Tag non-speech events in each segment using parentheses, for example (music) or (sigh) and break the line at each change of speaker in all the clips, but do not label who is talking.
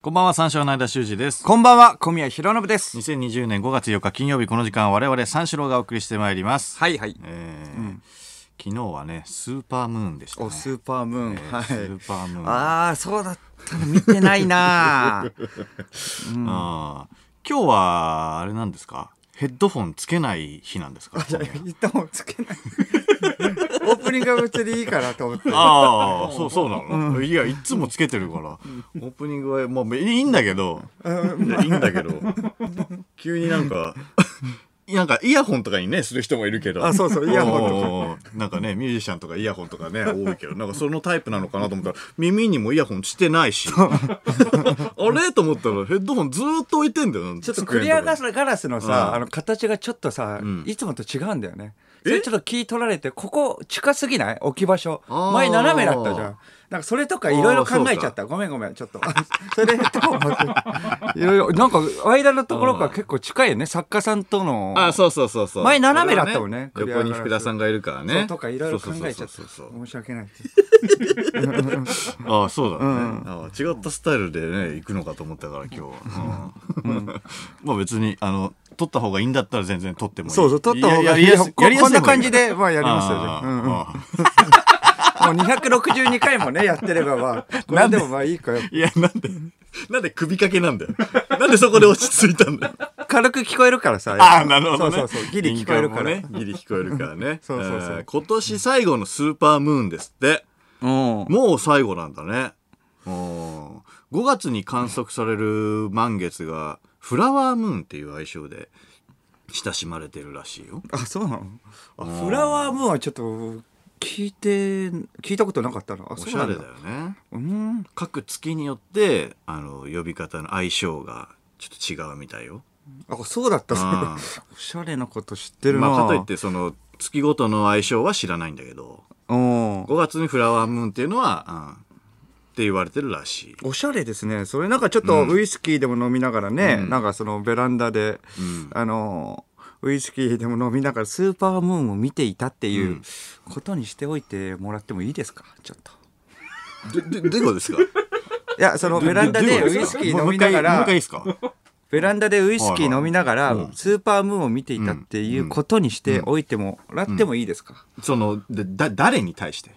こんばんは、三四郎の間修二です。
こんばんは、小宮弘信です。
2020年5月4日金曜日、この時間、我々三四郎がお送りしてまいります。
はいはい。
えー昨日はね、スーパームーンでした、ね。
お、スーパームーン。
えー
はい。
スーパームーン
ああ、そうだったの見てないなー
あー今日は、あれなんですかヘッドフォンつけない日なんですか
いや、一旦もつけない。オープニングは別にいいかなと思って。
ああ、そう、そうなの、いや、いつもつけてるから、オープニングは、まあ、いいんだけど、いやいいんだけど、急になんか、なんかイヤホンとかにね、する人もいるけど。
あそうそうイヤホンと
と
か
か。なんかね、ミュージシャンとかイヤホンとかね、多いけど、なんかそのタイプなのかなと思ったら、耳にもイヤホンしてないし。 (laughs) あれと思ったら、ヘッドホンずーっと置いてんだよ。
ちょっとクリアガ
ス。
ラガラスの
うん
さ、あの形がちょっとさ、
ん
いつもと違うんだよね。
え
それちょっと気取られて、ここ近すぎない置き場所。
あー
前斜めだったじゃん。なんかそれとかいろいろ考えちゃった。ごめんごめん、ちょっと。それで、いろいろ、なんか間のところが結構近いよね。作家さんとの。
あ、そうそうそうそう。
前斜めだったもんね
それは横に福田さんがいるから
そ
ね
う。とかいろいろ考えちゃっ
そうそうそうそう
た。申し訳ない。
ああそうだね、ああ違ったスタイルでね行くのかと思ったから今日は、うんまあ別にあの撮った方がいいんだったら全然撮ってもいい
そうそう撮った方がいい
ややりやす
こ
やりやすい
こんな感じ
方がいい
でまあやりますよね
ああ
うんうん
あ
もう262回もね、 (laughs) やってればまあ、これでもまあいいかよ。
あいやなんでなんで首掛けなんだよなんでそこで落ち着いたんだよ
軽く聞こえるからさ。
ああなるほどね
そうそう (laughs) そう。ギリ聞こえるから。
敏感もねギリ聞こえるからね
(laughs) そうそうそう
えー今年最後のスーパームーンですって
うん。
もう最後なんだね。うん5月に観測される満月がフラワームーンっていう愛称で親しまれてるらしいよ。
あ、そうなのあフラワームーンはちょっと、聞いて、聞いたことなかったな。あ、
お
そう
し
な
ゃれ
ん
だ
だ。
よね。
うん。
各月によってあの呼び方の相性がちょっと違うみたいよ。
あ、そうだった。
あ
(laughs) おしゃれなこと知ってるな。
まあ、かといっ。てその月ごとの相性は知らないんだけど
うん。
5月にフラワームーンっていうのは、うん、って言われてるらしい。
おしゃれですね。それなんかちょっとウイスキーでも飲みながらね、なんかそのベランダで、あの、ウイスキーでも飲みながらスーパームーンを見ていたっていううことにしておいてもらってもいいですかちょっと。
ででどういうことですか
いや、そのベランダでウイスキー飲みなが
もう一回もう一
ら
回い、いですか (laughs)
ベランダでウイスキー飲みながら、スーパームーンを見ていたっていうことにしておいてもらってもいいですか
そのでだ誰に対して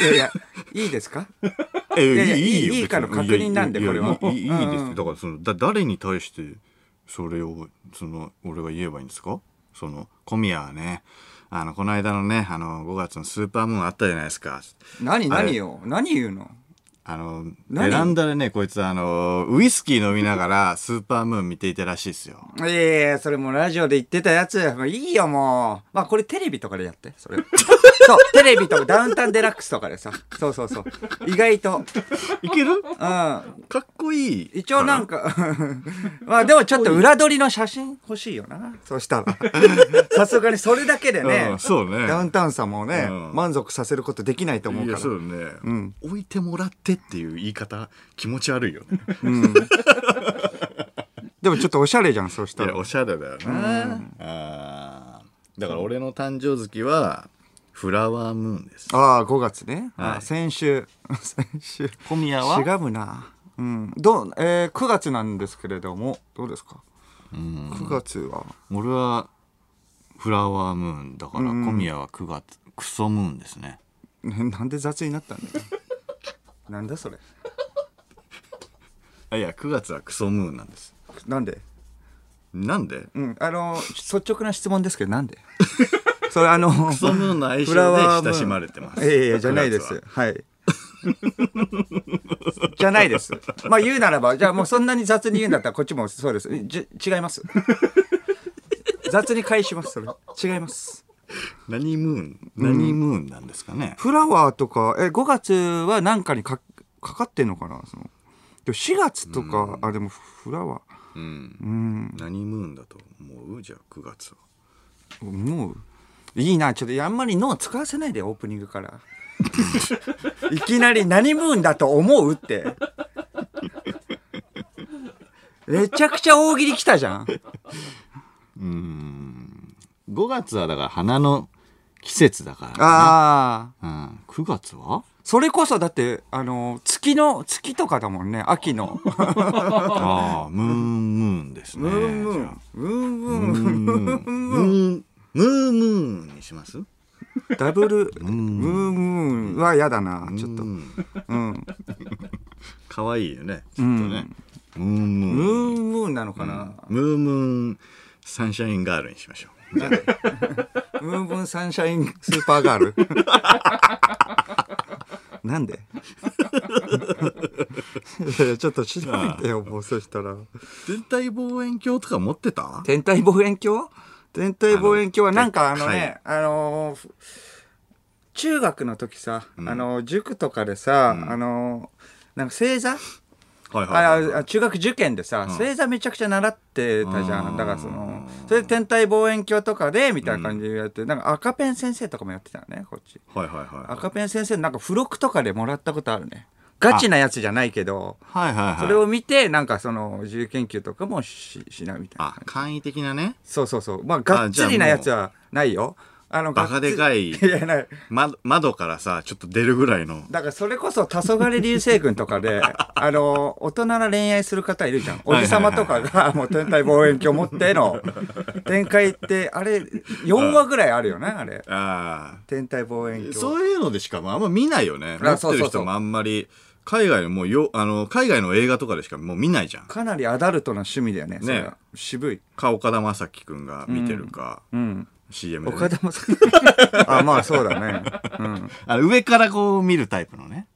いやいや、いいですか
え
いやいや
いいいいよ
いいから
別に
確認なんで
いやいや
これはい
いいいいですよだからそのだ誰に対してそれをその俺が言えばいいんですかその小宮はねあのこの間のねあの5月のスーパームーンあったじゃないですか
何、
あれ
何よ何言うの
あの
何
ベランダでねこいつあのウイスキー飲みながらスーパームーン見ていたらしいですよ
いやいや、それもうラジオで言ってたやつ。もういいよ、もう。まあ、これテレビとかでやって、
(laughs)
それ。そう、テレビとかダウンタウンデラックスとかでさ。そうそうそう。意外と。
いける
うん。
かっこいい
一応なんか、 (laughs) まあでもちょっと裏取りの写真欲しいよな。そうし
(laughs)
たら。さすがにそれだけで
う
ね
ん、そうね
ダウンタウンさんもね、
うん
満足させることできないと思う
い
か
や
ら。
そうね、置いてもらってっていう言い方気持ち悪いよね
でもちょっとおしゃれじゃん、そうした
い
ら
や。おしゃれだよなあーだから俺の誕生月はフラワームーンです
ああ、5月ね。
はい
あ先週、 (laughs) 先週。
小宮
違うな。うん。どう、えー、9月なんですけれども、どうですか
ん
?9 月は。
俺はフラワームーンだから小宮は9月クソムーンですね
ねなんで雑になったんだよ。 (laughs) なんだそれ。
あいや9月はクソムーンなんです
なんで
なんで
うん。あの、率直な質問ですけど、なんで (laughs) それあの、
クソムーンの愛称
フラワーム
で
ー
親
ン
しまれてます
いやいや、じゃないで
九月
す
は。
はい。 (laughs) じゃないです。まあ言うならば、じゃあもうそんなに雑に言うんだったらこっちもそうです。じ違い
(laughs)
ます。雑に返します、それ。違います。
何ムーン何ムーンなんですかね、
フラワーとか、え、5月はなんかにかかかってんのかなそのでも4月とか、あ、でもフラワ
うん
ー。うん、
何ムーンだと思うじゃあ9月は
もう、いいな、ちょっとあんまり脳使わせないで、オープニングから。いきなり何ムーンだと思うって。めちゃくちゃ大喜利来たじゃん。
5月はだから花の季節だから
あ
う
あ。
ん、9月は
それこそだってあの月の月とかだもんね秋の
ああ、ムーンムーンですね。
ムーンムーンムーンムーン
じゃあムーンムーン。ムーンムーンムーンにします
ダブルムーンムーンはやだなちょっと
うん
うん
可愛いよね。ちょっとね。ムーンム
ム
ーン。
ーンムーンなのかな
ムーンムーンサンシャインガールにしましょう。
ムーンムーンサンシャインスーパーガ (laughs) ールなんでいやいや (laughs) ちょっと調べてよもうそしたら
全体望遠鏡とか持ってた
天体望遠鏡天体望遠鏡はなんかあ
あの
のね、あのーふ中学の時さ、あのー塾とかでさ、あのーなんか星座、
はい
あ
はい
あ
はい。
中学受験でさ、星座めちゃくちゃ習ってたじゃ
あ
ん
ー
だからそのそれで天体望遠鏡とかでみたいな感じでやって、なんか赤ペン先生とかもやってたよねこっち
はいはいはい。
赤ペン先生なんか付録とかでもらったことあるねガチなやつじゃないけど
はいはいはい。
それを見てなんかその自由研究とかもししないみたいな
あ、簡易的なね。
そうそうそう。まあ、がっつりなやつはないよ。あの、
バカで
い。
かい
(laughs) いや、ない。
ま窓からさ、ちょっと出るぐらいの。
だからそれこそ、黄昏流星群とか
(laughs)
で、あの、大人な恋愛する方いるじゃん。おじさまとかが、もう天体望遠鏡持っての展開って、あれ、4話ぐらいあるよね、あれ。
あ
天体望遠
あ。
鏡。
そういうのでしかもあんま見ないよね。持
あ
っ
そう
てる
そうそう
人もあんまり、海外のもうよ、あの、海外の映画とかでしかもう見ないじゃん。
かなりアダルトな趣味だよね、それは
ね
渋い。
か、岡田将生くんが見てるか、
うん。
CM でね、
岡田もさ
(laughs)
あ、まあそうだね。うん。
あ上からこう見るタイプのね。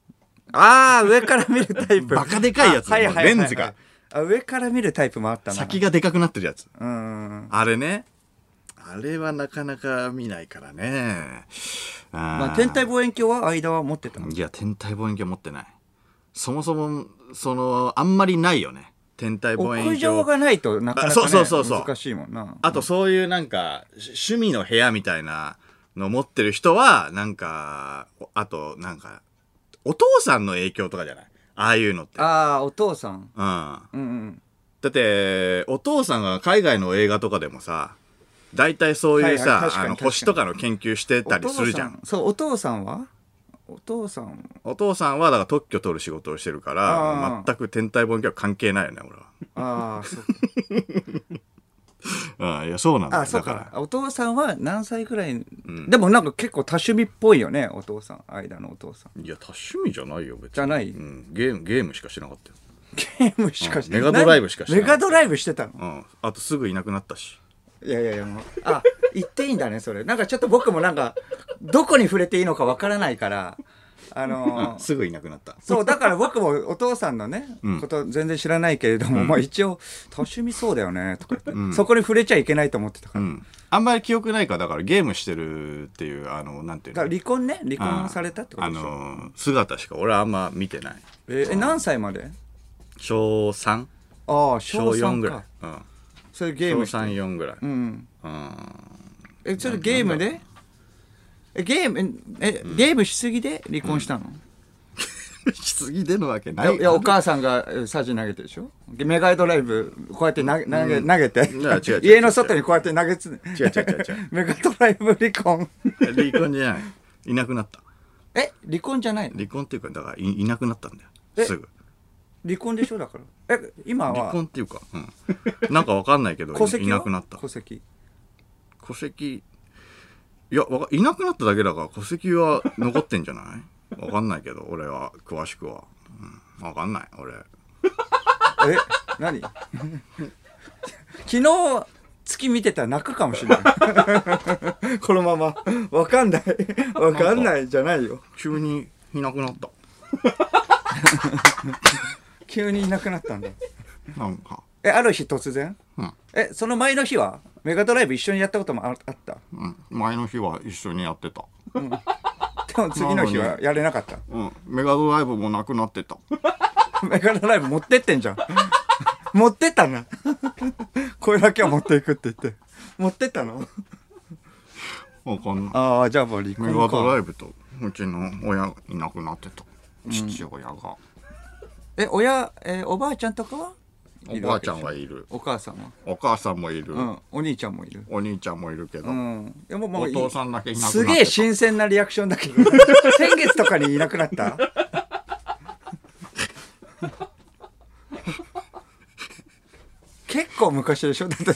ああ、上から見るタイプ。
バカでかいやつ
あはいはいはいはい
レンズが。
あ、上から見るタイプもあったな。
先がでかくなってるやつ。
うん。
あれね。あれはなかなか見ないからね。
ま
ま
あ、天体望遠鏡は間は持ってたの
いや、天体望遠鏡持ってない。そもそも、その、あんまりないよね。天体望遠鏡。
屋上がないとなかなか、ね、
あそうそうそうそう
難しいもんな
あとそういうなんか、し趣味の部屋みたいなの持ってる人は、なんか、おあと、なんか、お父さんの影響とかじゃないああいうのって。
ああお父さん
うん。
うんうん
だって、お父さんが海外の映画とかでもさ、大体そういう
はいはい
さ、
確かに
あの
確かに
星とかの研究してたりするじゃん。
お父さそうお父さんはお父さん
お父さんはだから特許取る仕事をしてるか
あ
ら
ー、
全く天体望遠鏡は関係ないよね、俺
ああそ
(laughs)
う
は。うん、いや、そうなんだよ
あそうか。お父さんは何歳くらい、
ん
でもなんか結構多趣味っぽいよねお父さん間のお父さん
いや、多趣味じゃないよ、別に。
じゃない
うん、ゲーム、ゲームしかしてなかったよ。
ゲームしかして
うんメガドライブしかしてない
メガドライブしてたの
うん。あとすぐいなくなったし。
いやいやいやもうあ言っていいんだねそれなんかちょっと僕もなんかどこに触れていいのかわからないからあのー
すぐいなくなった。
そうだから僕もお父さんのね、こと全然知らないけれども、まあ一応「多趣味そうだよね」とか言って、そこに触れちゃいけないと思ってたか
う
ら,、
ん。あんまり記憶ないから、だからゲームしてるっていう、あの、なんていう
だ
の
から離婚ね離
うん
婚されたってこ
あ
とでしょ、
の、姿しか俺はあんま見てない。
えーえ何歳まで
小 3?
あ
小
あ小
4
3
ぐ
から
い。うん。
そういうゲー
小
ムして
3、4ぐらい。
うん
うん。
えそれゲームでえゲームえゲームしすぎで離婚したの、
しすぎでのわけない
いやいやお母さんがえーサジ投げてるでしょメガドライブこうやって投げ投げ,、投げ
いや違う違う
て家の外にこうやって投げつ
違う違う違う違う
(laughs) メガドライブ
(laughs)
離婚
離婚じゃない。いなくなった。
え離婚じゃないの
離婚っていうか、だからいいなくなったんだよ。
え
すぐ。
離婚でしょだからえ今
離
は
婚っていうか、うん。なんかわかんないけど、
戸籍
い
は
なくなった。
戸籍
戸籍、いや、わかいなくなっただけだから、戸籍は残ってんじゃない (laughs) わかんないけど、俺は、詳しくは。うんわかんない、俺。
え何 (laughs) 昨日月見てたら泣くかもしれない
(laughs)
このままわかんないわかんないじゃないよ
急にいなくなった。
急にいなくなったんだ
なんか、
えある日突然
うん。
えその前の日はメガドライブ一緒にやったこともああった
うん。前の日は一緒にやってた。
でも次の日はやれなかった。
うん。メガドライブもなくなってた。
メガドライブ持ってっ
(laughs)
てんじゃん。持ってったな。これだけは持っていくって言って。持ってったの
わかんない。
ああ、じゃあもう離
メガ
婚
ドラ
か。
イブとうちの親がいなくなってた父親が、
え、親、えーおばあちゃんとかは
おばあちゃんはいる
お母さんは、
お母さんもいる、
うん、お兄ちゃんもいる
お兄ちゃんもいるけど、
うんでもも
お
うい
父さんだけいなくなって
す
た
げえ新鮮なリアクションだけど
(laughs)
先月とかにいなくなった結構昔でしょだって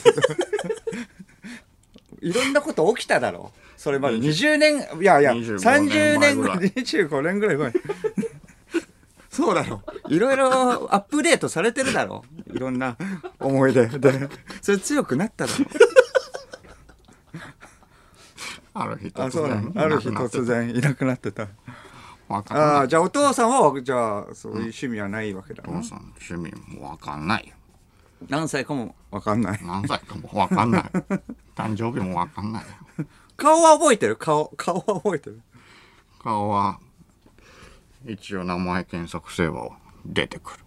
いろんなこと起きただろそれまで20年いやいや
25
30年
前ぐ
後
らい
25年ぐらい前そうだろいろいろアップデートされてるだろいろんな思い出でそれ強くなっただろ
ある日
あ、
突
そうな
然
の。ある日突然いなくなって (laughs) た。
わかんない
ああ、じゃあお父さんは、じゃあそういう趣味はないわけだ
お
な
父。さんの趣味もわかんないよ
何歳かもわかんない。
何歳かもわかん
(laughs)
ない誕生日もわかんないよ
顔は覚えてる顔、顔は覚えてる。
顔は一応名前検索すれば出てく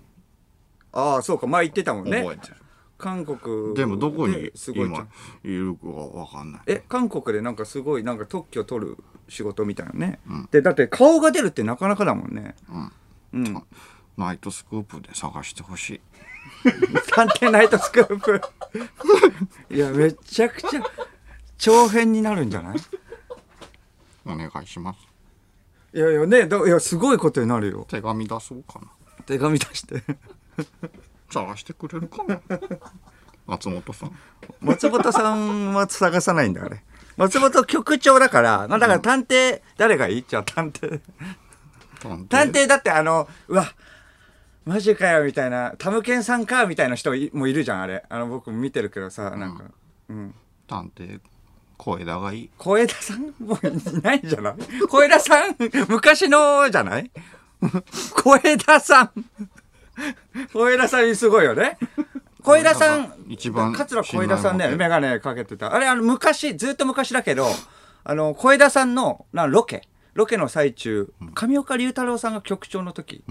ああ、そうか。前言ってたもん
る、
ね
覚え。て
韓国
るでもどこに
ですごいじゃ
今
ん。
いるかわかんない
え、韓国でなんかすごい、なんか特許取る仕事みたいなね。で、だって顔が出るってなかなかだもんね。うん。うん。
ナイトスクープで探してほしい
探偵ナイトスクープ。 (laughs) いや、めちゃくちゃ長編になるんじゃない
お願いします
いやいやね、だいや、すごいことになるよ。
手紙出そうかな
手紙出して。
探してくれるか
(laughs)
な松本さん
松本さんは探さないんだ、あれ。松本局長だから、まあだから探偵、誰がいいじゃあ探偵。
探
探偵だってあの、うわ、マジかよ、みたいな、タムケンさんか、みたいな人いもういるじゃん、あれ。あの、僕見てるけどさ、なんか。うん。
探偵小枝がいい
小枝さんもういないんじゃない小枝さん、昔のじゃない (laughs) 小枝さん。小枝さんすごいよね。小枝さん、
一番
桂小枝さんね、
信
メガネかけてた。あれ、あの、昔、ずっと昔だけど、あの、小枝さんの、な、ロケ、ロケの最中、上岡龍太郎さんが局長の時、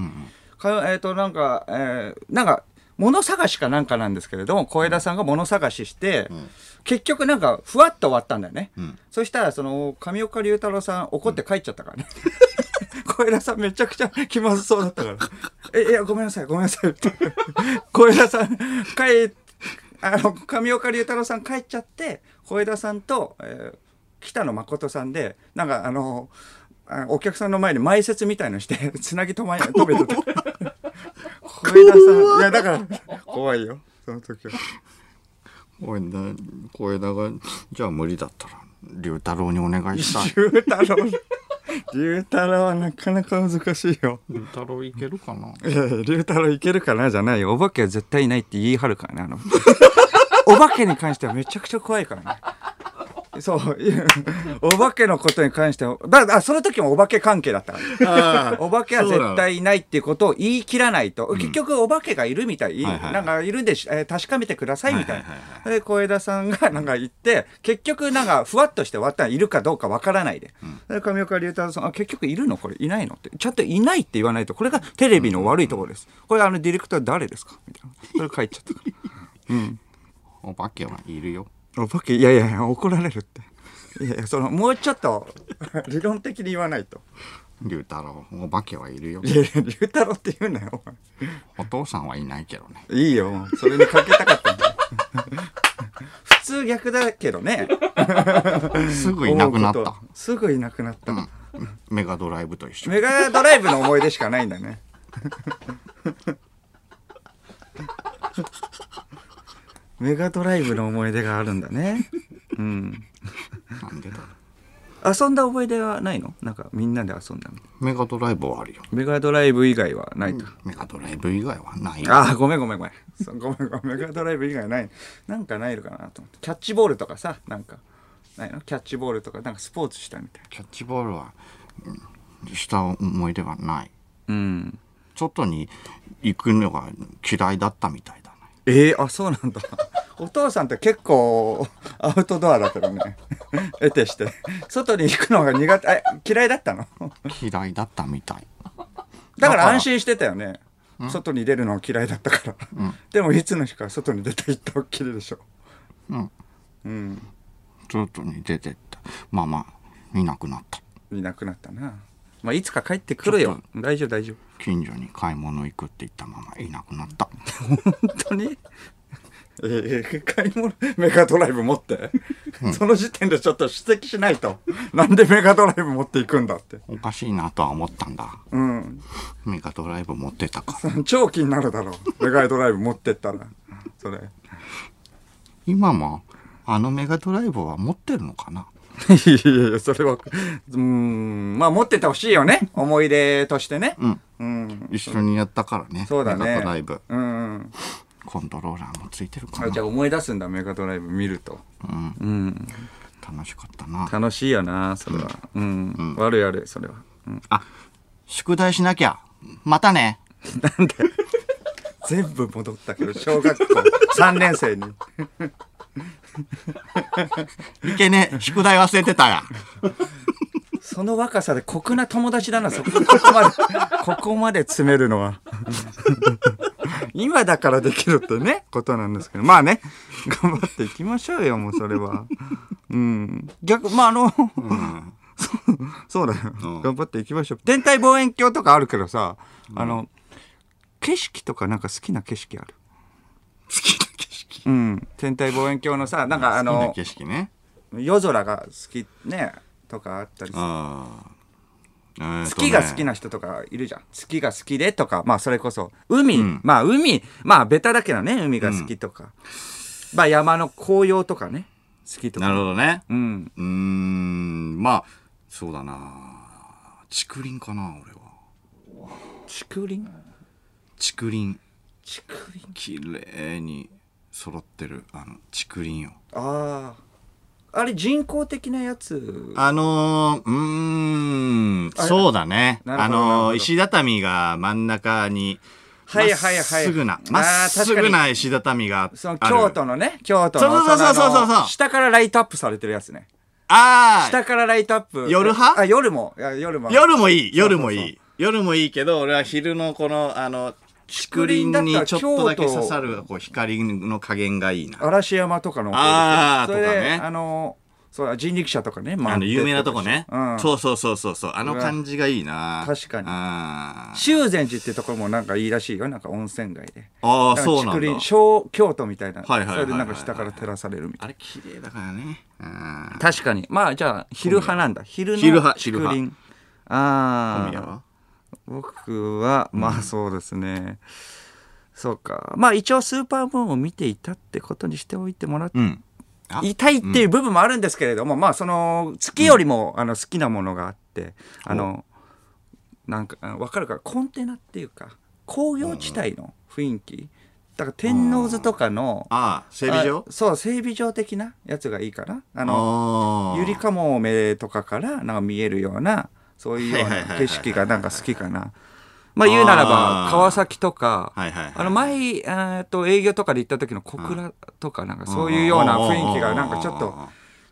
かえっ、と、なんか、えーなんか、物探しかなんかなんですけれども、小枝さんが物探しして、結局なんか、ふわっと終わったんだよね。
ん
そしたら、その、上岡龍太郎さん怒って帰っちゃったか
(laughs)
らね。 (laughs) 小枝さんめちゃくちゃ気まずそうだったから「えいやごめんなさいごめんなさい」 (laughs) って小枝さん帰っあの上岡龍太郎さん帰っちゃって小枝さんと、えー北野誠さんでなんかあのあお客さんの前に前説みたいのしてつなぎとまえ止めてた小枝さんいやだから怖いよその時は
小枝小枝がじゃあ無理だったら龍太郎にお願いしたい
龍太郎龍太郎はなかなか難しいよ
(laughs) 龍太郎いけるかない
やいや龍太郎いけるかなじゃないよお化けは絶対いないって言い張るからねあのお化けに関してはめちゃくちゃ怖いからねそういやお化けのことに関してはだあその時もお化け関係だったからお化けは絶対いないっていうことを言い切らないと結局お化けがいるみたい、
はいはい
なんかいるんでし、えー確かめてくださいみたいな、
はいはい
で小枝さんがなんか言って結局なんかふわっとして終わったらいるかどうかわからないで,、で上岡龍太郎さんあ「結局いるのこれいないの?」ってちゃんと「いない」って言わないとこれがテレビの悪いところです、これあのディレクター誰ですかみたいなそれ書いちゃったか
お化けはいるよ
らお化けいやいやいや怒られるっていやいやそのもうちょっと (laughs) 理論的に言わないと
龍太郎お化けはいるよ
「いやいや龍太郎って言うなよお前
お父さんはいないけどね
いいよもうそれにかけたかったんだ (laughs) 普通逆だけどね
すぐいなくなっ
思う
た
ことすぐいなくなった、
メガドライブと一緒
メガドライブの思い出しかないんだ (laughs) ね。メガドライブの思い出があるんだね。うん。
なんでだろう
遊んだ思い出はないのなんかみんなで遊んだみたい
メガドライブはあるよ
メガドライブ以外はないと。
メガドライブ以外はないよ
ああ、ごめんごめんごめん。そうごめんごめん。メガドライブ以外ない。なんかないのかなと思って。キャッチボールとかさ、なんか。ないのキャッチボールとか、なんかスポーツしたみたい。
キャッチボールはうんした思い出はない
うん。
外に行くのが嫌いだったみたいだね
ええあそうなんだ (laughs) お父さんって結構アウトドアだけどね (laughs) 得てして外に行くのが苦手あ嫌いだったの
嫌いだったみたい
だ
だ
か
からら
安心してたよね外に出るのは嫌いだったから、でもいつの日か外に出て行ったっきりでしょ
うん
うん
外に出てったまあまあいなくなった
いなくなったなまあいつか帰ってくるよ大丈夫大丈夫
近所に買い物行くって言ったままいなくなった
本当にええ買い物メガドライブ持って、その時点でちょっと指摘しないとなんでメガドライブ持っていくんだって
おかしいなとは思ったんだ
うん
メガドライブ持ってたから
超気になるだろうメガドライブ持ってったらそれ
今もあのメガドライブは持ってるのかない
やいやそれはうーんまあ持っててほしいよね思い出としてね
うん
うん
一緒にやったからね
そうだね
メガドライブ
うん
コントローラーもついてるか
あ
な
じゃあ思い出すんだメガドライブ見ると
うん、
うん
楽しかったな
楽しいよなそれはうん、悪い悪いそれは、うん、
あ宿題しなきゃまたね
全部戻ったけど小学校3年生に
いけねえ宿題忘れてた
(laughs)
や
その若さで酷な友達だな、そこ、ここまで、ここまで詰めるのは。今だからできるってね、ことなんですけど。まあね、頑張っていきましょうよ、もうそれは。うん。逆、まああの、そうそうだよ、
うん
頑張っていきましょう。天体望遠鏡とかあるけどさ、あの、景色とかなんか好きな景色ある。
好きな景色
うん。天体望遠鏡のさ、なんか
好
あ
き
の
な、景色ね
夜空が好きね、とかあったりする
ああ、えーとね
月が好きな人とかいるじゃん。月が好きでとか、まあそれこそ、海、
ん
まあ海、まあベタだけどね、海が好きとか。まあ山の紅葉とかね、好きと
なる
か。
ほどね
うん。
うーんまあそうだな竹林かな俺は
竹林
竹林
竹林
綺麗に揃ってるあの竹林を
ああ。あれ人工的なやつ。
あのー、うーん
あれ
そうだね
なるほど
あ
なるほ
の
ど
ー石畳が真ん中に
はいはいはい
まっすぐな
あー
まっすぐ
確か
な石畳がある
その京都のね、京都
そ
の。
うそうそうそうそうそう
のあの下からライトアップされてるやつね。
ああ
下からライトアップ。
夜派
あ、夜も。いや夜も。
夜もいい夜も
そう
い
そう
い夜もいいけど俺は昼のこのあの竹林にちょっとだけ刺さるこう光の加減がいいな
嵐山とかの方
あー
それで
とかね
あのそうだ人力車とかね
あの有名なとこね、
うん、
そうそうそうそうそうあの感じがいいな
うん確かに
あー
修善寺ってとこもなんかいいらしいよなんか温泉街で
あーそうなん
竹
だ
林小京都みたいな、
はいはいはいはい
それでなんか下から照らされるみたい
あれ綺麗だからねあ
な確かにまあじゃあ昼派なんだ昼の
昼派
竹
昼派ー
林あ
小宮
あ
は
僕はまあそうですね、そうかまあ一応スーパームーンを見ていたってことにしておいてもらって
うんあ
いたいっていう部分もあるんですけれども、まあその月よりも、あの好きなものがあってあのなんかあわかるかコンテナっていうか工業地帯の雰囲気、だから天王洲とかの
あー整備場
あそう整備場的なやつがいいかなあの
あー
ゆりかもめとかからなんか見えるようなそういうよう
はいはいはいは
ない景色がなんか好きかな。まあ言うならば
あー
川崎とか、
はいはいはい
あの前、えーっと営業とかで行った時の小倉とかなんかそういうような雰囲気がなんかちょっと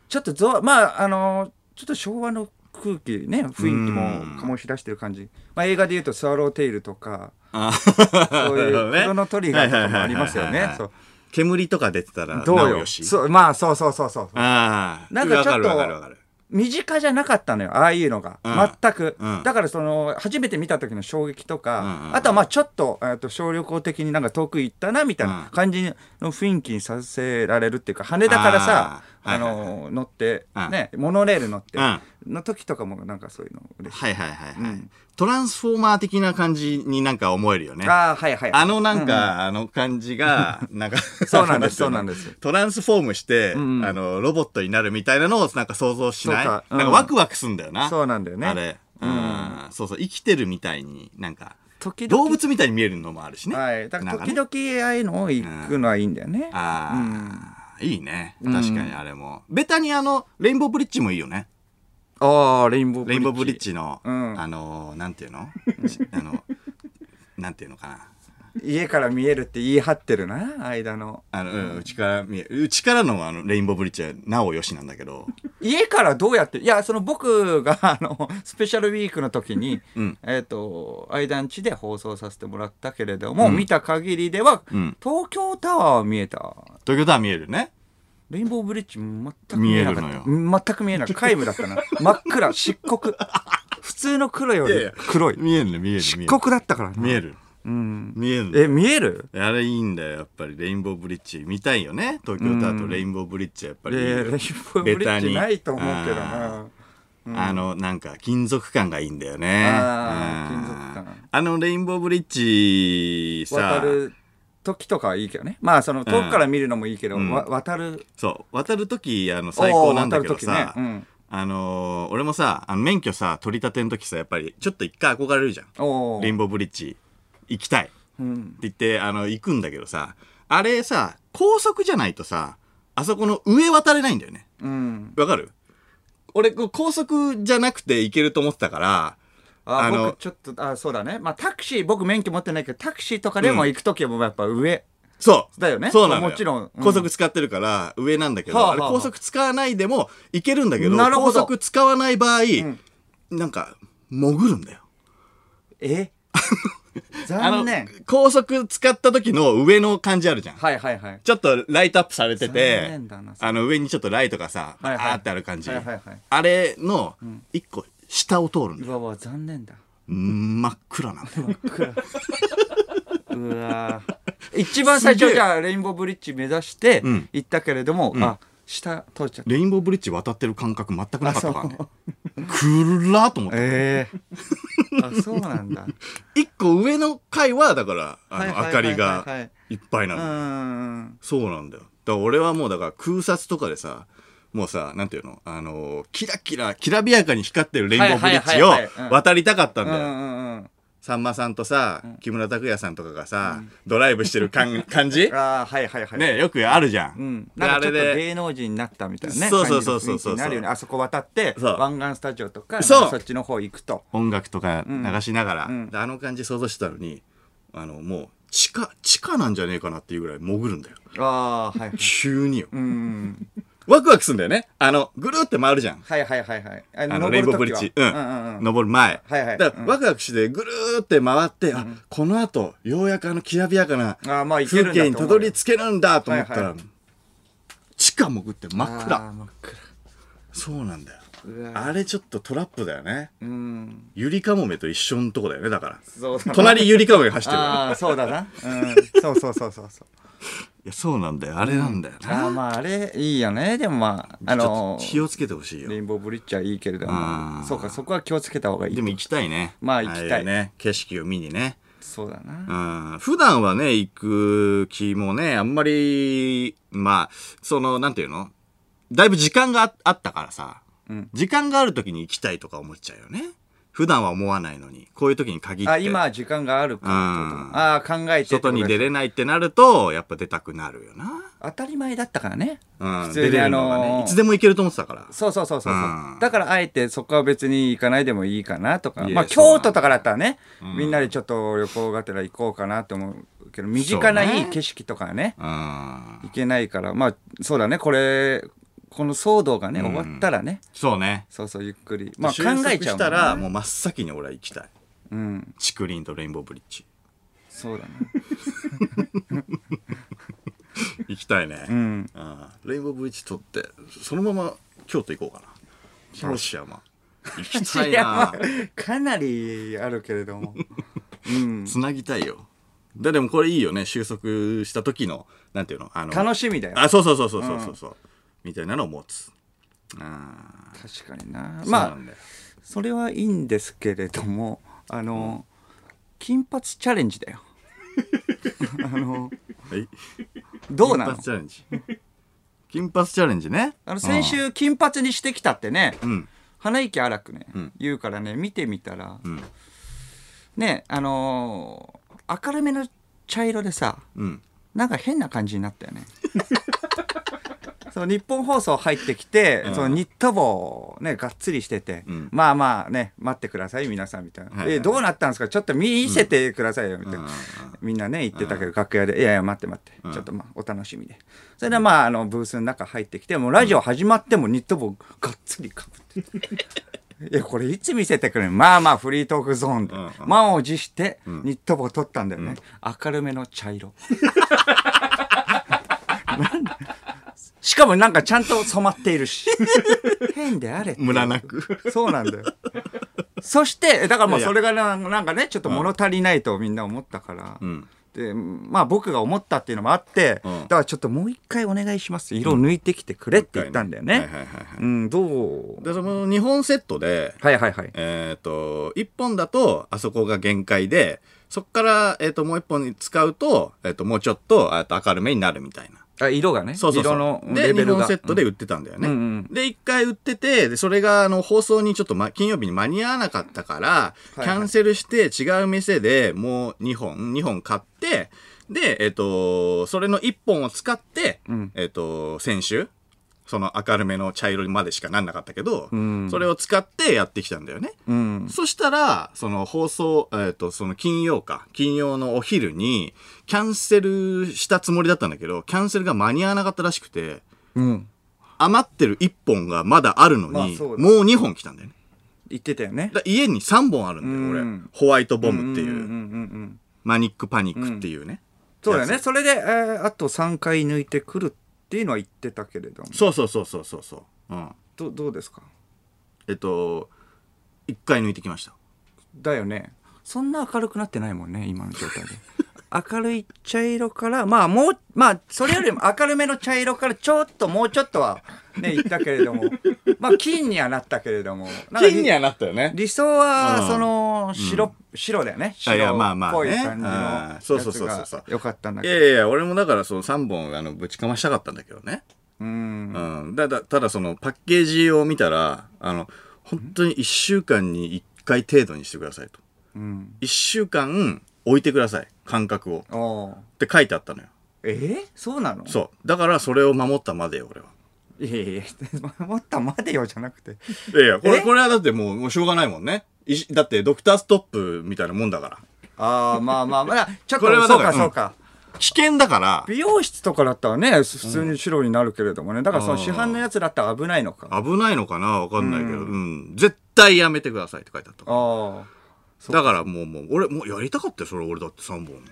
ちょっとぞまああのちょっと昭和の空気ね雰囲気も醸し出してる感じ、まあ、映画でいうと「スワローテイル」とか
あ
そういう
(laughs) なるほどね
「クロノトリガー」とかもありますよ
はいはいはいは
ね
い
そう
煙とか出てたら
ど
な
う
お
よ
し
そうまあそうそうそうそう
ああ
なんかちょ
わ
っと
るわかるわかる
身近じゃなかったのよああいうのが、
うん
全く、
うん
だからその初めて見た時の衝撃とか、
うんうんうん
あとはまあちょっと,、えーっと小旅行的になんか遠く行ったなみたいな
うん
感じの雰囲気にさせられるっていうか羽田からさ
あ
あ、
ー
の
はい
乗って、
うん
ねモノレール乗って、
うん
の時とかもなんかそういうの嬉しい
はいはいはいはい、
うん
トランスフォーマー的な感じになんか思えるよね
ああ、はいはい。
あのなんか、あの感じ
(laughs)
が、なんか、
そうなんで
(laughs)
す
あの
そうなんです
トランスフォームして、
んうん
あの、ロボットになるみたいなのをなんか想像しない
そうかうん
なんかワクワクすんだよな。
そうなんだよね
あれ。うん、そうそう、生きてるみたいに、なんか、
時々
動物みたいに見えるのもあるしね。
はい。だから
なんかね
時々ああいうのを行くのはいいんだよね。
ああ、いいね。確かにあれも。ベタにあの、レインボーブリッジもいいよね。
ああ、レインボーブ
レ
リッジ。
インボーブリッ。ジの、
うん
あの、なんていう
(laughs)
のあの、なんていうのかな。
家から見えるって言い張ってるな、間の。
あの、うんうちから見える。うちからのあの、レインボーブリッジはなおよしなんだけど。
家からどうやっていや、その僕が、あの、スペシャルウィークの時に、
うん
えっ、と、間んちで放送させてもらったけれども、見た限りでは、
うん
東京タワーは見えた。
東京タワー見えるね。レ
レインボーブリッジ全く見えなかった。
見える
全く見えなかった。皆無だったな。真っ暗、漆黒。普通の黒よ
いやい
り
や
黒い
見えるね見える
漆
見える
黒だったからな
見える
うん
見えるね
え見える
あれいいんだよやっぱりレインボーブリッジ見たいよね東京タワーとレインボーブリッジはやっぱ
い
り
や
いい
い
よ
やレインボーブリッジないと思うけどな
あのなんか金属感がいいんだよね
あー
うん
金属感
あのレインボーブリッジさ
渡る時とかはいいけどねまあその遠くから見るのもいいけど、
うん
わ渡る
そう渡る時あの最高なんだけど
おー
さ、
渡る時ね
あのー俺もさあの免許さ取り立ての時さやっぱりちょっと一回憧れるじゃん
うん、おー
レインボーブリッジ行きたいって
うん、
言ってあの行くんだけどさあれさ高速じゃないとさあそこの上渡れないんだよね
うん、
わかる俺こう高速じゃなくて行けると思ってたから
あ
あの
僕ちょっとあそうだねまあタクシー僕免許持ってないけどタクシーとかでも行く時はもうやっぱ上、
そう
だよね
そうなのよ
もちろんうん
高速使ってるから上なんだけど、
はあはあ
あれ高速使わないでも行けるんだけど
なるほ
高
ど
速使わない場合、なんか潜るんだよ (laughs)
え
あの
残念
高速使った時の上の感じあるじゃん
はいはいはい
ちょっとライトアップされて
残
て
念だな
あの上にちょっとライトがさ、
はいはい
あーってある感じ、
はいはいはい
あれの一個下を通るんだ
う
よ、
わうわ残念だ
(laughs) うん真っ暗なんだ
(laughs)
よ
うわ一番最
すげ
初
え
じゃあレインボーブリッジ目指して
うん
行ったけれども、あ下通っちゃった
レインボーブリッジ渡ってる感覚全くなかったからね
あそ
くらーと思って
ええ
(laughs)
あそうなんだ
一個上の階はだからあ
はい
の
はい
明かり
はいはいは
が
い
いっぱいうなの、
ん
そうなんだよだから俺はもうだから空撮とかでさもうさなんていうのあのーキラキラきらびやかに光ってるレインボーブリッジを
はいはいはいはいうん
渡りたかったん
うんう
だよ、
んうん
さんまさんとさ木村拓哉さんとかがさ、ドライブしてる感感じ
ああ (laughs) はいはいはい
ねよくあるじゃん、
うん、
で
なん
あ
かちょ
れ
っと
で
芸能人になったみたいなね
そうそうそうそうそう
感じの雰囲気になるよねあそこ渡って
そう
湾岸スタジオとか
そう
なんかそっちの方行くと
音楽とか流しながら、
ん
であの感じ想像してたのにあのもう地下地下なんじゃねえかなっていうぐらい潜るんだよ
ああはいはい
急によ、
うん
ワクワクするんだよねあのぐるって回るじゃん
はいはいはいはいあ
あの
登
レイ
る
ンボーブリッジ、
時は
うん
うんうんうん
登る前、
はいはい
だからワクワクしてぐるーって回って、あこのあとようやくあのきらびやかな
あーまあ行ける
風
んだと
景
思う
にたどり着けるんだと思ったら、
はいは
地下潜って真っ
あ
暗
ー真っ暗
そうなんだよ
うわ
あれちょっとトラップだよね
うん
ゆりかもめと一緒のとこだよねだから
そうだな
隣ゆりかもめ走ってるよね
ああそうだなうんそうそうそうそうそう
いやそうなんだよあれなんだよな、
ああまああれいいよねでもまああ
ちょ
の
っと気をつけてほしいよ
レインボーブリッジはいいけれど
う
も
ん
そうかそこは気をつけた方がい
で
い
も行きたいね
まあ行きたい
ああうね景色を見にね
そうだな
うん普段はね、行く気もね、あんまり、まあ、その、なんていうのだいぶ時間がああったからさ、
うん
時間がある時に行きたいとか思っちゃうよね。普段は思わないのに、こういう時に限って。
あ今は時間があるからってこと
うん
ああ考えてってこと
外に出れないってなると、やっぱ出たくなるよな。
当たり前だったからね
うん、
普
出
通に
れ
あ
るのがね、
のー
いつでも行けると思ってたから。
そうそうそうそうそう
うん
だからあえてそこは別に行かないでもいいかなとか
いや
まあ
そうなんだ
京都とかだったらね、みんなでちょっと旅行がてら行こうかなと思うけど身近ないい景色とかはね
うん。
行けないからまあそうだねこれこの騒動がね、
うん
終わったらね
そうね。
そうそうゆっくりまあ考
収束
えちゃうも
し
んね
たら、もう真っ先に俺は行きたい。
うん
竹林とレインボーブリッジ。
そうだ
(laughs)
ね
行きたいね。
うん
ああレインボーブリッジ取ってそのまま京都行こうかな広島行きたい
いやま
な
あかなりあるけれ
(laughs)
どもうん
つなぎたいよだでもこれいいよね収束した時のなんていうのあの
楽しみだよ
あそうそうそうそうそうそうそう、みたいなのを持つあ
確かに
あ
なまあ
そうなんだよ
それはいいんですけれどもあの、金髪チャレンジだよあの
はい
どうな
金
の
髪チャレンジ金髪チャレンジね
あの先週金髪にしてきたってね、
うん
鼻息荒くね、
うん
言うからね見てみたら、
うん
ねあのー明るめの茶色でさ
うん
なんか変な感じになったよ
(laughs)
ねその日本放送入ってきて、
うん
そのニット帽をねがっつりしてて、
うん
まあまあね待ってください皆さんみたいな、
はいはい
えどうなったんですかちょっと見せてくださいよみたいな、
うんうん
みんなね言ってたけど楽屋で「いやいや待って待って、
うん
ちょっとまあお楽しみで」それでまああのブースの中入ってきてもうラジオ始まってもニット帽がっつりかぶって
(laughs)
て。いやこれいつ見せてくれるまあまあフリートークゾーンで、
うんうん
満を持してニット帽取ったんだよね、明るめの茶色なんでしかもなんかちゃんと染まっているし変であれっていう (laughs)
ムラなく
そうなんだよそして、だからもう
いや
それがななんかね、ちょっと物足りないとみんな思ったから。
うん。
で、まあ僕が思ったっていうのもあって、
うん
だからちょっともう一回お願いします。色を抜いてきてくれって言ったんだよ
はいはい
ね。
はいはい。
うん、どう
で、その2本セットで、
はいはいはい。
えっ、と、1本だと、あそこが限界で、そこから、えっ、と、もう1本使うと、えっ、と、もうちょっと、えーと明るめになるみたいな。
あ色がね、
そうそうそう。
色の
で、
レベ
2
ル
本
が。
セットで売ってたんだよね。
うんうん
で、1回売ってて、でそれが、あの、放送にちょっと、ま、金曜日に間に合わなかったから、
いはい
キャンセルして、違う店でもう2本、2本買って、で、えっ、と、それの1本を使って、
うん
えっ、と、先週、その明るめの茶色までしかなんなかったけど、
うん
それを使ってやってきたんだよね。
うん、
そしたら、その放送、えっ、と、その金曜か、金曜のお昼に、キャンセルしたつもりだったんだけど、キャンセルが間に合わなかったらしくて、
うん、
余ってる1本がまだあるのに、
まあ
も
そう
う
だ
2本来たんだよね。
言ってたよね。
だ家に3本あるんだよ、
うん
俺。ホワイトボムっていう、
んんんうん
マニックパニックっていうね。
そうだよね。
やつ
それで、えーあと3回抜いてくるっていうのは言ってたけれども、
そうそうそうそうそうそう。うん。
どどうですか
えっと、1回抜いてきました。
だよね。そんな明るくなってないもんね、今の状態で。 (laughs) 明るい茶色から、まあもう、まあ、それよりも明るめの茶色からちょっともうちょっとはね、言ったけれども、まあ金にはなったけれども。なんか
金にはなったよね。
理想は、
うん
その白、白だよね
あ
白
いやまあ
っ
まあ
ぽい
ね
感じの
あ
や
ー
つ
そうそうそうそう
が良かったんだ
い
けど
やいや、俺もだからその3本あのぶちかましたかったんだけどね。
うん
うん、だだただそのパッケージを見たらあの本当に1週間に1回程度にしてくださいと
うん
1週間置いてください間隔をっ
お
て
ー
書いてあったのよ
えー、そうなの
そうだからそれを守ったまでよ俺はい
やいや (laughs) 守ったまでよじゃなくて
いやいやこ
え
れこれはだってもうもうしょうがないもんねいしだってドクターストップみたいなもんだから
ああまあまあまあちょっと
これは
そ
だ
う
か
からそうか、
危険だから
美容室とかだったらね普通に白になるけれどもねだからその
あー
市販のやつだったら危ないのかあ
危ないのかなわかんないけど、うん絶対やめてくださいって書いてあった
あー
だからもうもう俺もうやりたかったよそれ俺だって3本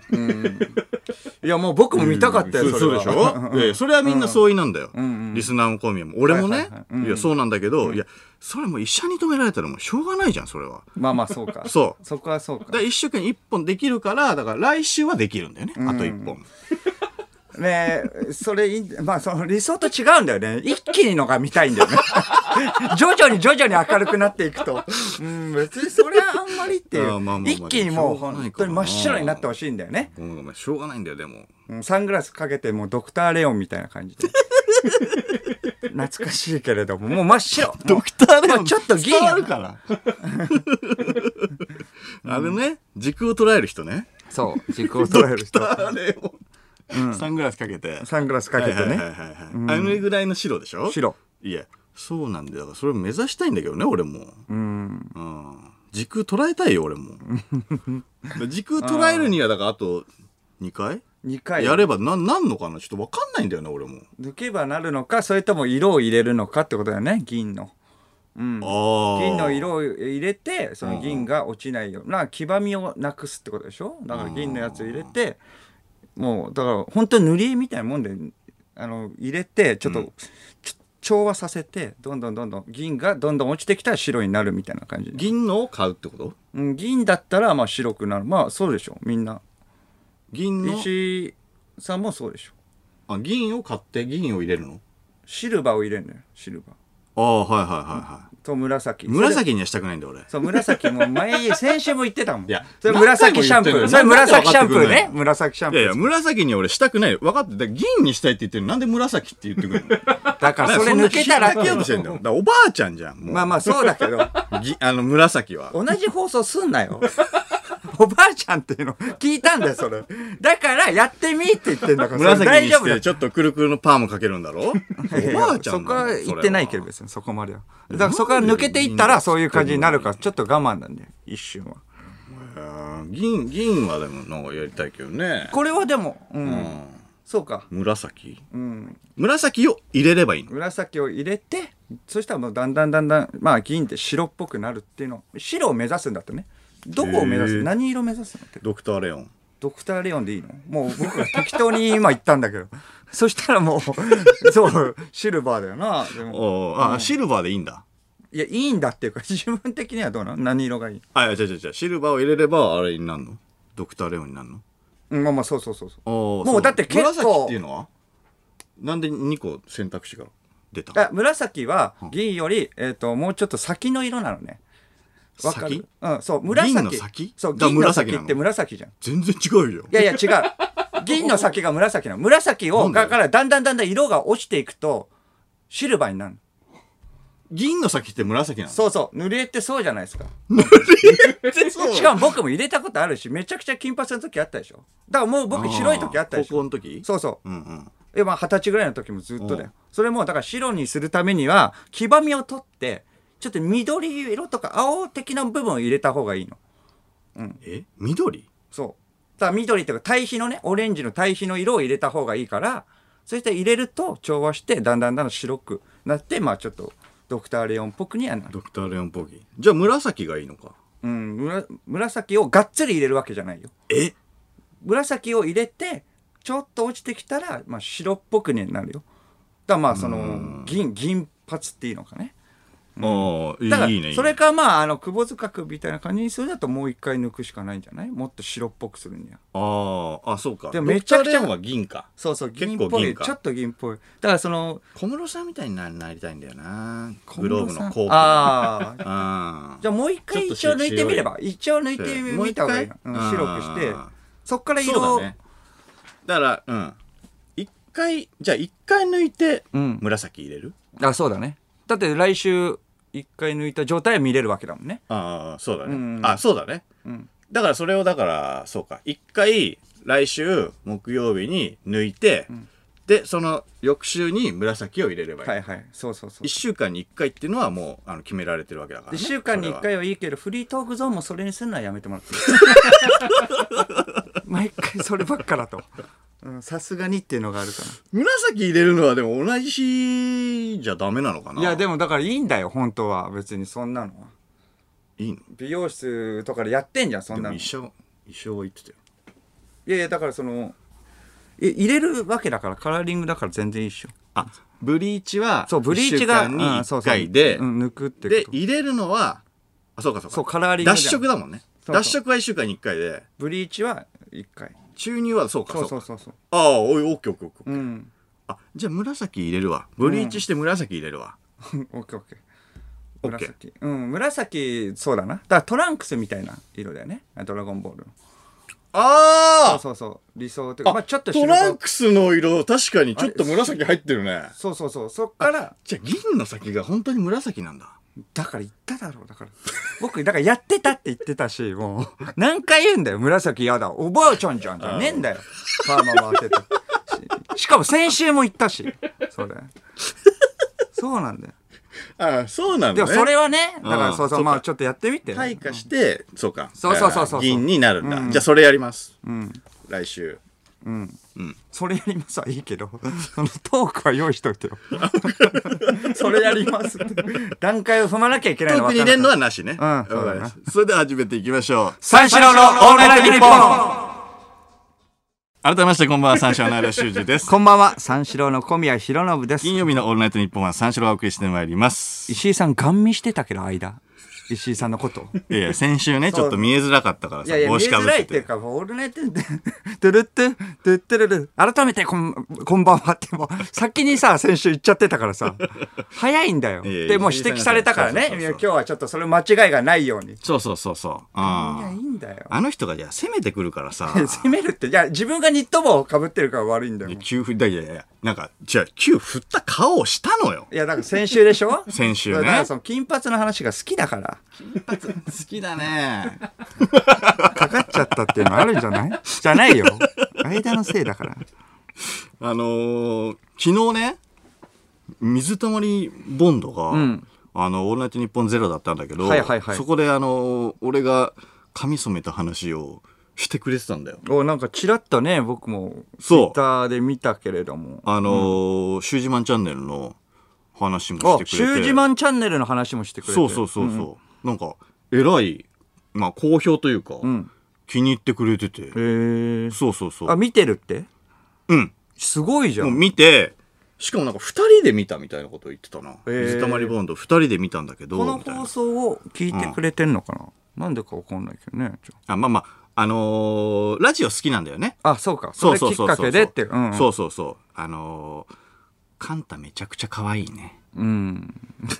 いやもう僕も見たかったよ、
そう
それは
そう
(laughs)
でしょいやいやそれはみんな相違なんだよ、
んうん
リスナーも小宮も俺もね、
は
い
いはいはいうんうん
やそうなんだけど、いやそれもう医者に止められたらもうしょうがないじゃんそれは
まあまあそうか
そう
そこはそうか
だから一週間に1本できるからだから来週はできるんだよね、あと1本
ねえ、それいい、まあその理想と違うんだよね。一気にのが見たいんだ
(laughs)
よね。徐々に徐々に明るくなっていくと。うん、別にそれはあんまりってい
あーまあまあま
う。
あ
一気にもう
しょうがない
本
か
当
な
に真っ白になってほしいんだよね。
ごめんごめんしょうがないんだよでも
うんサングラスかけてもうドクターレオンみたいな感じで。 (laughs) 懐かしいけれども、もう真っ白。
ドクターで
もうちょっと銀
伝わるから (laughs) あれね軸を捉える人ね
そう、時空を捉える
(laughs)
人。
あれを、サングラスかけて
(laughs) サングラスかけて
はいはい
ね。
はいはいあれぐらいの白でしょ
白。
いやそうなんだよだからそれを目指したいんだけどね俺も
うん。
うん時空捉えたいよ俺
(laughs)
も時空捉えるにはだからあと2回
2回。
やればななんのかなちょっと分かんないんだよね俺も、
抜けばなるのか、それとも色を入れるのかってことだよね、銀の。うん。
ああ
銀の色を入れてその銀が落ちないような黄ばみをなくすってことでしょだから銀のやつ入れてもうだから本当に塗り絵みたいなもんであの入れてちょっと、ちょ調和させてどんどんどんどん銀がどんどん落ちてきたら白になるみたいな感じ、
銀のを買うってこと
うん、銀だったらまあ白くなるまあそうでしょみんな
銀の
石井さんもそうでしょ
あ銀を買って銀を入れるの
シルバーを入れるのよシルバ
ああはいはいはいはい
ーと紫
紫にはしたくないんだ俺
そう、紫も前、先週も言ってたもん。
いや
それ紫シャンプー。
何
それ
回も言ってる
紫シャン
なん
プー
で分かってくれな
ね
い。
紫シャン
い
プー。
やいや紫に俺したくない分かってだから銀にしたいって言ってるのになんで紫って言
(laughs)
ってくるの
だからそれ抜けた
なん
ら
かそんな引っ掛けようとしてんだよだからおばあちゃんじゃんもう、
まあまあそうだけど、
ぎあの紫は
同じ放送すんな
(laughs)
よ。おばあちゃんっていうの聞いたんだよ、それ。だからやってみって言ってんだから、それ
紫に
大丈
し
夫だ
てちょっとくるくるのパーもかけるんだ
(laughs)
ろおばあちゃん
そこは言ってないけど
ど
別にそこまではだからそこは抜けていったらそういう感じになるからちょっと我慢なんだよ一瞬は
銀銀はでもなんかやりたいけどね
これはでもうん、
うん
そうか
紫
うん
紫を入れればいいの
紫を入れてそしたらもうだんだんだんだんまあ銀って白っぽくなるっていうの白を目指すんだってねどこを目指す、
へえ
何色目指すのって
ドクターレオン
ドクターレオンでいいのもう僕が適当に今言ったんだけど (laughs) そしたらもうそうシルバーだよなでも
おーあシルバーでいいんだ
いやいいんだっていうか (laughs) 自分的にはどうなの何色がいい
あいや違う違う違うシルバーを入れればあれになるのドクターレオンになるの
うんまあまあそうそうそうそう
も
もうだって結構
紫っていうのはなんで2個選択肢が出た
あ紫は銀より、えー、ともうちょっと先の色なのねわかる
先
うんそう紫
銀の先
そう
だから
銀の先
紫なの
って紫じゃん
全然違うよ
いやいや違う銀の先が紫なの紫
な
を
んで
だからだんだんだんだん色が落ちていくとシルバーになるの
銀の先って紫なの
そうそう塗り絵ってそうじゃないですか
そう
しかも僕も入れたことあるしめちゃくちゃ金髪の時あったでしょだからもう僕白い時あったでし
高校
ょ
の時
そうそう
うんうん
いやまあ二十歳ぐらいの時もずっとだ
う
よそれもだから白にするためには黄ばみを取ってちょっと緑色とか青的な部分を入れた方がいいの
え緑
そうだから緑というか対比のねオレンジの対比の色を入れた方がいいからそういった入れると調和してだんだんだんだん白くなってまあちょっとドクター・レオンっぽくにはなる、
ドクターレオンポギじゃあ紫がいいのか
うん、むら紫をがっつり入れるわけじゃないよ
え
紫を入れてちょっと落ちてきたら、まあ、白っぽくになるよだからまあその銀銀髪っていうのかね
あ
だか
あいいねい
ら
い
それ
ね
かまああの窪塚君みたいな感じにするだともう一回抜くしかないんじゃないもっと白っぽくするには
あああそうか
で
ド
もめ
ク
ちゃ
ター
くち
レ
ゃ
オンは銀か
そうそう
結
銀
構
っぽい
銀か
ちょっと銀っぽいだからその
小室さんみたいにななりたいんだよなグローブの効果
ああ
あ
じゃあもう一回
ちょっ
一
と
応抜いてみれば一応抜いてみた方がいいな、うん
もう一回
白くして
あー
そっから
そう
色を
だねだからうん一回じゃあ一回抜いて
うん
紫入れる
あそうだねだって来週一回抜いた状態は見れるわけだもんね
ああそうだね、
うん
あそうだね
うん
だからそれをだからそうか一回来週木曜日に抜いて、でその翌週に紫を入れればいい、
はいはいそうそうそう
1週間に1回っていうのはもうあの決められてるわけだから、ね、
1週間に
それ
1
は
回はいいけどフリートークゾーンもそれにするのはやめてもら (laughs) っていい毎回そればっかだとうんさすがにっていうのがあるか
紫入れるのはでも同じ日じゃダメなのかな
ない
い
やでもだからいいんだよ本当は別にそんなのはい
いの
美容室とかでやってんじゃんそ
で
んな
も
の
一生一生は言ってたよ
いやいやだからそのい入れるわけだからカラーリングだから全然いいっしょ
あブリーチは
そうブリーチが
1週間に
うんそう
1
そう
回で、
うん抜くって
で
こと
入れるのはあそうかそうか
そうカラーリング
脱
じゃん
色だもんね
そうそう
脱色は1週間に1回で
ブリーチは1回
注入はそうかそ
そうう
か
そうそうそう
ああおいオッケーオッケーオッケー
うん (laughs)
あじゃあ紫入れるわブリーチして紫入れるわ、
オッケーオッケー。
オッケー
紫。うん、紫、そうだな。だからトランクスみたいな色だよね。ドラゴンボールの。そ
あ
うそうそう。理想という
あ
か、まあちょっと
ト
白
ラ
が
ンクスの色確かにちょっと紫入ってるね
そうそうそう。そっから、
じゃあ銀の先が本当に紫なんだ
だから言っただろう。だから。僕、だからやってたって言ってたし、もう、何回言うんだよ。紫嫌だ。おばあちゃんじゃんじゃねえんだよ。パーマ回ってた。ししかも先週も言ったし、それ。そうなんだよ。
ああそうなん
で
だ、
も
ね、
それはね、だから
うん
そうそ、
そうっか
まあちょっとやってみて。
退化して、そうか
そうそうそうそう
ああ銀になるんだ、
うん
じゃあそれやります
うん。
来週
うん。
うん
それやりますはいいけど、 (laughs) そのトークは用意しといて (laughs) よ。それやりますって。段階を踏まなきゃいけないの
特に入れんのはなしね、
ん
わかりましたそれでは始めていきましょう
三四郎のオールナイトニッポン
改めましてこんばんは三四郎の間修二です (laughs)
こんばんは、三四郎の小宮浩信です。
金曜日の「オールナイトニッポン」は三四郎をお送りしてまいります
石井さん、ガン見してたけど、間。石井さんのこと。
いやいや先週ねちょっと見えづらかったから
い
さ
やいや、見
帽
え
子か
づ
ぶっ
らい
て
っていう
て
か、もうオールナイトで、ドゥルッて、ドゥッテルル、改めてこん、こんばんはって、もう、先にさ、先週言っちゃってたからさ、早いんだよ。
いやいや
で、もう指摘されたから
そう
ね
そう、そうそう
いや今日はちょっとそれ間違いがないように。い
そうそうそうそう
や、い
あ
いんだよ。
あの人がじゃあ攻めてくるからさ
攻めるって、いや、自分がニット帽をかぶってるから悪いんだよ。い
急振りだいやいやいやなんかじゃあ急振った顔をしたのよ
や、だから先週でしょ
先週ね
だからその金髪の話が好きだから、
好きだね
かかっちゃったっていうのあるんじゃないじゃないよ。間のせいだから。
あのー昨日ね水溜りボンドが、
ん
あの「オールナイトニッポンゼロだったんだけど、
はいはいはい
そこであのー俺が髪染めた話をしてくれてたんだよ
お、なんかチラッとね、僕も、ツイ
そう
ッターで見たけれども。
あのーシュージマンチャンネルの話もし、てくれ
あ
て
シュージマンチャンネルの話もしてくれて。
そうそうそうそう、なんか偉いまあ好評というか、
ん
気に入ってくれてて
へえ。
そうそうそう
あ、見てるって
うん
すごいじゃ。
もうん見てしかもなんか2人で見たみたいなこと言ってたな、
へー
水溜りボンド2人で見たんだけど
この
みたいな
放送を聞いてくれてんのかな、なんでかわかんないけどねちょ
あまあまああのーラジオ好きなんだよね
あそうかそ
そ
れ
う
き
そう
っ
そうそう
かけでってう
そ
ん
うそうそうあのー、カンタめちゃくちゃ可愛いね
うん、 (laughs)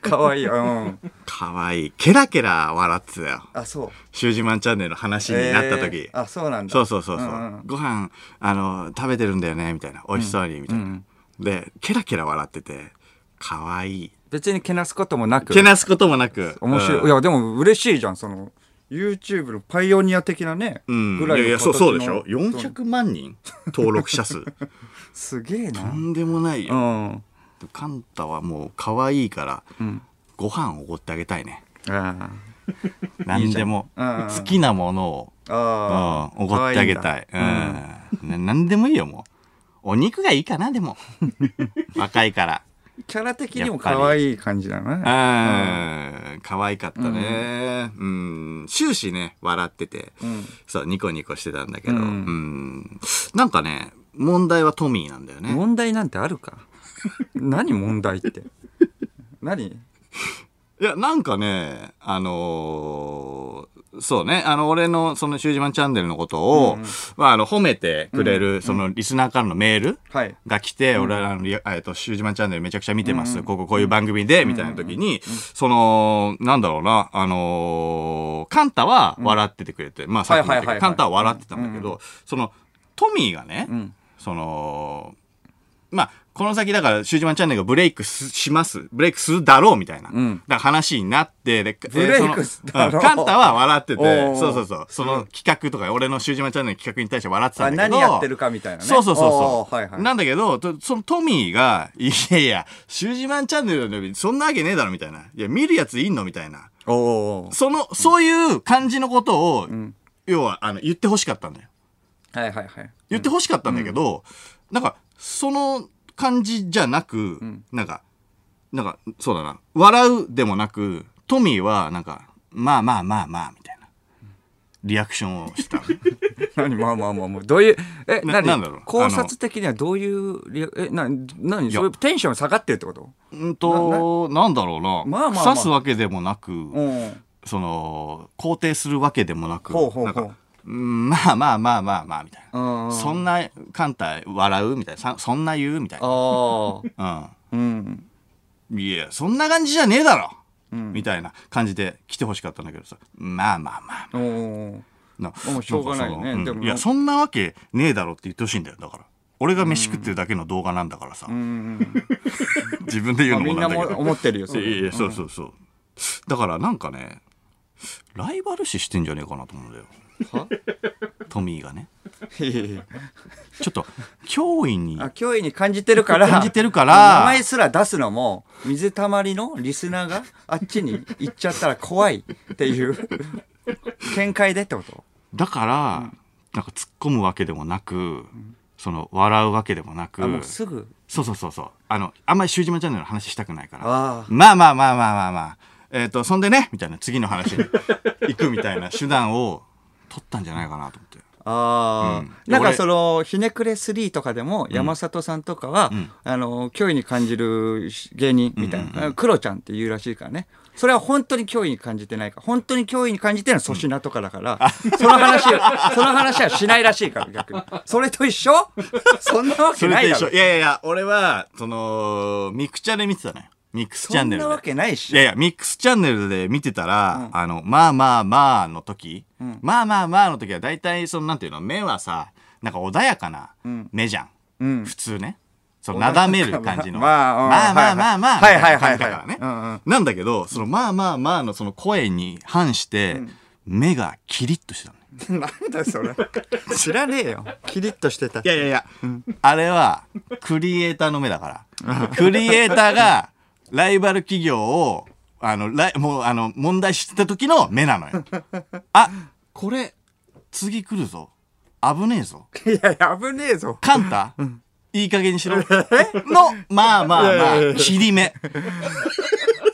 かわいいうん
可愛いケラケラ笑ってたよ
あそう
「シュージマンチャンネル」の話になった時、
えーあそうなんだ
そうそうそうそう、
んん
ご飯あの食べてるんだよねみたいな美味しそうにみたいな、でケラケラ笑ってて可愛い
別にけなすこともなく
けなすこともなく
面白い、
うん
いやでも嬉しいじゃんその YouTube のパイオニア的なね、
うん、
ぐらいの
やいやそうそうでしょ
形の
400万人登録者数
すげえ
と
なん
でもないよ、
うん
カンタはもう可愛いから、
ん
ご飯おごってあげたいね
あ
何でも
いいじゃんうんうん
好きなものを
ーあー
おごってあげ
可
た
愛
い
ん
う
だ
んな何でもいいよもうお肉がいいかなで
(laughs)
も若いから
うんキャラ的にも可愛い感じだな
うん可愛かったね。うん。終始ね、笑ってて、
ん
そう、ニコニコしてたんだけど、う
うんん。
なんかね、問題はトミーなんだよね。
問題なんてあるか (laughs) 何問題って何
いや、なんかね、あのーそうね、あの、俺の、その、シュージマンチャンネルのことを、まあ、あの、褒めてくれる、その、リスナーからのメール、
はい
が来て、俺らのリア、えっと、シュージマンチャンネルめちゃくちゃ見てます。こここういう番組で、みたいな時に、その、なんだろうな、あのーカンタは笑っててくれて、まあさっきも言った
はいはいはい
け
は
ど、カン
い
タは笑ってたんだけど、その、トミーがね、
ん
その、まあ、この先だから、シュージマンチャンネルがブレイクすします。ブレイクするだろうみたいな。
ん
だから話になって、で、
ブレイクするだろ
えー
う
そのんカンタは笑って
おー
て、そうそうそう。その企画とか、俺のシュージマンチャンネルの企画に対して笑ってた
あ
んだけど。
何やってるかみたいなね
そうそうそう
お
そう、
ーはいはい
なんだけどとそのトミーが (laughs) 「いやいやシュージマンチャンネルのそんなわけねえだろ」みたいな「いや見るやついんの?」みたいな
おお
そのそういう感じのことを、要はあの言ってほしかったんだよ
はいはいはい
言ってほしかったんだけど、なんかその感じじゃなく、なんかなんかそうだな笑うでもなくトミーはなんか「まあまあまあまあ」みたいなリアクションをした
(laughs)
の
何まあまあまあまあどういうえ
な
何
なんだろう
考察的にはどういうリアえな何
や
それテンション下がってるってこと
うんとなんだろうな、
まあまあまあ
刺すわけでもなく、
うん
その肯定するわけでもなく
ほうほうほう
なんかうんまあまあまあまあまあみたいな、
うんうん
そんな簡単笑うみたいなさそんな言うみたい
ああ
な、
うん
うん、いやそんな感じじゃねえだろ、みたいな感じで来てほしかったんだけどさまあまあまあ
おお
な
もうしょうがないよね
んかその
で
う
も
んいやそんなわけねえだろって言ってほしいんだよだから俺が飯食ってるだけの動画なんだからさ、
うん
自分で言うの
み
も
ん
な
なん
だ
も
けど
思ってるよそれ
いやいやそうそうそう、だからなんかねライバル視してんじゃねえかなと思うんだよ
は
トミーがね
いやいや
ちょっと脅威に
あ脅威に感じてるから
感じてるから
名前すら出すのも水たまりのリスナーがあっちに行っちゃったら怖いって (laughs) いう見解でってこと
だから、なんか突っ込むわけでもなく、その笑うわけでもなく
あもうすぐ
そうそうそうそうあのあんまり「週島チャンネル」の話したくないから
あー
まあまあまあまあまあまあえっ、とそんでねみたいな次の話に行くみたいな手段を取ったんじゃないかなと
(laughs)
思って
ああ、
うん
なんか
俺
そのひねくれ3とかでも山里さんとかは、
ん
あの脅威に感じる芸人みたいな、クロちゃんっていうらしいからねそれは本当に脅威に感じてないから本当に脅威に感じてるのは粗品とかだから、その話その話はしないらしいから逆にそれと一緒そんなわけ
それ
な
と
い
一
だ
緒
ろ
いやいやいや俺はそのミクチャで見てたのよミックスチャ
そ
ン
ん
ネル
な
で
わけない
い
し
やいや、ミックスチャンネルで見てたら、あの、まあまあまあの時、まあまあまあの時は大体、その、なんていうの、目はさ、なんか穏やかな目じゃん。
うん
普通ね。その、なだめる感じの。
まあまあ
まあまあまあまあ、
はいはいはいはい
みたな感じだか
はいはいはいうんう
ら
ん
ね。なんだけど、その、まあまあまあのその声に反して、目がキリッとしてたの。
なんだそれ知らねえよキリッとしてた
いやいやいや、 (laughs) あれは、クリエイターの目だから。クリエイターが、ライバル企業を、あの、ライもう、あの、問題知ってた時の目なのよ。あ、これ、次来るぞ。危ねえぞ。
いやいや危ねえぞ
カンタ、いい加減にしろ。の、まあまあまあ、切り目。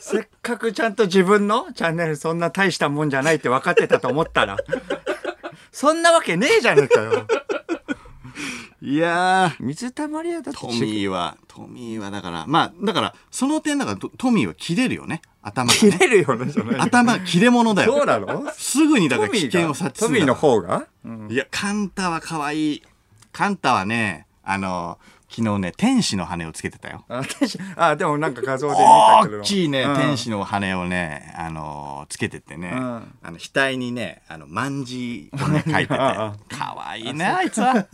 せっかくちゃんと自分のチャンネルそんな大したもんじゃないって (laughs) 分かってたと思ったら、そんなわけねえじゃねえかよ。
いやー
水たまり屋だって
トミーはトミーはだからまあだからその点だからトトミーは切れるよね頭が
切
ね
れるよねそれ
頭切れ者だよ
そうなの
すぐにだから
トミ
危
ー
険
が
を察知す
ト
る
ミーの方が
いやカンタは可愛いカンタはねあの昨日ね天使の羽をつけてたよ
あ私あでもなんか画像で見たけど
大きいね、
うん
天使の羽をね、あのつけてってね、
うん
あの額にねあの万字をね書い
(laughs)
てて
あ
かわいいねあいつは (laughs)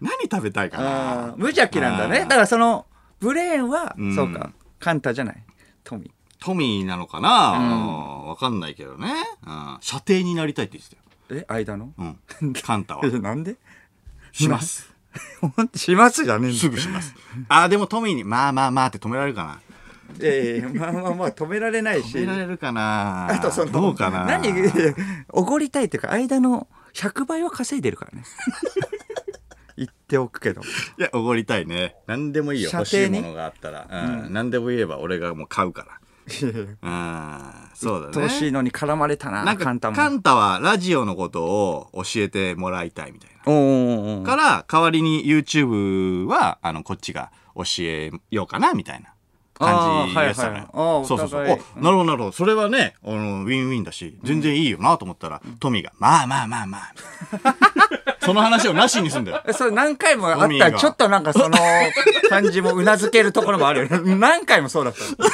何食べたいか
あー
な
無邪気なんだ
あ
ね
ー
だからそのブレーンは、
うん
そうかカンタじゃないトミ
トミーなのかな、わかんないけどね、うん、射程になりたいって言って
ーえ間の (laughs)
たよ、うん、カンタは
えなんで (laughs)
します
しますじゃねえんだ
すぐしますあーでもトミーに「まあまあまあ」って止められるかない
やいやいやまあまあまあ止められないし
止められるかな
あとその
どうかな
何 (laughs) おごりたいっていうか間の100倍は稼いで
(laughs)
るからね言っておくけど
いや、おごりたいね。何でもいいよ。
射
欲
程
し
ね
いものがあったら。うん。何でも言えば俺がもう買うから。うん。そうだ
投資
ね。
のに絡まれたな
なんか、カ
カン
ン
タも
タはラジオのことを教えてもらいたいみたいな。
おーおーおー
から、代わりに YouTube は、あの、こっちが教えようかな、みたいな感じでしたね。
あーはいはいはいあー
そうそうそう。
お
お、
互い
なるほど、なるほど。それはね、あの、ウィンウィンだし、全然いいよなと思ったら、トミーが、まあまあまあま (laughs) あ。その話をなしにすんだよ。
えそれ何回もあっ
トミ
た
ー
ら
が
ちょっとなんかその感じもうなずけるところもあ
(laughs)
るよね何回もそうだったの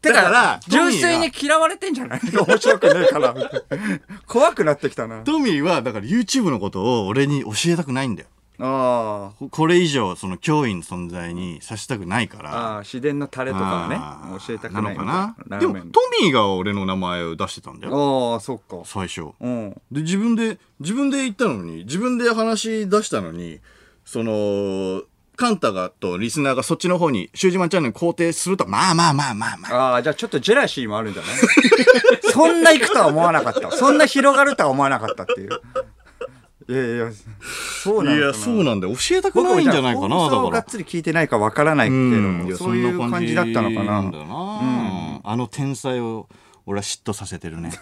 て
だから
か
トミーが
純粋に嫌われてんじゃない面白くねえ
(laughs)
から怖くなってきたな
トミーは、だから YouTube のことを俺に教えたくないんだよ。
あ
こ
ー
これ以上その脅威の存在にさせたくないから
あー自然のタレとかは
あ
ね
ー
教えたくない
のかな
ラ
で
ー
も
メ
ト
ン
ミーが俺の名前を出してたんだよ
ああそっか
最初
うん
で自分で自分で言ったのに自分で話し出したのにそのカンタがとリスナーがそっちの方に「シュージマンチャンネル」肯定するとまあまあまあまあまあ
ああ、じゃあちょっとジェラシーもあるんじゃない (laughs) そんな行くとは思わなかった。そんな広がるとは思わなかったっていう。いやいや、そうなん
い
だ。
やそうなんだよ教えたくないんじゃないかなだ
僕もじゃあ放送
か
をが
ら
っつり聞いてないかわからないけれど
い
も、
や
そういう感じだったのか
んだ
な。
よなあの天才を俺は嫉妬させてる (laughs) ね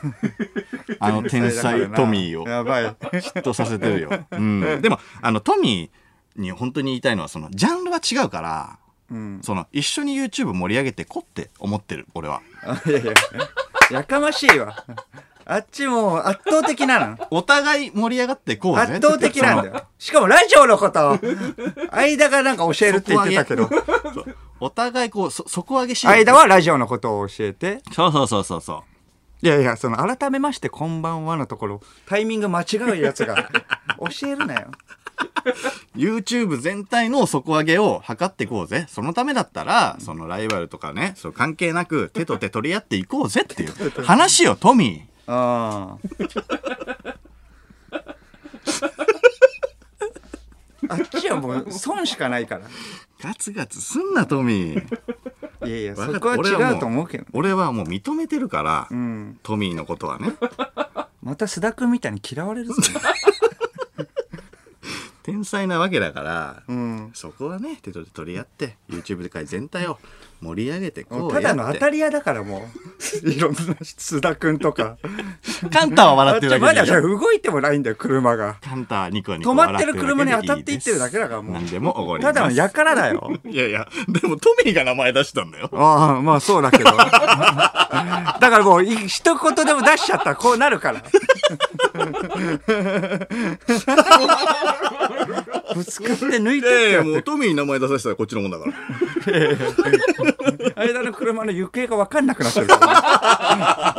あの天才トミーを
やばい。
嫉妬させてるよ。 (laughs) うん、でもあのトミーに本当に言いたいのはそのジャンルは違うから、
うん。
その一緒に YouTube 盛り上げてこって思ってる俺は。
あいやいや、やかましいわ。あっちもう圧倒的なの。
お互い盛り上がってこうぜ
圧倒的なんだ
って
よ。しかもラジオのこと、間がなんか教えるって言ってたけど、
言ってた。そうお互いこうそ底上げしよう
間はラジオのことを教えて、
そうそうそうそうそ
いやいや、その、改めまして、こんばんはのところ、タイミング間違うやつ
(laughs)
が、教えるなよ。
う YouTube 全体の底上げを図ってこうぜそのためだったらそのライバルとかねそう関係なく手と手取り合っていこうぜっていう話よトミー。
あ
(laughs)
あ。あっちはもう、損しかないか
ガツガツすんなトミー。
ら。いやいや、
わか
そ
っ
こは
俺は
違
も
うと思うけど。
俺はもう認めてるから、
うん。
トミーのことはね
また須田君みたいに嫌われるぞ。
天才なわけだから、
うん。
そこはね手と手取り合って YouTube 界全体を盛り上げてこう
ただの当た
り
り屋だからも
(laughs)
う。いろんな須田君とか。
カンタは
あ
笑
っ
って
ち
るだ
ま
けでい
だじ
い
ゃ
よ
動いてもないんだよ、車が。
カンタはニコニコ
止まってる
笑だ
車
け
に
で
当たっていってるだけだから、
いいです何
もう。
でもおごりま
た
す
だのやからだよ。
いやいやでもトミーが名前出したんだよ
ああ、まあそうだけど。 (laughs) だからもう、い一言でも出しちゃったらこうなるから。ぶつかって抜いてって
ええ
よ
もうトミーに名前出させたらこっちのもんだから
間の車の行方が分かんなくなってるから。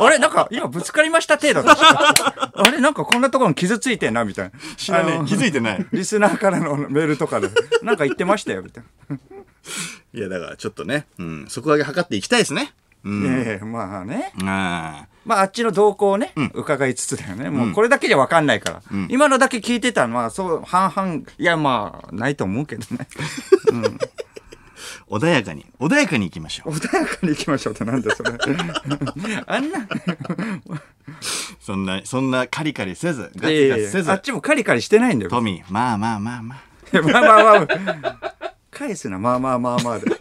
あれなんか今ぶつかりました程度だったあれなんかこんなところに傷ついてんなみたいな。
知らね
あ
え
の
気づいてない
リスナーからのメールとかで、なんか言ってましたよみたいな。
いやだからちょっとね、うん、そこだけ測っていきたいですねうん、
ええまあね。
ああ
まあ、あっちの動向をね、伺いつつだよね。もうこれだけじゃ分かんないから。今のだけ聞いてたのは、そう、半々、いや、まあ、ないと思うけどね。
穏やかに穏やかにいきましょう
(laughs) 穏やかに行きましょうってなんだよそれ。 (laughs) あんな、
そんなそんなカリカリせずガ
い
ツガ
やい
ツ
や
せ
い
ず
やあっちもカリカリしてないんだよ。
トミー、まあまあまあまあ。
いや (laughs) まあまあまあ。返すな、まあまあまあまあで。 (laughs)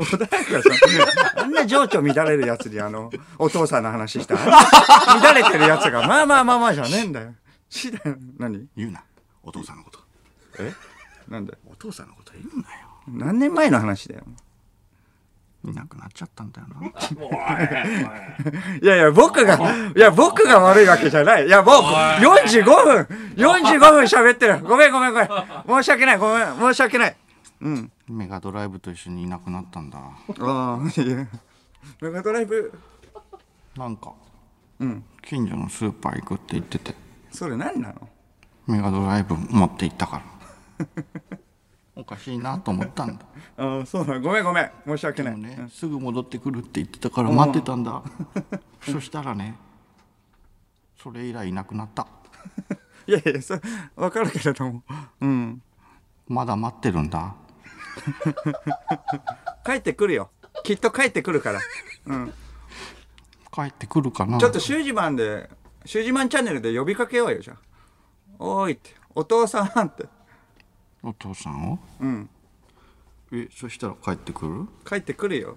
穏やかさんあんな情緒乱れるやつにあのお父さんの話したあんな乱れてるやつがまあまあまあまあじゃねえんだよしだよ何
言うなお父さんのこと
えなんだよ
お父さんのこと言うなよ
何年前の話だよ
いなくなっちゃったんだよな
いやいや、僕が、いや、僕が悪いわけじゃない。いや、もう、45分、45分喋ってる。ごめん、ごめん、ごめん。申し訳ない、ごめん、申し訳ない。うん。
メガドライブと一緒にいなくなったんだ
ああ、いや。メガドライブ、
なんか近所のスーパー行くって言ってて
それ何なの
メガドライブ持って行ったから (laughs) おかしいなと思ったんだ
ああ、そうなの。ごめん、ごめん。申し訳ない。
ね、すぐ戻ってくるって言ってたから待ってたんだそしたらねそれ以来いなくなった
いやいや、そわかるけれども。うん。
まだ待ってるんだ
帰ってくるよ。きっと帰ってくるから。うん。
帰ってくるかな
ちょっとシュージマンで、シュージマンチャンネルで呼びかけようよ、じゃあ。おーいって、お父さんって。
お父さんを
うん。
えそしたら帰ってくる
帰ってくるよ。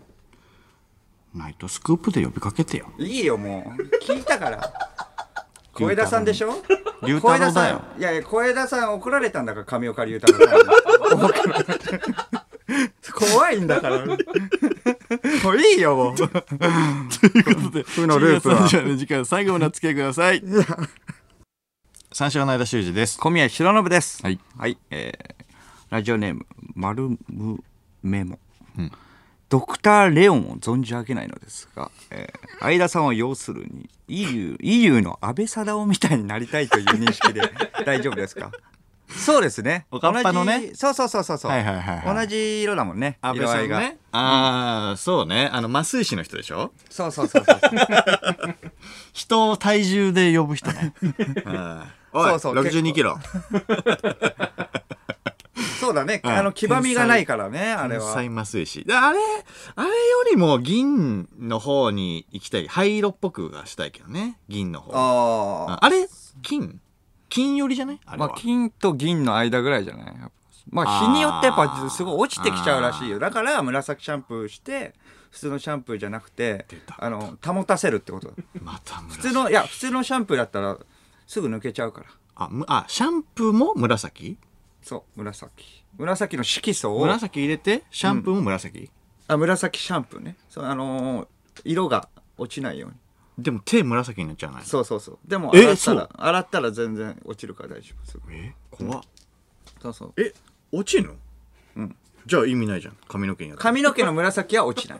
ナイトスクープで呼びかけてよ
いいよもう聞いた (laughs) から小枝さんでしょ
龍太郎
小枝さ
だよ
んいやいや小枝さん怒られたんだから神岡龍太郎さん (laughs) に怒られた怖いんだ (laughs) からもういいよもう
ということで、
負のループは
深夜3時までの時間、最後までお付き合いください。三四郎の間修二です。
小宮浩信です
はい、
はい、えー、ラジオネーム「まるむメモ」
うん
ドクター・レオンを存じ上げないのですが、えー、相田さんは要するに EU, EU の安倍貞夫みたいになりたいという
(laughs)
認識で大丈夫ですかそうですね
おかっぱのね
同じそうそうそうそうそう、
はいはいはいはい
同じ色だもんね
安倍さん
色合いが
ね。ああ、そうね。あの、麻酔師の人でしょ
そうそうそうそう
人を体重で呼ぶ人 (laughs) ね。おい、
そうそう
62キロ。
そう
(laughs)
だね、
はい
あの黄ばみがないからねあれ
天
は
才麻酔師。であれ、あれよりも銀の方に行きたい。灰色っぽくがしたいけどね。銀の方。
ああ
あれ金金寄りじゃないあれ
ま
は。
あ、金と銀の間ぐらいじゃないやっぱまあ日によってやっぱすごい落ちてきちゃうらしいよだから紫シャンプーして普通のシャンプーじゃなくて
た
あの保たせるってこと
また紫
普通のいや普通のシャンプーだったらすぐ抜けちゃうから
あむあ、シャンプーも紫
そう紫紫の色素を
紫入れてシャンプーも紫、
あ紫シャンプーねそうあのー色が落ちないように
でも手紫になっちゃわない
そうそうそうでも
え
洗った
そう
ら洗ったら全然落ちるから大丈夫すぐ
え怖っ
そうそう
え落ちんのじゃあ意味ないじゃん髪の毛にや
髪の毛の紫は落ちない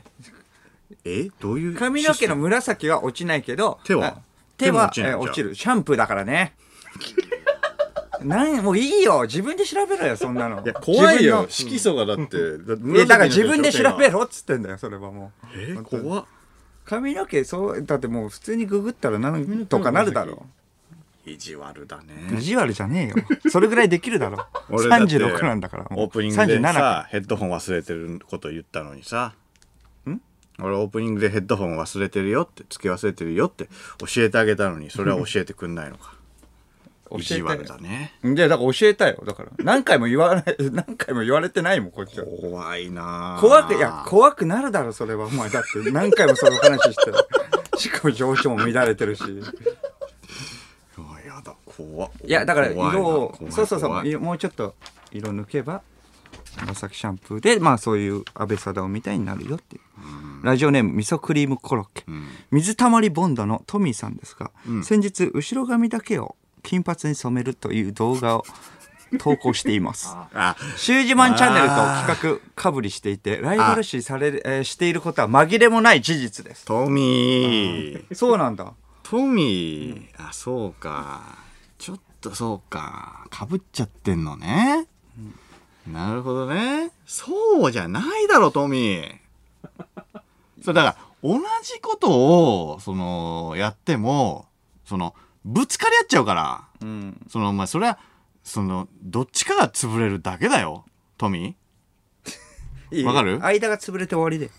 えどういう
髪の毛の紫は落ちないけど
手は
あ手は
手も落ちない
え
じゃ
ー
あ
落ちるシャンプーだからねなんもういいよ自分で調べろよそんなのい
いや怖いよ
自分
色素がだってだ
のいやだから自分で調べ
る
ろっつってんだよそれはもう
え
本当に
怖っ
髪の毛そうだってもう普通にググったらなんとかなるだろ
意地悪だ
う意
ね
地悪じゃねえよそれぐらいできるだろ
俺だって
36なんだからもう
オープニングで
37
さヘッドホン忘れてること言ったのにさ俺オープニングでヘッドホン忘れてるよってつけ忘れてるよって教えてあげたのにそれは教えてくんないのか
教
意
えて
地悪だね
いやだから教えたよだから何回も言わない何回も言われてないもんこっちは
怖いなあ
怖く、いや、怖くなるだろ、それは。お前、だって何回もその
(laughs)
話してる。しかも情緒も乱れてるし。
うわやだ怖
いや、だから色
怖いな
を
怖、い
そうそうそ
怖
う、
い
色もうちょっと色抜けば、紫シャンプーで、まあそういう安倍貞夫みたいになるよっていう。ラジオネーム、味噌クリームコロッケ。水たまりボンドのトミーさんですが、先日、後ろ髪だけを金髪に染めるという動画を投稿してい
(laughs)
ます。
あ
シュージマンチャンネルと企画かぶりしていて、ライバル視される、えーしていることは紛れもない事
(laughs)
実です。
トミー
そうなんだ。
トミーあそうかちょっとそうかかぶっちゃってんのねなるほどねそうじゃないだろトミー
(laughs)
そうだから同じことをそのやってもそのぶつかり合っちゃうから
うん。
そのまあそれはそのどっちかが潰れるだけだよトミー
いい
わかる
間が潰れて終わ
(laughs)
りで。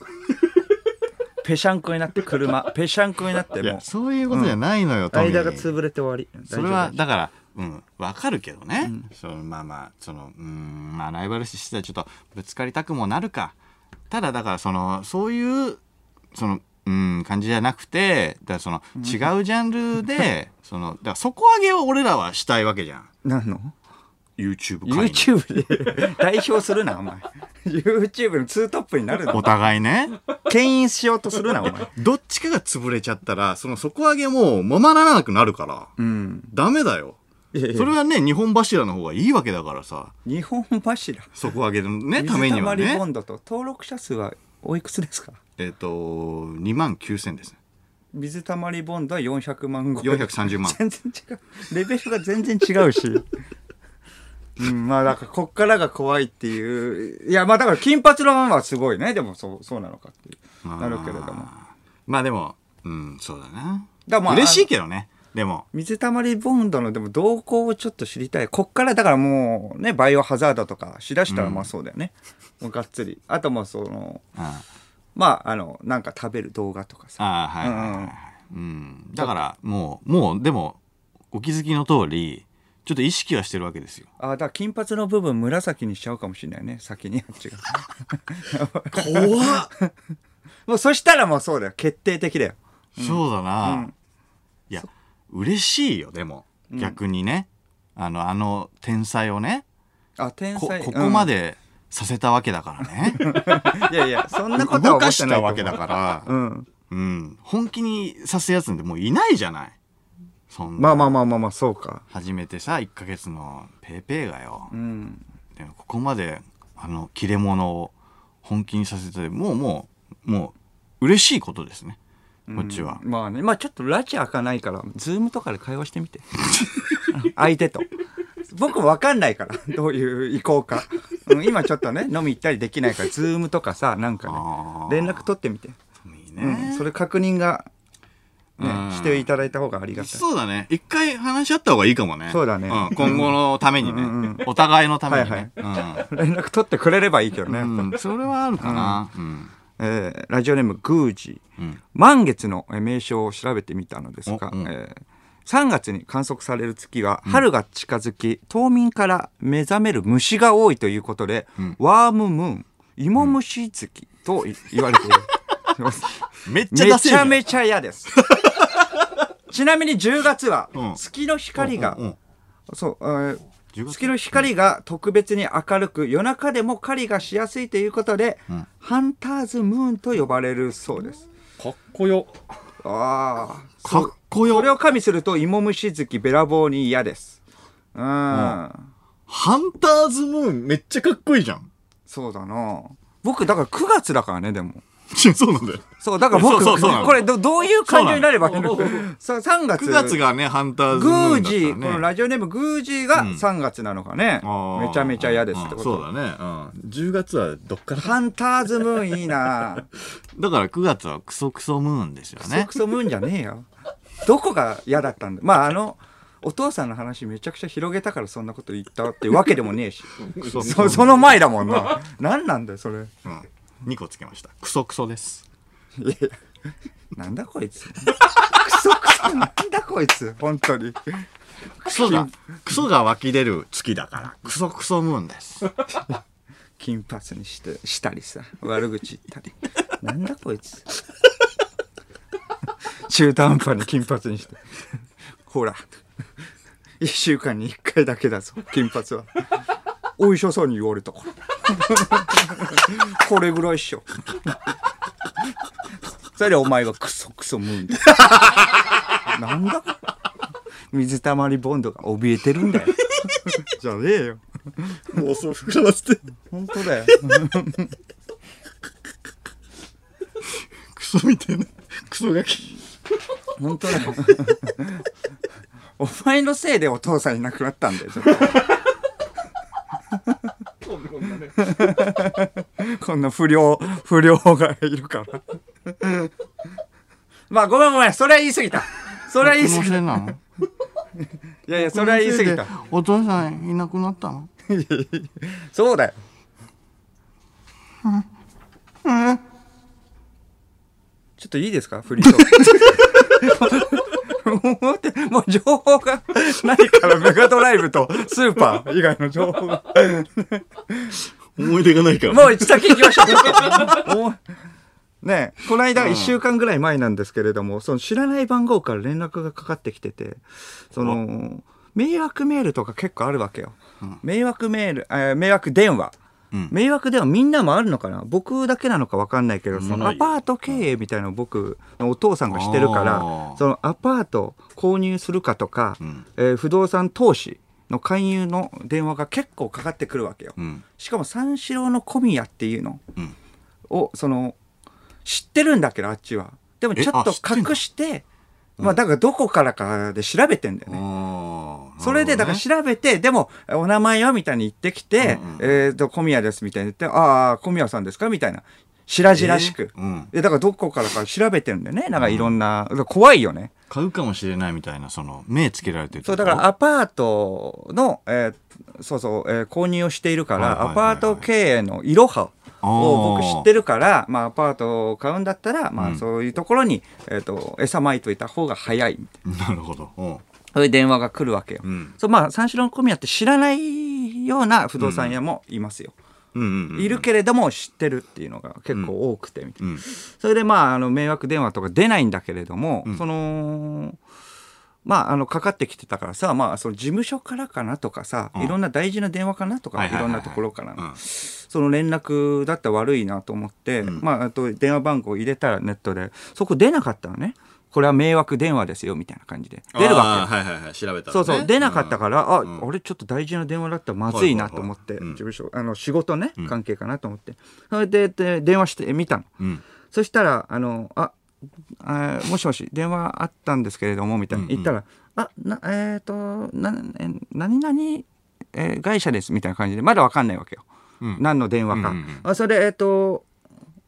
ぺしゃんこになって車、ぺしゃんこになって
い
もう
や、そういうことじゃないのよ、トミー
間が潰れて終わり。
それは
大丈夫。
だからうんわかるけどね、そのまあまあそのうーんまあライバル視してたらちょっとぶつかりたくもなるかただだからそのそういうそのうん感じじゃなくてだからその違うジャンルでそのだから底上げを俺らはしたいわけじゃん
何の
YouTube 界の
YouTube で (laughs) 代表するなお前 YouTube のツートップになるな
お互いね
牽引しようとするなお
(laughs)
前
どっちかが潰れちゃったらその底上げもままならなくなるから
うん
ダメだよそれはね日本柱の方がいいわけだからさ
日本柱
底上げのね
水
ためには
溜りボ
ね
ンドと登録者数はおいくつですか
えっ、と2万9000ですね
水溜りボンドは400万超え
430万
全然違うレベルが全然違うし (laughs) うんまあだからこっからが怖いっていういやまあだから金髪のままはすごいねでもそうそうなのかっていう (laughs) なるけれども
あーまあでもうんそうだな
だからまあ
嬉しいけどねでも
水溜りボンドのでも動向をちょっと知りたいこっからだからもうねバイオハザードとかしだしたらまあそうだよね、もうがっつりあともうその
あ
まああのなんか食べる動画とかさ
あーはいはいはい、はいうん、だからもうもうでもお気づきの通りちょっと意識はしてるわけですよ
あだから金髪の部分紫にしちゃうかもしれないね先にあっちが
怖っ
もうそしたらもうそうだよ決定的だよ
(laughs) そうだな、
うん
いや嬉しいよでも
うん
逆にね、あのあの天才をね
あ天
こ
才
ここま、でさせたわけだから
(laughs)
ね、
うんいやいやそんなことは
動
思
か
って
し
ない
た
と思
わ
う
けだから、
うん
うん、本気にさすやつなんてもういないじゃないそんな、
まあまあまあまあまあそうか
初めてさ1ヶ月のペーペーがよ、
うん
でもここまであの切れ者を本気にさせてもうもうもう嬉しいことですねこっちは、
まあねまあちょっとラチ開かないからズームとかで会話して
(laughs)
みてうん相手と僕分かんないからどういう意向か、うん、今ちょっとね飲み行ったりできないからズームとかさなんかね
あー
連絡取ってみて、
いいうね、
ん、それ確認が、ね
うん
していただいた方がありがたい
そうだね一回話し合った方がいいかもね
そうだね
ん今後のためにね、
うんう
お互いのためにね、
連絡取ってくれればいいけどね、
うんうんそれはあるかなうん、
えーラジオネームグージー、
うん
満月のえー名称を調べてみたのですが、
おうん
えー3月に観測される月は春が近づき、冬眠から目覚める虫が多いということで、
ん
ワームムーン芋虫月とい言われている、
めっちゃ
め
ダセえ
ち
じゃ
ゃ
ん (laughs)
めちゃ嫌ですちなみに10月は
うん
月の光が、
うんうん
そう、えー
10月
月の光が特別に明るく夜中でも狩りがしやすいということで、
ん
ハンターズムーンと呼ばれるそうです
かっこよ
ああ
かっこ
それ
よ
を加味すると芋虫月べらぼうに嫌ですうん、
ハンターズムーンめっちゃかっこいいじゃん
そうだな僕だから9月だからねでも
いや (laughs) そうなんだよ
そうだから僕
そうそうそうなの
これどどういう感情になればいい
そ
の
うな
さ3月
9月がねハンターズ
グ
ムー
ー
ンだ
ジー、この
からね
ラジオネームグージーが
うん
3月なのかね、
あー
めちゃめちゃ嫌ですってこと、
うんそうだね、うん、10月はどっから
ハンターズムーンいいな
だから9月はクソクソムーンですよ
クソ
ね
クソムーンじゃねえよどこが嫌だったんだまああのお父さんの話めちゃくちゃ広げたからそんなこと言ったってわけでもねえし
ソクソ
そその前だもんな何なんだよそれ
うん、2個つけましたクソクソです
いやいやなんだこいつクソクソなんだこいつ本当に
クソが (laughs) クソが湧き出る月だからクソクソムーンです
金髪にしてしたりさ悪口言ったり (laughs) なんだこいつ (laughs) 中途半端に金髪にして (laughs) ほら1週間に1回だけだぞ金髪はお医者さんに言われた (laughs) からこれぐらいっしょ (laughs) それお前はクソクソムーンだ (laughs) なんだ水たまりボンドが怯えてるんだよ (laughs) じゃねえよ
妄想膨らませて
本当だよ
クソみたいなクソガキ
本当だよお前のせいでお父さんいなくなったんだよちょっとこんな不良不良がいるからまあごめんごめんそれは言い過ぎたそれは言い過ぎたい
なの
やいやそれは言い過ぎた
お父さんいなくなったの
そうだよちょっといい (laughs) ですかフリートークもう情報がないからメガドライブると、スーパー以外の情報が。
思い出がないから。
もう先行きましょう。もう (laughs) ねえこの間
うん
1週間ぐらい前なんですけれども、その知らない番号から連絡がかかってきてて、その、迷惑メールとか結構あるわけよ。迷惑メール、えー迷惑電話。
うん
迷惑電話みんなもあるのかな僕だけなのか分かんないけどその
ない
ア
よ
パート経営みたいなのを僕のお父さんがしてるか
あ
ら
ー
そのアパート購入するかとか、
うん
えー不動産投資の勧誘の電話が結構かかってくるわけよ。
うん。
しかも三四郎の小宮っていうの
うん
をその知ってるんだけどあっちはでも
え
ちょっと
あ知ってんの
隠してまあだからどこからかで調べてんだよね。
ああ。
それでだから
なる
調べてでも「お名前は?」みたいに言ってきて
うんうん
「えっと小宮です」みたいに言って「ああ小宮さんですか?」みたいな白
ほどね
々しく。
えーうん。
でだからどこからか調べてるんだよねなんかいろんな、怖いよね
買うかもしれないみたいな、その、目つけられてる。
そうだから、アパートの、えーそうそう、えー購入をしているか
は
ら、
いはいはいはい
アパート経営のいろはを
あ
僕
ー
知ってるから、まあ、アパートを買うんだったら、
う
まあ、
ん
そういうところに、えー、と餌まいといた方が早いみたいな
なるほど。うん
そういう電話が来るわけよ、
うん。
そうまあ、三四郎の小宮って知らないような不動産屋もいますよ、
うんうんうん。
いるけれども知ってるっていうのが結構多くてみたいな。
うん。
それでまああの迷惑電話とか出ないんだけれども、
うん
そのまああのかかってきてたからさまあその事務所からかなとかさ、
うん
いろんな大事な電話かなとか、
はい
い
はいはい
ろ
は
ん
い
なところからの、
うん
その連絡だったら悪いなと思って、
うん
まああと電話番号入れたらネットでそこ出なかったのねこれは迷惑電話ですよみたいな感じで出るわけ
あーはいはいはい。調べたらね。
そうそう出なかった
ら。
から、あ、
うん
あれちょっと大事な電話だったらまずいなと思って、
はいはいはいうん
事務所あの仕事ね
うん
関係かなと思って、それでで電話してみたの。
うん。
そしたら、あの、あ、あもしもし、電話あったんですけれども、みたいな。
うんうん
言ったら、あ、な、えっ、と、な、え何々、えー会社です、みたいな感じで、まだわかんないわけよ。
うん
何の電話か。
うんうんうん
あ、それ、えっ、と、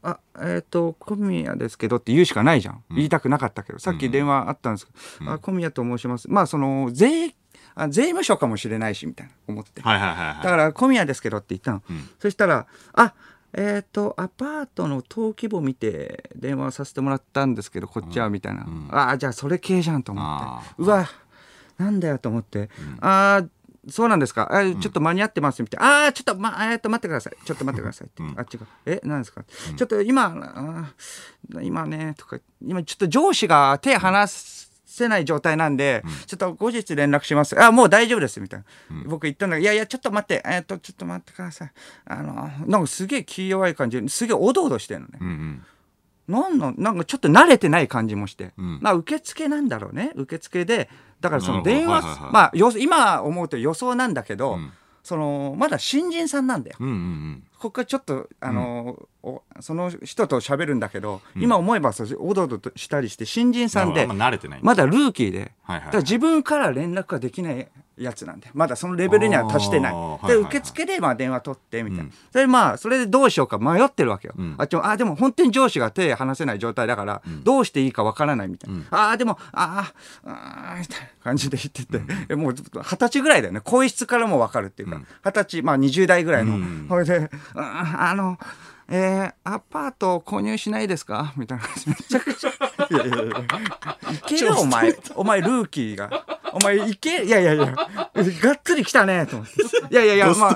あ、えっ、と、小宮ですけどって言うしかないじゃん。言いたくなかったけど、さっき電話あったんですけど、あ、小宮と申します。まあ、その、税、あ税務署かもしれないし、みたいな、思って。
はいはいはいはい。
だから小宮ですけどって言ったの、
うん
そしたら「あえっ、とアパートの登記簿見て電話させてもらったんですけどこっちは」みたいな「
ん
ああじゃあそれ系じゃん」と思
あ
って
ー
「うわなんだよ」と思って「ああそうなんですかあちょっと間に合ってます」みたいな「ああちょっと,、ま、えーと待ってくださいちょっと待ってください」って、あっちが「えなんですかちょっと今あー今ね」とか「今ちょっと上司が手離す」せない状態なんで、ちょっと後日連絡します。あ、もう大丈夫です、みたいな。僕言ったんだけど、いやいや、ちょっと待って、えっ、と、ちょっと待ってください。あの、なんかすげえ気弱い感じですげえおどおどしてるのね。
うんうん。
なんなん、なんかちょっと慣れてない感じもして。
うん
まあ、受付なんだろうね。受付で、だからその
なるほ
電
どは
話、
いはいはい
まあ、よ今思うと予想なんだけど、
うん
その、まだ新人さんなんだよ。
うんうんうん。
ここからちょっと、あのおその人と喋るんだけど、今思えばそうおどおどとしたりして新人さんで
あんま慣れてない。
まだルーキーで、
はいはいはい
だから自分から連絡ができないやつなんで、まだそのレベルには達してない。
あーはい
で、
はいはい
受付でまあ電話取ってみたいな。
うん
それまあ、それでどうしようか迷ってるわけよ。
うん
あっちも、あー、でも本当に上司が手離せない状態だから、どうしていいかわからないみたいな。ああ、でも、あーあー、みたいな感じで言ってて、えもう二十歳ぐらいだよね。声質からもわかるっていうか、二十歳、まあ20代ぐらいの。
うん
それで、あーあの、えー、アパートを購入しないですかみたいな。めちゃくちゃ。いやいやいや。いけるお前、お前ルーキーが。お前いけ、いやいやいや、がっつり来たね、と思って。いやいやいや、まあ、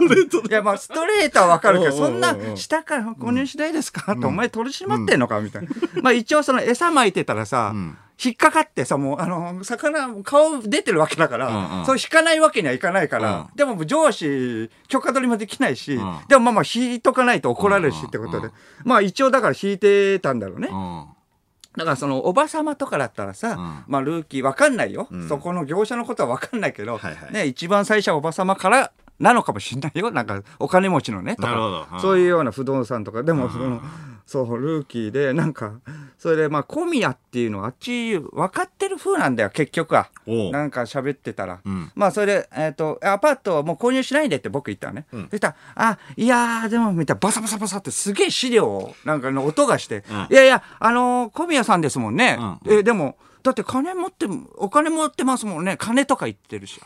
いやまあ、ストレートはわかるけど、
おうお
そ
うんおう
な下から購入しないですかって、お前取り締まってんのかみたいな。まあ一応その餌撒いてたらさ
ん、
引っかかってさ、もうあの、魚、顔出てるわけだか
うんう
ら
ん、
そう引かないわけにはいかないから
う、
でも上司、許可取りもできないし
ん、
でもまあまあ引いとかないと怒られるしってこと
うんう
で
ん、
まあ一応だから引いてたんだろうね
う。ん。
だからそのおばさまとかだったらさ、まあルーキーわかんないよ、
ん
そこの業者のことはわかんないけど、
はいはい
ね、一番最初はおばさまからなのかもしれないよなんかお金持ちのねと
なるほど
か
うん
そういうような不動産とかでもそのそうルーキーでなんかそれでまあ小宮っていうのはあっち分かってる風なんだよ結局は
おう
なんか喋ってたら。
うん。
まあそれで、えっとアパートはもう購入しないでって僕言ったのね、
ん
そしたら「あいやーでも」みたいなバサバサバサってすげえ資料をなんかの音がして「
うん
いやいやあのー小宮さんですもんね、
うん
えでもだって金持ってお金持ってますもんね金とか言ってるし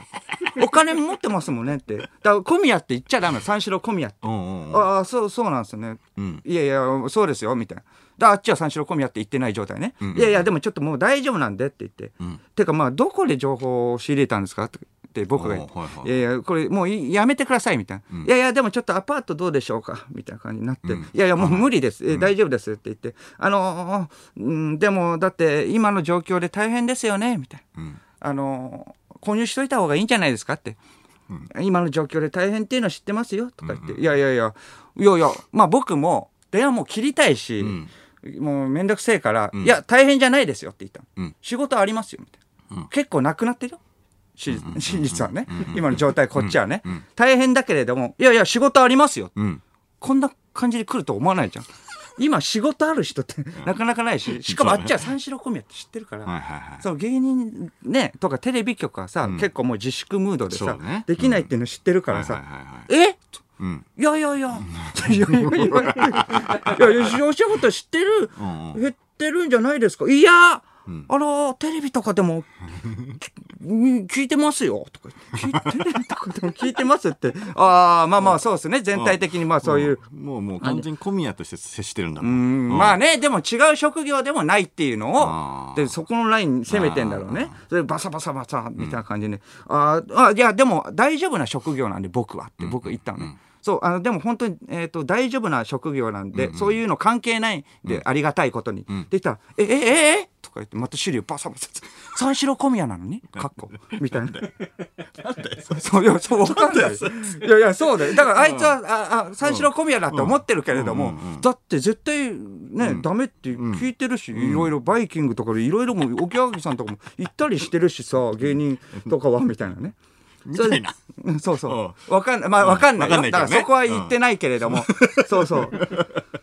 お金持ってますもんね」ってだから小宮って言っちゃダメ三四郎小宮って
うんうんうん。
ああそうそうなんですよね、
うん
いやいやそうですよみたいなだあっちは三四郎小宮って言ってない状態ね、
んうん
いやいやでもちょっともう大丈夫なんでって言って、
ん
てかまあどこで情報を仕入れたんですかってって僕が言って、
おうはいはい
いやいやこれもういやめてくださいみたいな、いやいやでもちょっとアパートどうでしょうかみたいな感じになって、いやいやもう無理です、え大丈夫ですって言ってあのーうん、でもだって今の状況で大変ですよねみたいな、あのー購入しといた方がいいんじゃないですかって。今の状況で大変っていうのは知ってますよとか言って、いやいやいやいやいやまあ僕も電話もう切りたいし、もう面倒くせえから、いや大変じゃないですよって言ったの、
うん
仕事ありますよみたいな、結構なくなってるよし真実はね、今の状態こっちはね、大変だけれどもいやいや仕事ありますよ、
うん。
こんな感じで来ると思わないじゃん今仕事ある人ってなかなかないししかもあっちは三四郎小宮って知ってるから、
はいはいはい。
その芸人ねとかテレビ局はさ、結構もう自粛ムードでさ、
そうね
できないっていうの知ってるから
はい
さ
はいはいはい
「えと
うん。
いやいやいや、 (laughs) いやいやいや、いやいや、お仕事知ってる
うんう、
減ってるんじゃないですか。いや、あの、テレビとかでも、うん聞いてますよ、とか言って、聞いテレビとかでも聞いてますって。ああ、まあまあ、そうですね。全体的に、まあそういう。
もうもう完全に小宮として接してるんだも
うんまあね、でも違う職業でもないっていうの
あ
を、
ー
で、そこのライン攻めてんだろうね。それバサバサバサみたいな感じで、あーあ、いや、でも大丈夫な職業なんで僕はって僕言ったのね。そうあのでも本当に、えー、と大丈夫な職業なんで、そういうの関係ないんで、ありがたいことに。で言ったら「えええええとか言ってまた資料バサバサ三四郎小宮なのにかっこみたいな。そういやそうわかんないいやいやそうだよだからあいつは、ああ三四郎小宮だって思ってるけれども、だって絶対ね、ダメって聞いてるし、いろいろバイキングとかでいろいろもう沖縄さんとかも行ったりしてるしさ芸人とかはみたいなね。
みたいな
うんそうそう。わかんない。まあ、わかんないよ。
わかんないけど
だ
ね
からそこは言ってないけれども。そうそう。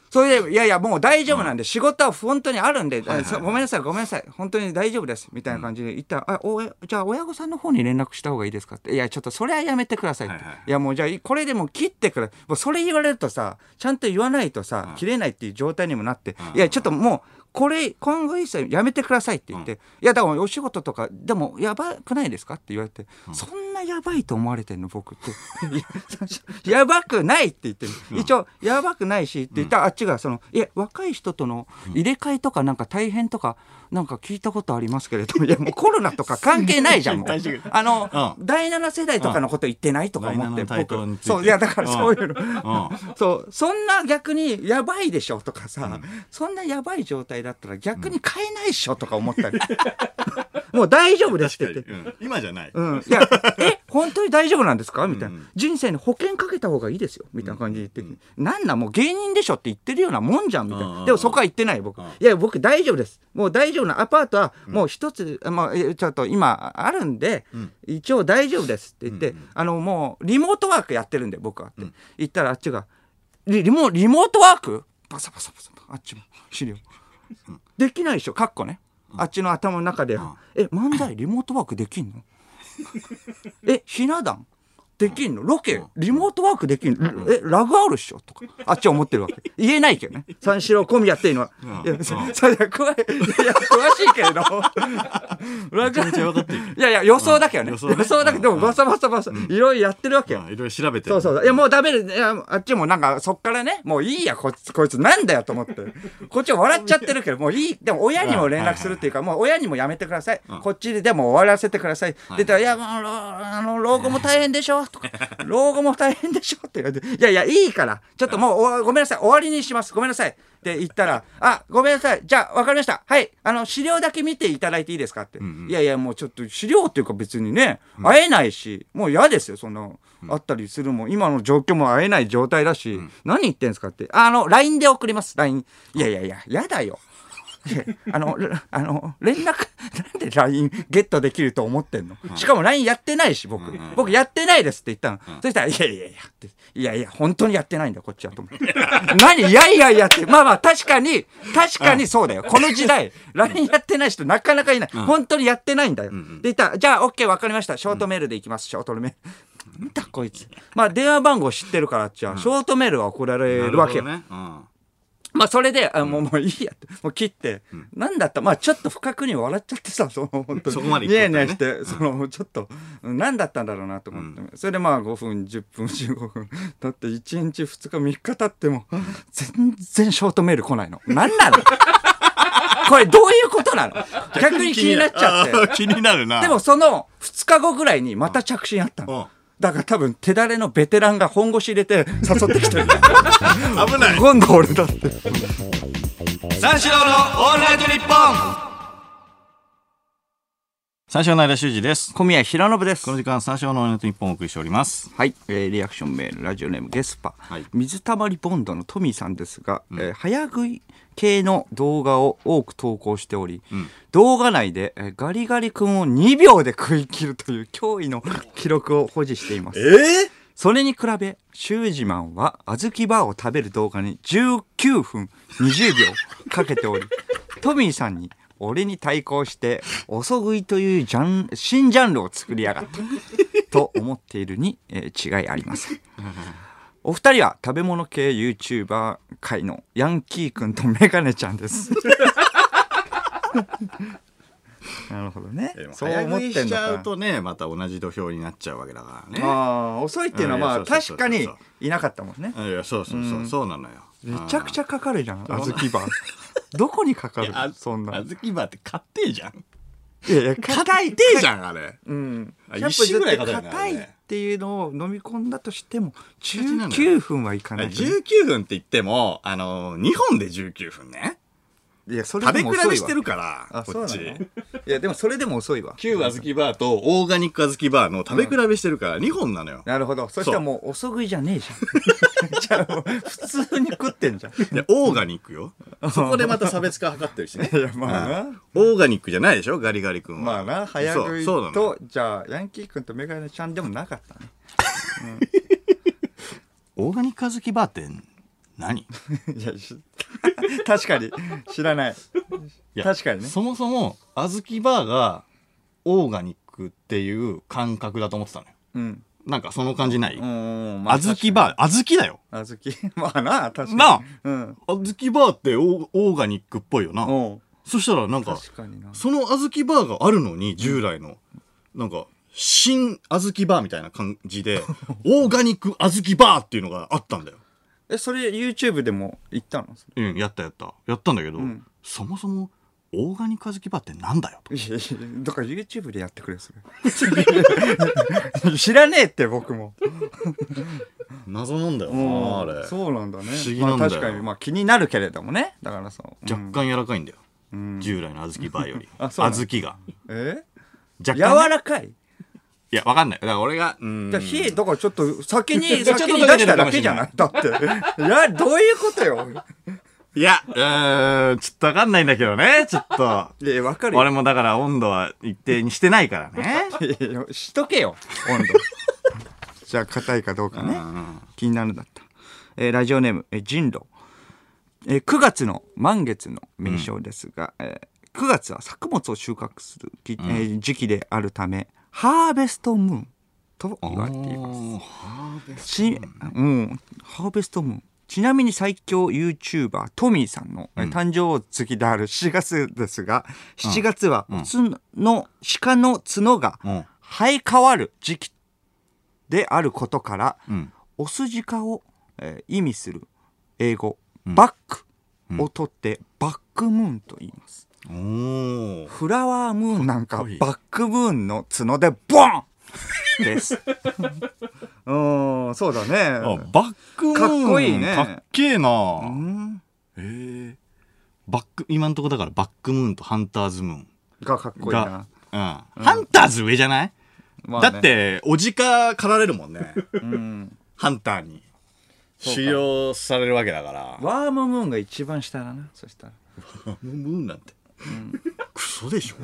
それで、いやいや、もう大丈夫なんで、仕事は本当にあるんで、そうごめんなさい、ごめんなさい、本当に大丈夫です、みたいな感じで言ったら、あおえじゃあ親御さんの方に連絡した方がいいですかって、いや、ちょっとそれはやめてくださいって、
はいいはい
や、もうじゃあ、これでもう切ってくれ、もうそれ言われるとさ、ちゃんと言わないとさ、切れないっていう状態にもなって、いや、ちょっともう、これ今後一切やめてくださいって言って、いやだからお仕事とかでもやばくないですかって言われて、そんなやばいと思われてんの僕っていや最初や (laughs) ばくないって言ってる一応やばくないしって言ったらあっちがそのいや若い人との入れ替えとかなんか大変とかなんか聞いたことありますけれどもいやもうコロナとか関係ないじ (laughs) ゃんもう
大丈夫
あの、
う
第7世代とかのこと言ってないとか思っ
第
て
七対等について
僕そういやだからそういうの。
うん。
そうそんな逆にやばいでしょとかさ、そんなやばい状態だったら逆に買えないでしょとか思った
(laughs)
り、もう大丈夫ですって言って。
うん今じゃない。
うん、いやえ本当に大丈夫なんですかみたいな、人生に保険かけた方がいいですよみたいな感じで言って、なんなんもう芸人でしょって言ってるようなもんじゃんみたい
うんうんう
なんでもそこは言ってない僕い
ん
や僕大丈夫ですもう大丈夫なアパートはもう一つ、まあ、えちょっと今あるんで、一応大丈夫ですって言って、あのもうリモートワークやってるんで僕はって、言ったらあっちがリリモリモートワークバサバサバサあっちも資料できないでしょかっこねあっちの頭の中では「え漫才リモートワークできんの? 」
(laughs)
え「ひな壇できんのロケリモートワークできんのえラグあるっしょ?」とかあっちは思ってるわけ
(laughs)
言えないけどね三四郎小宮っていうのは
う
い
ん
やそ (laughs) それは詳いいや詳しいけれども (laughs) ラ
(laughs)
グ
めちゃ分かってる
いやいや予想だけどね
うん
予
予想ね
想だけどでもバサバサバサいろいろやってるわけよ
うんいろいろ調べて
そ
る。
うそう。いや、もうダメで、いや、あっちもなんか、そっからね、もういいや、こいつ、こいつなんだよと思って。こっちは笑っちゃってるけど、もういい。でも、親にも連絡するっていうか、もう親にもやめてください。こっちででも終わらせてください。で、たら、いや、もう、あのあの、老後も大変でしょと (laughs) か、老後も大変でしょって言われて、いやいや、いいから、ちょっともう、おごめんなさい、終わりにします。ごめんなさい。って言ったら、あ、ごめんなさい。じゃあ、わかりました。はい。あの、資料だけ見ていただいていいですかって。いやいや、もうちょっと資料っていうか別にね、会えないし、もう嫌ですよ、そんな、会ったりするもん。今の状況も会えない状態だし、何言ってんすかって。あの、LINE で送ります、LINE。いやいやいや、嫌だよ。いやあの、れあの、連絡、なんで LINE ゲットできると思ってんの、しかも LINE やってないし、僕。僕やってないですって言ったの。そしたら、いやいやいやって、いやいや、本当にやってないんだ、こっちはと思って。何いやいやいやって。まあまあ、確かに、確かにそうだよ。この時代、LINE やってない人なかなかいない。本当にやってないんだよ。で言ったら、じゃあ、OK、わかりました。ショートメールでいきます、ショートメール。なんだこいつ。まあ、電話番号知ってるから、あっちは、ショートメールは送られるわけよ。
なるほどね。
まあそれで、あもうもういいやって、もう切って、なんだった、まあちょっと不覚に笑っちゃってさ、その本当に。
(laughs) そこまで
ニ
言っ
ヤ
て
ニ
たら
ヤ
ね
して、そのちょっと、なんだったんだろうなと思って、それでまあ5分、10分、15分、だって1日、2日、3日経っても、全然ショートメール来ないの。なんなのここれどういうことなの逆に気になっちゃって
あ。ー気になるな
でもその2日後ぐらいにまた着信あった
うん
の。だから多分手だれのベテランが本腰入れて誘って
(laughs)
きてる。
危ない
今度俺だって。
三四郎のオールナイトニッポン三四郎の間修二です
小宮平信です
こ。の時間三四郎のオールナイトニッポンをお送りしております
はい、えーリアクションメールラジオネームゲスパ、
はい
水たまりボンドのトミーさんですが、えー早食い系の動画を多く投稿しており、動画内で、えーガリガリ君を2秒で食い切るという驚異の記録を保持していま
え
すそれに比べシュージマンは小豆バーを食べる動画に19分20秒かけており (laughs) トミーさんに俺に対抗して遅食いというジャン新ジャンルを作りやがったと思っているに、えー違いありません。お二人は食べ物系 YouTuber 界のヤンキーくんとメガネちゃ
(laughs)
んです。なるほどね
え。
そう思ってんだ
しち
か
ゃ
ら
う。とねまた同じ土俵になっちゃうわけだからね
ああ遅いっていうのはま
うんい
あ
やそうそうそ
確か
うそう
にいなかったもんね。
いやそうそうそう、そうなのよ
めちゃくちゃかかるじゃん、小豆 (laughs) バー。どこにかかる
あ
のそんな。い
ずきバーって買ってえじゃん
やいや、硬い。
てえじゃんあれ
うん。
あ
やっぱ
一周ぐらいかかるね
硬いっていうのを飲み込んだとしても、
なのよ
19分はいかない。
19分って言ってもあの2本で19分ね
いや、それ
食べ
でも
比
遅いわ
べしてるからこっち
いやでもそれでも遅いわ
旧小豆バーとオーガニック小豆バーの食べ比べしてるから2本なのよ、
なるほどそしたらもう遅食いじゃねえじゃん (laughs) じゃあもう普通に食って (laughs) んじゃん
でオーガニックよそこでまた差別化図ってるしね (laughs)
いやまあな
うんオーガニックじゃないでしょガリガリ君
ま
は
あな早食い
そうそうなの
とじゃあヤンキー君とメガネちゃんでもなかったね
オーガニック小豆バーって何
(laughs) いやし確かに知らない
いや
確かにね
そもそも小豆バーがオーガニックっていう感覚だと思ってたのよ
うん
なんかその感じない、
うん
小豆バー小豆だよ
あずき (laughs) まあな確かに
なあ
うん
小豆バーってオーオーガニックっぽいよな、
おう
そしたらなんか
確かにな
その小豆バーがあるのに従来のなんか新小豆バーみたいな感じで (laughs) オーガニック小豆バーっていうのがあったんだよ
えそれ YouTube でも行ったの (laughs)
うんやったやったやったんだけど、
ん
そもそもオーガニック小豆バーってなんだよと
いやいやだから YouTube でやってくれそ (laughs) れ知らねえって僕も
謎なんだよ
うん
なあれ
そうなんだね
不思議なんだ
ま
よ
あ、確かに、まあ、気になるけれどもねだからそううん
若干柔らかいんだよ、
うん
従来の小豆バーより
あそうなの
小豆が
え
若干
柔
ね、
らかい
いやわかんないだから俺がうん
だから火だからちょっと先に
(laughs) ちょっと
先に出しただけじゃないだっていやどういうことよ
いやうーんちょっとわかんないんだけどねちょっと
い (laughs) やわかるよ
俺もだから温度は一定にしてないからね
いやいやしとけよ温度 (laughs) じゃあ硬いかどうかね気になるだった、えーラジオネーム、えー、人狼、えー9月の満月の名称ですが、えー9月は作物を収穫するき、えー時期であるためハーベストムーンと言われていますち、うん、ハーベストムーン。ちなみに最強 YouTuber トミーさんの、え誕生月である7月ですが、7月はつの鹿の角が
うん
生え変わる時期であることから、
ん
オス鹿を、えー意味する英語、バックを取って、バックムーンと言います。
おー
フラワームーンなんか
っこいい
バックムーンの角でボンです。うん、そうだ
あ
ね。
バックムーン
かっこいいね
かっけえな
うん
へえバック今んとこだからバックムーンとハンターズムーン
がかっこいい
が
な。
うん、ハンターズ上じゃない、
まあね
だっ、ておじか狩られるもんね
うん、
ハンターに
そうか
狩猟されるわけだから
ワームムーンが一番下だな。そしたら。
ワムムーンなんて、クソでしょ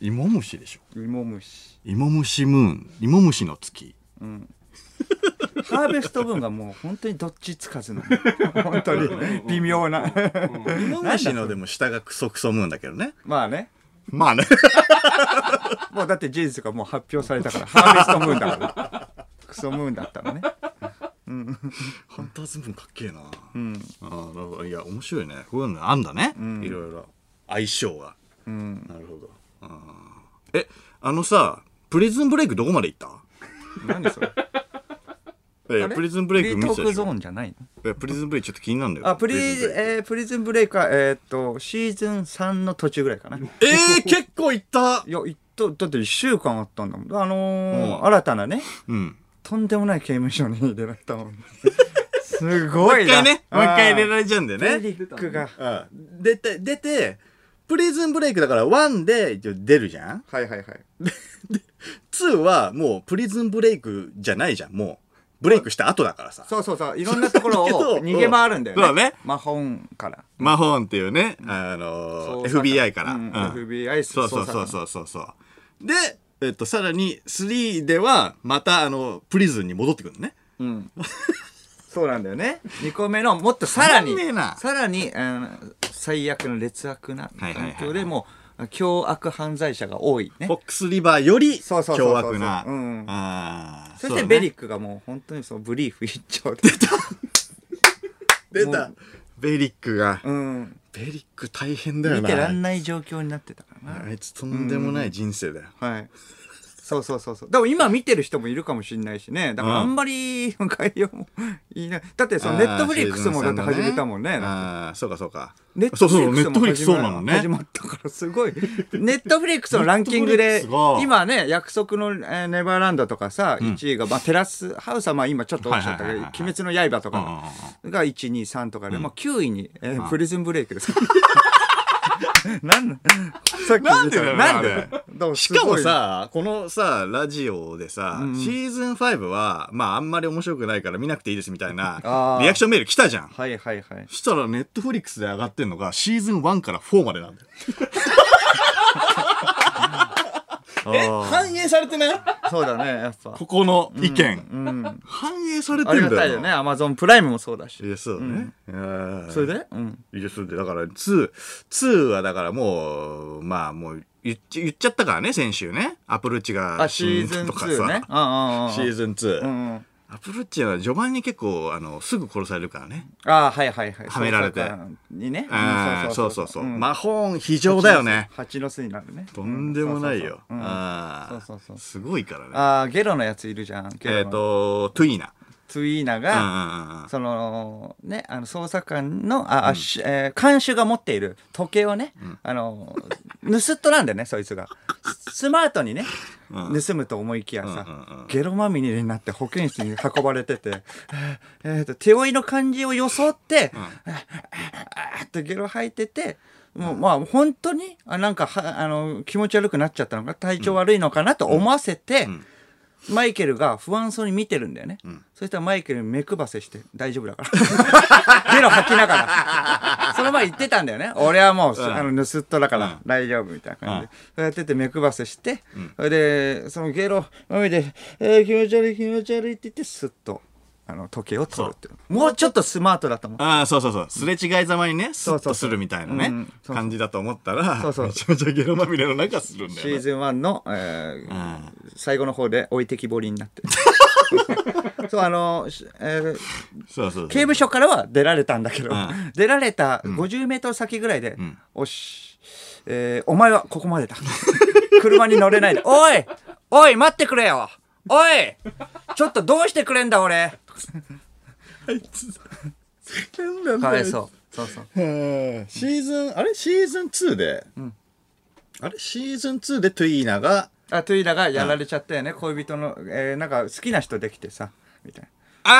芋虫でしょ
芋虫。
芋虫ムーン芋虫の月
うん。 (laughs) ハーベスト分がもう本当にどっちつかずの。 (laughs) 本当に微妙な。
芋虫のでも下がクソクソムーンだけどね
まあね。
まあね
もうだって事実がもう発表されたから、ハーベストムーンだから。クソムーンだったのね。
ハンターズムーンかっけえな
うん。
あーなるほどいや面白いねこういうのあんだね、
ん
いろいろ相性が
うん。
なるほどあ (laughs) ーえあのさプリズンブレイクどこまで行った
何それ。
いや
あれ
プリズンブレイク
フリ
見
ー
て
ト
た
ー
で
ク
し
ゾー
ょ
ンじゃないの
いやプリズンブレイクちょっと気になるんだよ
あプリ,、
ズンブレイク
えープリズンブレイクはえーっとシーズン3の途中ぐらいかない
えー、結構いった
やいっとだって1週間あったんだもんあのー
うん
新たなね
うん
とんでもない刑務所に入れられたもんすごい
一
な
回ねもう一回入れら
れ
れちゃうんだよ
ね
ね
リックが
うん出て出てプリズンブレイクだから1で出るじゃん
はいはいはい
2はもうプリズンブレイクじゃないじゃんもうブレイクした後だからさ
そうそうそういろんなところ
だけど
を逃げ回るんだよね
そうだね
マホンから
マホーンっていうね、あのー
捜査官
FBI から、
うん
うん
FBI
そうそうそう
う
そうそうそうで、えっと、さらに3ではまたあのプリズンに戻ってくるのね
うんそうなんだよね2個目のもっとさら
た
に
まんねえな
さらにあの最悪の劣悪な
はいはいはいは
環
い
境でもう凶悪犯罪者が多いね
フォックスリバーより
そうそうそう
凶
そう
悪な
うん
あーそ
そして
う
ベ
だね
リックがもう本当にそのブリーフ一丁で
出
も
たベリックが、
うん
ベリック大変だよ
見
な
てらんない状況になってたからな
あいつとんでもない人生だよ、
はい。そうそうそうそう。でも今見てる人もいるかもしれないしね。だからあんまり概要も言いない。だってそのネットフリックスもだって始めたもんね。
ああそうかそうか
ネッ
そ
ト
うそう
フ
ネ
リッ
ットフリッ
ク
ク
ス
ス
も
そうなのね
始まったからすごい。ネットフリックスのランキングで
Netflix が、
今ね、約束のえーネバーランドとかさ、1位が、まあテラスハウスはまあ今ちょっと落ちちゃった
はいは
けど
いはい、はい
鬼滅の刃と
うんうん
かが1、2、3とかで、まあ9位にえープリズンブレイクです。 (laughs) なんなんさっき
なんでだ
言
よ
っ
な
たなんでだらす
し
ごい
かもさこのさラジオでさ、シーズン5はまああんまり面白くないから見なくていいですみたいな
(laughs) あー
リアクションメール来たじゃん
はいはいはい。
そしたらネットフリックスで上がってんのがシーズン1から4まで (laughs) なんだよ反映されてない
そうだね、やっぱ。
ここの意見、
うん。
反映されてん
あ
だ
り
よ
が
な
たいよね。アマゾンプライムもそうだし。
いやそうだね、うん、
それでうん。
いや、それで、だから、2、2はだからもう、まあもう言っち、言っちゃったからね、先週ね。アプルチが
あ、シーズン
とか
2
さ
ね。うんうんうん。
シーズン2。
うんうん。
アプルチは序盤に結構、あの、すぐ殺されるからね。
あーはいはいはい。
はめられて
そうそうそうにね。
ああ、そうそうそう。
ん
魔法非常だよね。
蜂の巣になるね。
とんでもないよ。
うん
ああ
そうそうそう
すごいからね。
あーゲロのやついるじゃん。ゲロ
えっ、
の。
と、トゥイーナ。
ツイーナ
う
が、
んうんうんうん。
そのねあの捜査官のあ、あしえー看守が持っている時計をね、あの盗っ人なんだよねそいつがススマートにね、盗むと思いきやさ、
うんうんうん
ゲロまみれになって保健室に運ばれてて、えーえーと手負いの感じを装って、あーってゲロ吐いてて。もうまあ本当にあなんかはあの気持ち悪くなっちゃったのか体調悪いのかなと思わせて、マイケルが不安そうに見てるんだよね、そしたらマイケルに目配せして大丈夫だから (laughs) ゲロ吐きながらその前言ってたんだよね俺はもう、あの盗っ人だから、
うん
大丈夫みたいな感
う
じで、
ん
そうやってて目配せして、それでそのゲロのみで、えー気持ち悪い気持ち悪いって言ってスッとあの時計を取るっていうもうちょっとスマートだと思う
ああ、そうそうそう。すれ違いざまにね、ス
そう
ッ
そうそう
とするみたいな
う
ね
ん、そうそう
感じだと思ったら、
そうそう
めちゃめちゃゲロまみれの中するんだ
シ
よ
ー
ね。
ズン1の、えー最後の方で置いてきぼりに (laughs) なってるそうあの、しえー
そうそうそう。
刑務所からは出られたんだけど、
うん
(laughs) 出られた50メートル先ぐらいで、おし、えーお前はここまでだ。 (laughs) 車に乗れないで、おいおい待ってくれよおいちょっとどうしてくれんだ (laughs) 俺
変なんだ
かわ
よ
いそう。そうそう。
へーシーズン、あれシーズン2で、あれシーズン2でトゥイーナが、
あ、トゥイラがやられちゃったよね。恋人の、えーなんか好きな人できてさ、みたいな。好き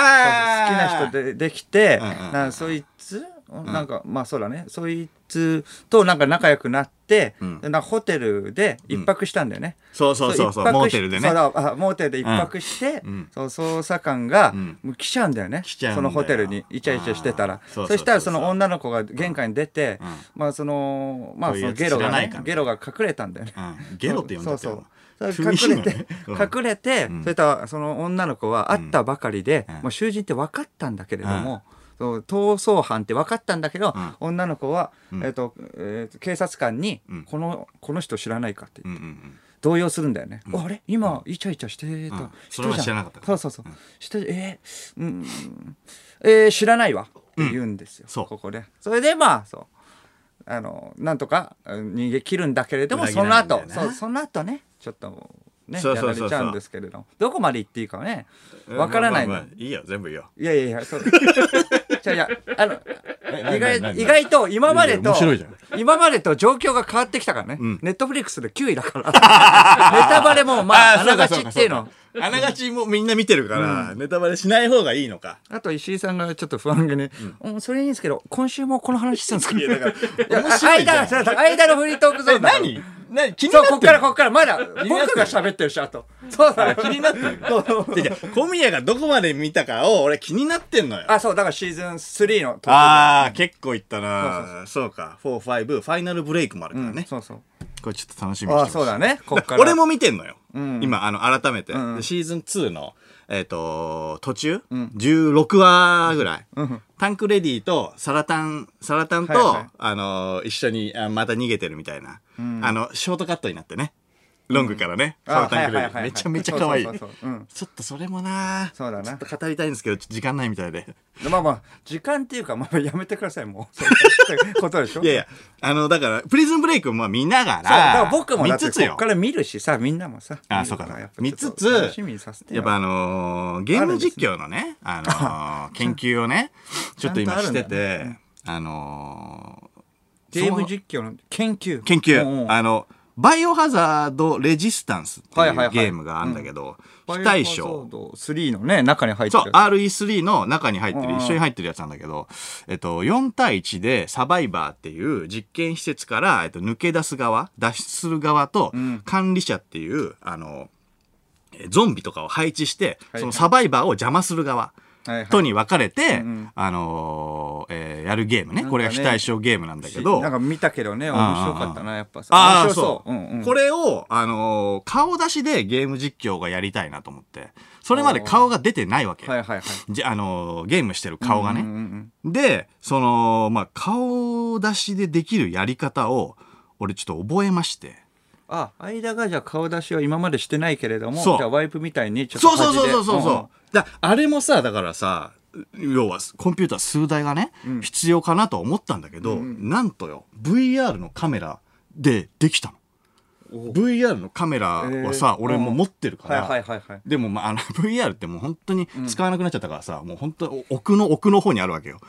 な
あ
人でできて、
んうんうん
なんかそいつ、なんかまあそうだねそいつとなんか仲良くなって、
ん
なんかホテルで一泊したんだよね、
そうそうそうそう
一泊し
モーテルでね
そうだあモーテルで一泊して、その捜査官が、もう来ちゃうんだよね
来ちゃうんだよ
そのホテルにイチャイチャしてた
あ
ら
ー
そ
そうそうそうそう
したらその女の子が玄関に出
ん
て、まあそのまあ
こういう
その
やつ
ゲロ
知
が、
らない
ね
か、みた
ゲ
い
ロが隠れたんだよね、
うんゲロって呼んだった
そう
よ
そうそう
トゥイー
隠
ナ
れて
ねうん
隠れて、それとその女の子は会ったばかりで、もう囚人って分かったんだけれども、そう逃走犯って分かったんだけど、
ん
女の子は、えっとえーと警察官に、
ん
この「この人知らないか」って言って
うんうんうん
動揺するんだよね、あれ今イチャイチャしてた、
うんそれは知らなかったから
そうそうそう、してえーうんえー知らないわって言うんですよ、
そう
ここでそれでまあそうあのなんとかうん逃げ切るんだけれども
裏切
そ
ら
の
ないんだ
後
よな
そうその後ねちょっとね
そう
や
そ
ら
うそ
れ
うそう
ちゃうんですけれどどこまで行っていいかはね
うん
わからない
まあま
の
あまあいいよ全部いいよ
いやいやいや、そう。 (laughs) じゃいや、あの、意
何何
外、意外と今まで
いやいや面
と
白いじゃん、
今までと状況が変わってきたからね
ん。
ネットフリックスで9位だから。
(laughs)
ネタバレも、まあ、あながちっていうの。
あながちもみんな見てるから、ネタバレしない方がいいのか
あと石井さんがちょっと不安げに、うん、それいいんですけど、今週もこの話するんですか
いやだから
いや
面白いじゃん
間、そうそう間のフリートークゾーンだから。
何何気にな
そ
っ
う、
て
こっからこっから、まだ、僕が喋ってるし、あと。そうだね。
気になってるいやいや小宮がどこまで見たかを俺気になってんのよ
(laughs) あ、そう、だからシーズン3の時
ああ結構いったなそうか45ファイナルブレイクもあるからね、
そうそう。
これちょっと楽しみにしてま
ああ、
す
そうだね。こっから。
俺も見てんのよ、今あの改めて、
ん
でシーズン2のえっ、と途中、16話ぐらい、タンクレディとサラタンサラタンと、
はいはい
あの一緒にあまた逃げてるみたいな、あのショートカットになってねロングからね、
あ
サラタンクレディ、
はいはいはいはい
めちゃめちゃ可愛い
そうそうそうそううん
ちょっとそれもな
そうだな
ちょっと語りたいんですけどちょっと時間ないみたいで
まあまあ時間っていうかまあやめてください
(laughs)
もうそういうことでしょ
いやいやあのだからプリズンブレイクもまあ見ながら
そうだから僕もだ
見
っ
つ
てこ
つよ
っから見るしさみんなもさ
あ
見
そ
る
うから
やっぱ
見
ちょ
つ
っと
つ
楽しみにさせて
や
よ
っぱあのーゲーム実況のね、あのー
(laughs)
研究をね、ちょっと今して
ちゃんとあ
て、あのー
ゲー
そ
ム
の
実況の研究
研
うん
究、
うん
あの、バイオハザードレジスタンスってい
は
う
いはいはい
ゲームがあるんだけど、非対称。
バイオハザード3のね中に入って
そう、
る
RE3 の中に入って
うん
る、
うん
一緒に入ってるやつなんだけど、えっと、4対1でサバイバーっていう実験施設から、えっと、抜け出す側、脱出する側と、管理者っていう、あの、えゾンビとかを配置して、
はい
そのサバイバーを邪魔する側
はいはい
とに分かれて、あのーえーやるゲームね。
ね
これが非対称ゲームなんだけど、
なんか見たけどね面白かったなやっぱさ
あ
面
あ、
白
そう。
んうん
これを、あのー顔出しでゲーム実況がやりたいなと思って、それまで顔が出てないわけ。
はいはいはい
じゃあのーゲームしてる顔がね。
うんうん
で、その、まあ、顔出しでできるやり方を、俺ちょっと覚えまして。
あ間がじゃあ顔出しを今までしてないけれどもじ
そう
ゃあワイプみたいにちょっと
そうそうそうそうそう。
端でんん
だあれもさ、だからさ、要はコンピューター数台がね、必要かなと思ったんだけど、なんとよ、VR のカメラでできたの。VR のカメラはさ、
えー
俺も持ってるか
はいはい
ら、
はいはい
でも、まあ、あの VR ってもう本当に使わなくなっちゃったからさ、もう本当に奥の奥の方にあるわけよ。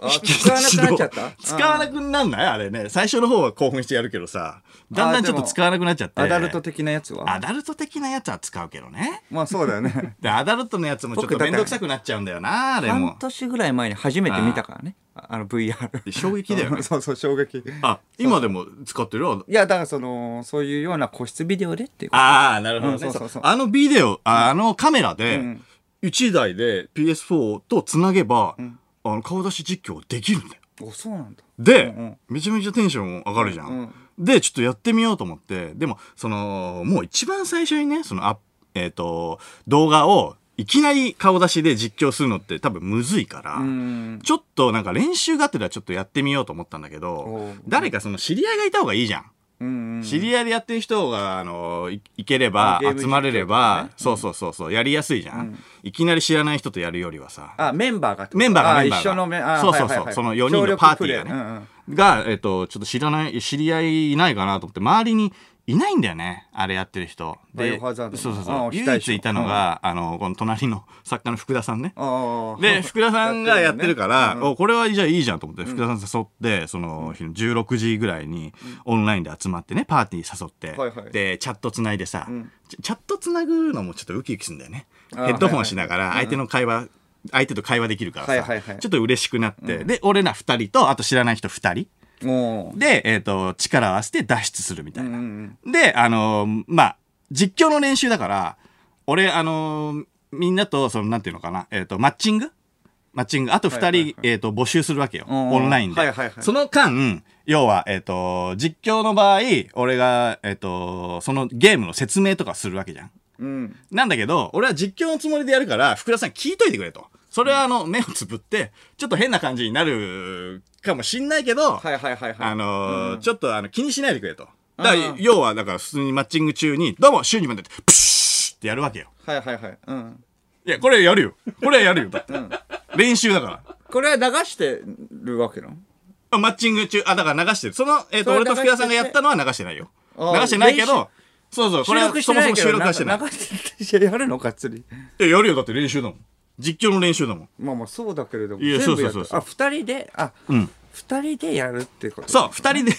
あ (laughs) 使わなくなっちゃっ
使
た
わなくなんないあれね。最初の方は興奮してやるけどさ、だんだんちょっと使わなくなっちゃって。
アダルト的なやつは
アダルト的なやつは使うけどね。
まあそうだよね
で、アダルトのやつもちょっと
僕だっ
め
て
んどくさくなっちゃうんだよな、あれ
半
も。
年ぐらい前に初めて見たからねああの VR。
衝撃だよね
(laughs) そうそう衝撃い
あ、今でも使ってる
やだからそのそういうような個室ビデオでっていうこと
ああ、なるほどね。
うんそうそうそう
あのビデオ、ああのカメラ
う
で
ん、
1台で PS4 とつなげば、あの顔出し実況できるんだよ。
おそうなんだ
で、
うんうん
めちゃめちゃテンション上がるじゃん。
うん
で、ちょっとやってみようと思って、でも、その、もう一番最初にね、その、あえっ、と、動画をいきなり顔出しで実況するのって多分むずいから、
うん
ちょっとなんか練習がてらちょっとやってみようと思ったんだけ
お
ど
う、
誰かその知り合いがいた方がいいじゃん。
うん
知り合いでやってる人が、あの、いいければ
あゲー、ム
集まれれば、そうそうそうそう、やりやすいじゃん,、いきなり知らない人とやるよりはさ。
あメンバーがってこと
メンバーが
あ
メンバーが
一緒のメンあ
そうそうそう
はいはいはい
その四人のパーティーがね
協力プレうんうん
が、えっと、ちょっと知らない、知り合いいないかなと思って、周りにいないんだよね、あれやってる人。
バイオハザードの
そうそう
あ
そ
あ
う。
非
唯
対称
一いたのが、あの、この隣の作家の福田さんね。
ああ (laughs)
で、福田さんがやってるから、
うん
おこれはじゃあいいじゃんと思って、福田さん誘って、その、16時ぐらいにオンラインで集まってね、パーティー誘って、
はいはい
で、チャットつないでさ、
ん
チチャットつなぐのもちょっとウキウキするんだよね。ヘ
あ
ッドホンしながら、相手の会話、相手と会話できるからさ、
はいはいはい
ちょっと嬉しくなって、で、俺ら2人と、あと知らない人2人。
もう
で、えっ、と、力を合わせて脱出するみたい
うんう
な。
ん
で、あのーまあ、実況の練習だから、俺、あのーみんなと、その、なんていうのかな、えっ、と、マッチングマッチング。あと二人、
はいはいはい
えっ、と、募集するわけよ。
うん
オンラインで。
はいはいはい
その間、要は、えっ、と、実況の場合、俺が、えっ、と、そのゲームの説明とかするわけじゃん。
うん
なんだけど、俺は実況のつもりでやるから、福田さん聞いといてくれと。それはあの、目をつぶって、ちょっと変な感じになるかもしんないけど、
はいはいはいはい
あのーちょっとあの気にしないでくれと。だか
う
ら
ん
要は、だから普通にマッチング中に、どうも、週にまでって、プシーってやるわけよ。
はいはいはいうん
いや、これやるよ。これやるよ。だって。練習だから。
これは流してるわけなの
マッチング中、あ、だから流してる。その、えっ、と、
それ
俺と福田さんがやったのは流してないよ。流してないけど、そうそう、こ
収
れは
録し
そも
てな
そ
い
も
け
収
ど
録はしてない
な。いややるのかっつり
え、やるよ、だって練習だもん。実況の練習だもん。
まあまあそうだけれども
いや
全部やっ
そうそう
た
そう
あ二人であ
うん
二人でやるってこと
そう、二人で、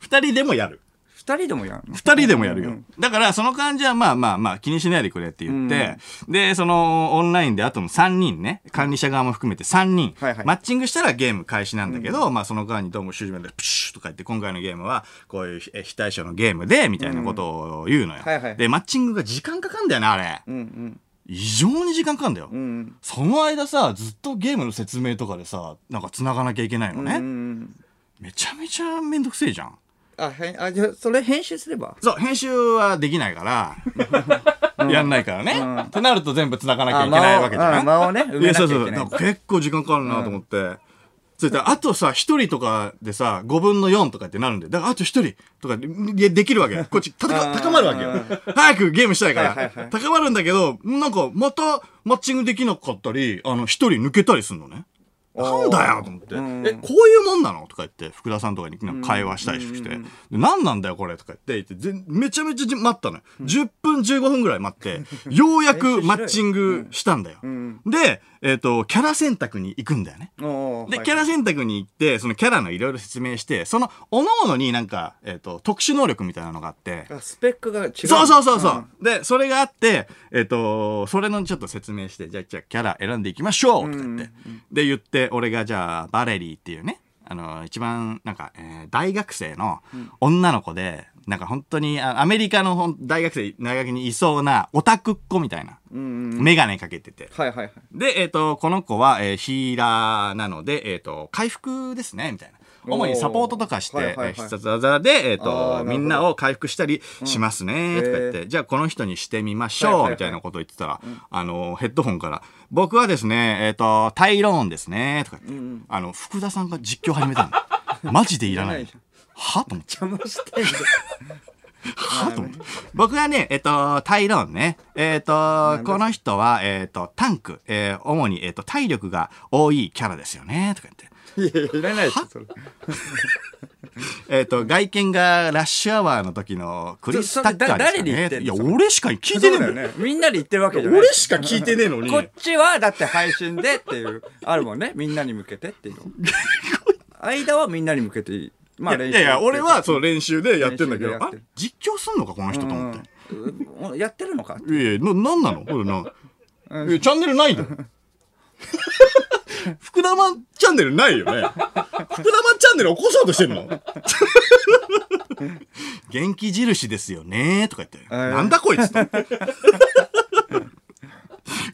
二人でもやる。
二人でもやるの
二人でもやるよ、
うん
だからその感じはまあまあまあ気にしないでくれって言って、でそのオンラインであとの3人ね管理者側も含めて3人、
はいはい
マッチングしたらゲーム開始なんだけど、まあその間にどうも主人公でプシュッとか言って今回のゲームはこういうえ非対称のゲームでみたいなことを言うのよ、
はいはい
でマッチングが時間かかんだよねあれ
うん
異常に時間かかんだよ、
うんうん
その間さずっとゲームの説明とかでさなんか繋がなきゃいけないのね、
うんうん
めちゃめちゃめんどくせえじゃん
あへんあじゃあそれ編集すれば
そう、編集はできない
(laughs)
から、やんないからね。ってなると全部繋がなきゃいけないわけじゃ
あ間
な
をうん間をね埋
いい
め
や、
なきゃ
そ
いう
そう。
けな
ないんか結構時間かかるなと思って。それであとさ、一人とかでさ、5分の4とかってなるんで、だからあと一人とかででできるわけ
(laughs)
よ。こっち高
あー
高まるわけよ。早くゲームしたいか
はいはい
ら
は。い
高まるんだけど、なんかまたマッチングできなかったり、あの、一人抜けたりするのね。なんだよと思って、
うん
え、こういうもんなのとか言って、福田さんとかになんか会話したりして、で何なんだよこれとか言って、言ってぜめちゃめちゃじ待ったのよ。10分15分ぐらい待って、ようや
(laughs)
くマッチングしたんだよ。
ん
で、えっ、と、キャラ選択に行くんだよね。
おー
で、
はい
キャラ選択に行って、そのキャラのいろいろ説明して、その、各々になんか、えっ、と、特殊能力みたいなのがあって、
あスペックが違う
そうそうそうそう、でそれがあってえっ、とそれのちょっと説明してじゃあじゃあキャラ選んでいきましょうとか言って、で言って俺がじゃあバレリーっていうねあの一番なんか、えー大学生の女の子で、なんか本当にあアメリカのほん大学生大学にいそうなオタクっ子みたいな、眼鏡かけてて
はいはいはい
で、えっ、と、この子は、えーヒーラーなので、えっ、と、回復ですね、みたいな。
おー
主にサポートとかして、
はい
え
はいはい
ー必殺技で、えっ、
あーなる
と、
ほど
みんなを回復したりしますね、とか言って、
へ
じゃあこの人にしてみまし
はいはい
ょ
は
う、
い
みたいなことを言ってたら、あの、ヘッドホンから、僕はですね、えっ、と、タイローンですね、とか言って、あの、福田さんが実況始めたの。マジでいらない
いらないじ。
はと思って。
邪魔してんだ
はと思って僕はね、えっと、タイローンね。えっと、この人は、えっと、タンク、えー主に、えっと、体力が多いキャラですよね、とか言って。
いやいやいらないでしょそれ
えっと、外見がラッシュアワーの時のクリス・タッカー
そそれだ誰に言
ですか
って
ね。
ん
い
の
や、俺しか聞いてねえんだよ。
ねみんなで言ってるわけじゃない
俺しか聞いてねえのに。
こっちはだって配信でっていうある
(laughs)
もんねみんなに向けてっていうの間はみんなに向けていいまあ
いや
練
い
習
やいや、俺はそう練習でやってんだけど、
練習でや
あ
ってる
実況すんのか、この人と思って。
うんやってるのか
いやいや、な、なんなのこれ (laughs) な。えチャンネル (laughs) ないの福田マンチャンネルないよね。福田マンチャンネル起こそうとしてん (laughs) の元気印ですよねとか言って。
えー
なんだこいつ (laughs) と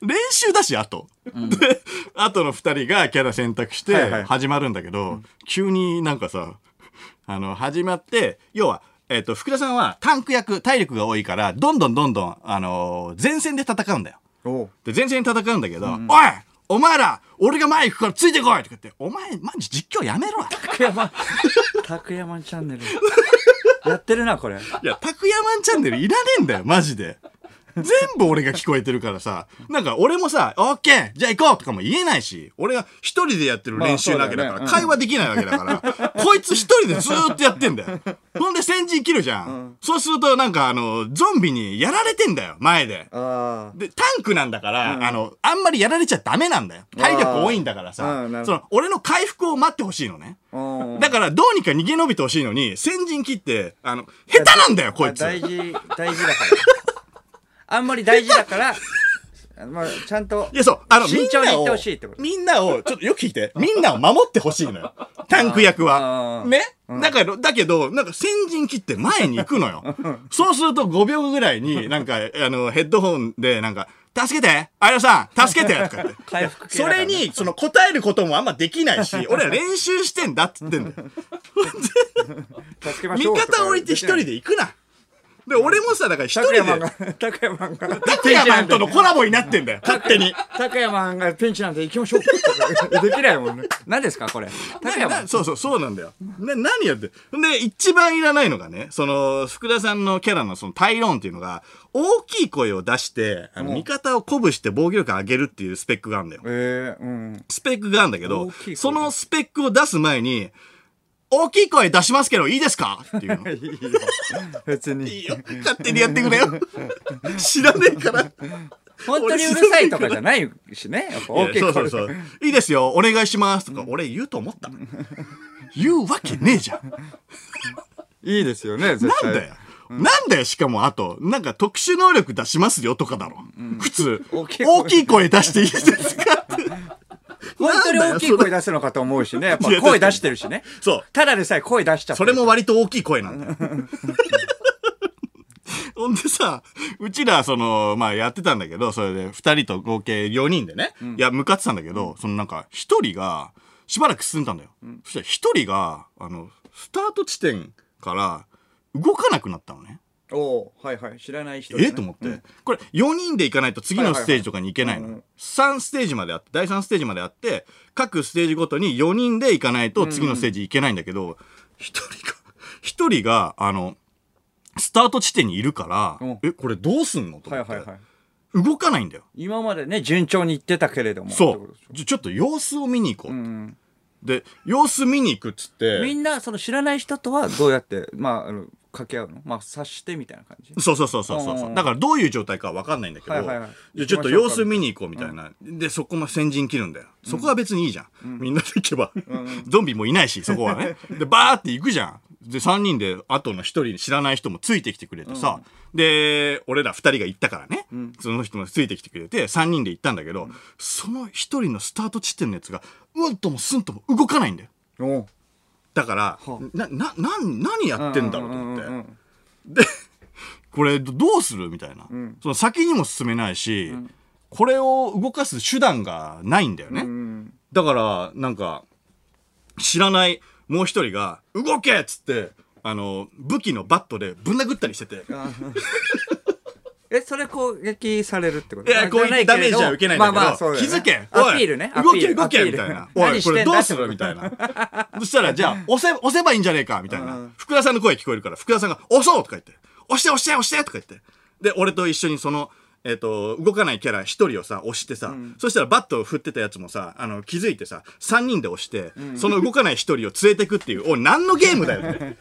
練習だし、あと。で、あとの二人がキャラ選択して
はいはい
始まるんだけど、急になんかさ、あの、始まって、要は、えっ、と、福田さんはタンク役、体力が多いから、どんどんどんどん、あのー前線で戦うんだよ。
おう
で、前線で戦うんだけど、おいお前ら俺が前行くからついてこいとか言って、お前、マジ実況やめろ
拓山拓山チャンネルやってるなこれ
いや、タクヤマンチャンネルいらねえんだよ、マジで。全部俺が聞こえてるからさ、なんか俺もさ、オッケーじゃあ行こうとかも言えないし、俺が一人でやってる練習なわけだから、
まあそうだよねう
会話
ん
できないわけだから、こいつ一人でずーっとやってんだよ。ほんで先陣切るじゃん。そうするとなんかあの、ゾンビにやられてんだよ、前で。
あ
で、タンクなんだから、あの、あんまりやられちゃダメなんだよ。体力多いんだから
あー
さ
うんな、る
そ
ほど
の、俺の回復を待ってほしいのね。
あ
だから、どうにか逃げ延びてほしいのに、先陣切って、あの、下手なんだよ、こいつ。
大事大事だからあんまり大事だからあまあちゃんと
いや、そう、あの、みん
慎重に
な
言って
を
ほしいってこ、と
みんなを、ちょっとよく聞いて、みんなを守ってほしいのよ。
(laughs)
タンク役は。
あー
ねだから、だけど、なんか先陣切って前に行くのよ。そうすると5秒ぐらいに、なんか、あの、ヘッドホンで、なんか、助けて相田さん助けてとか言って。
回復系
そ
だから
れに、その答えることもあんまできないし、俺は練習してんだっつってん
(laughs)
だよ。
助けま
味
しょうとか
方置いて一人で行くな。で、俺もさ、だから一人
拓
で、
山が拓山が
拓山とのコラボになってんだよ、勝手に。
高山がピンチなんで行きましょう。できないもんね。何ですかこれ。高
な
山
な。そうそう、そうなんだよ。な、何やって。で、一番いらないのがね、その、福田さんのキャラのその、タイローンっていうのが、大きい声を出して、あの、味方を鼓舞して防御力上げるっていうスペックがあるんだよ。
ええうん。
スペックがあるんだけど
大きい声、
そのスペックを出す前に、大きい声出しますけどいいですかっていうの。い
いいよ別に
いよ。勝手にやってくれよ。知らねえから。
本当にうるさいとかじゃないしねやっぱ大きい
いや
声
そうそうそう。いいですよ。お願いします。とか、俺言うと思った。言うわけねえじゃん。
いいですよね絶
な
対
んだよ。なんだよ、しかも、あと、なんか特殊能力出しますよとかだろ。普通。
大
大
きい声
きい声出していいですかって。
本当に大きい声出すのかと思うしねやっぱ
いや
声出してるしね
そう。
ただでさえ声出しちゃって
そ
る
れも割と大きい声なんだよ。ほんでさ、うちら、その、まあやってたんだけど、それで2人と合計4人でね、いや、向かってたんだけど、そのなんか1人が、しばらく進んだんだよ。そしたら1人が、あの、スタート地点から動かなくなったのね。
おうはいはい知らない人、
えと思って、これ4人で行かないと次のステージとかに行けないの、
はいはいは
3ステージまであって第3ステージまであって各ステージごとに4人で行かないと次のステージ行けないんだけど、一人が一人があのスタート地点にいるから、
うん
えこれどうすんのと
は
思
い
って、
はいはい
動かないんだよ
今までね順調に言ってたけれどもって
そ
こ
う
とでしょ
じゃちょっと様子を見に行こう、
うん
で様子見に行くっつって
みんなその知らない人とはどうやってまああの掛け合うのまあ察してみたいな感じ
そうそうそうそうそう
うんう
そ
んう
うんだからどういう状態かは分かんないんだけど、
はいはいはい
じゃあちょっと様子見に行こうみたいな、でそこも先陣切るんだよそこは別にいいじゃん、みんなで行けば、ゾンビもいないしそこは (laughs) ねでバーって行くじゃんで3人で後の1人知らない人もついてきてくれてさ、で俺ら2人が行ったからね、その人もついてきてくれて3人で行ったんだけど、その1人のスタート地点のやつがうんともすんとも動かないんだよ
おう
だから、ななな何やってんだろうと思って。これどどうするみたいな、その先にも進めないし、これを動かす手段がないんだよね、
うん
だからなんか知らないもう一人が「動け!」っつってあの武器のバットでぶん殴ったりしてて
えそれ攻撃されるってこと
いやこういうダメージは受けないんだけど、
まあまあそうだよね
気づけ
アピールね
おい動
アピー
け
ル
動け
アピール
みたいな
何
おい
し
こ
てん
れ
だ
どうす
ってこ
る
と
みたいな
(laughs)
そしたらじゃあ押せ押せばいいんじゃねえかみたいな、
うん
福田さんの声聞こえるから福田さんが「押そう!」とか言って「押して押して押して!」とか言ってで俺と一緒にそのえっと動かないキャラ一人をさ押してさ、そしたらバットを振ってたやつもさあの気づいてさ3人で押して、その動かない一人を連れてくっていうおい何のゲームだよ
(laughs)
ね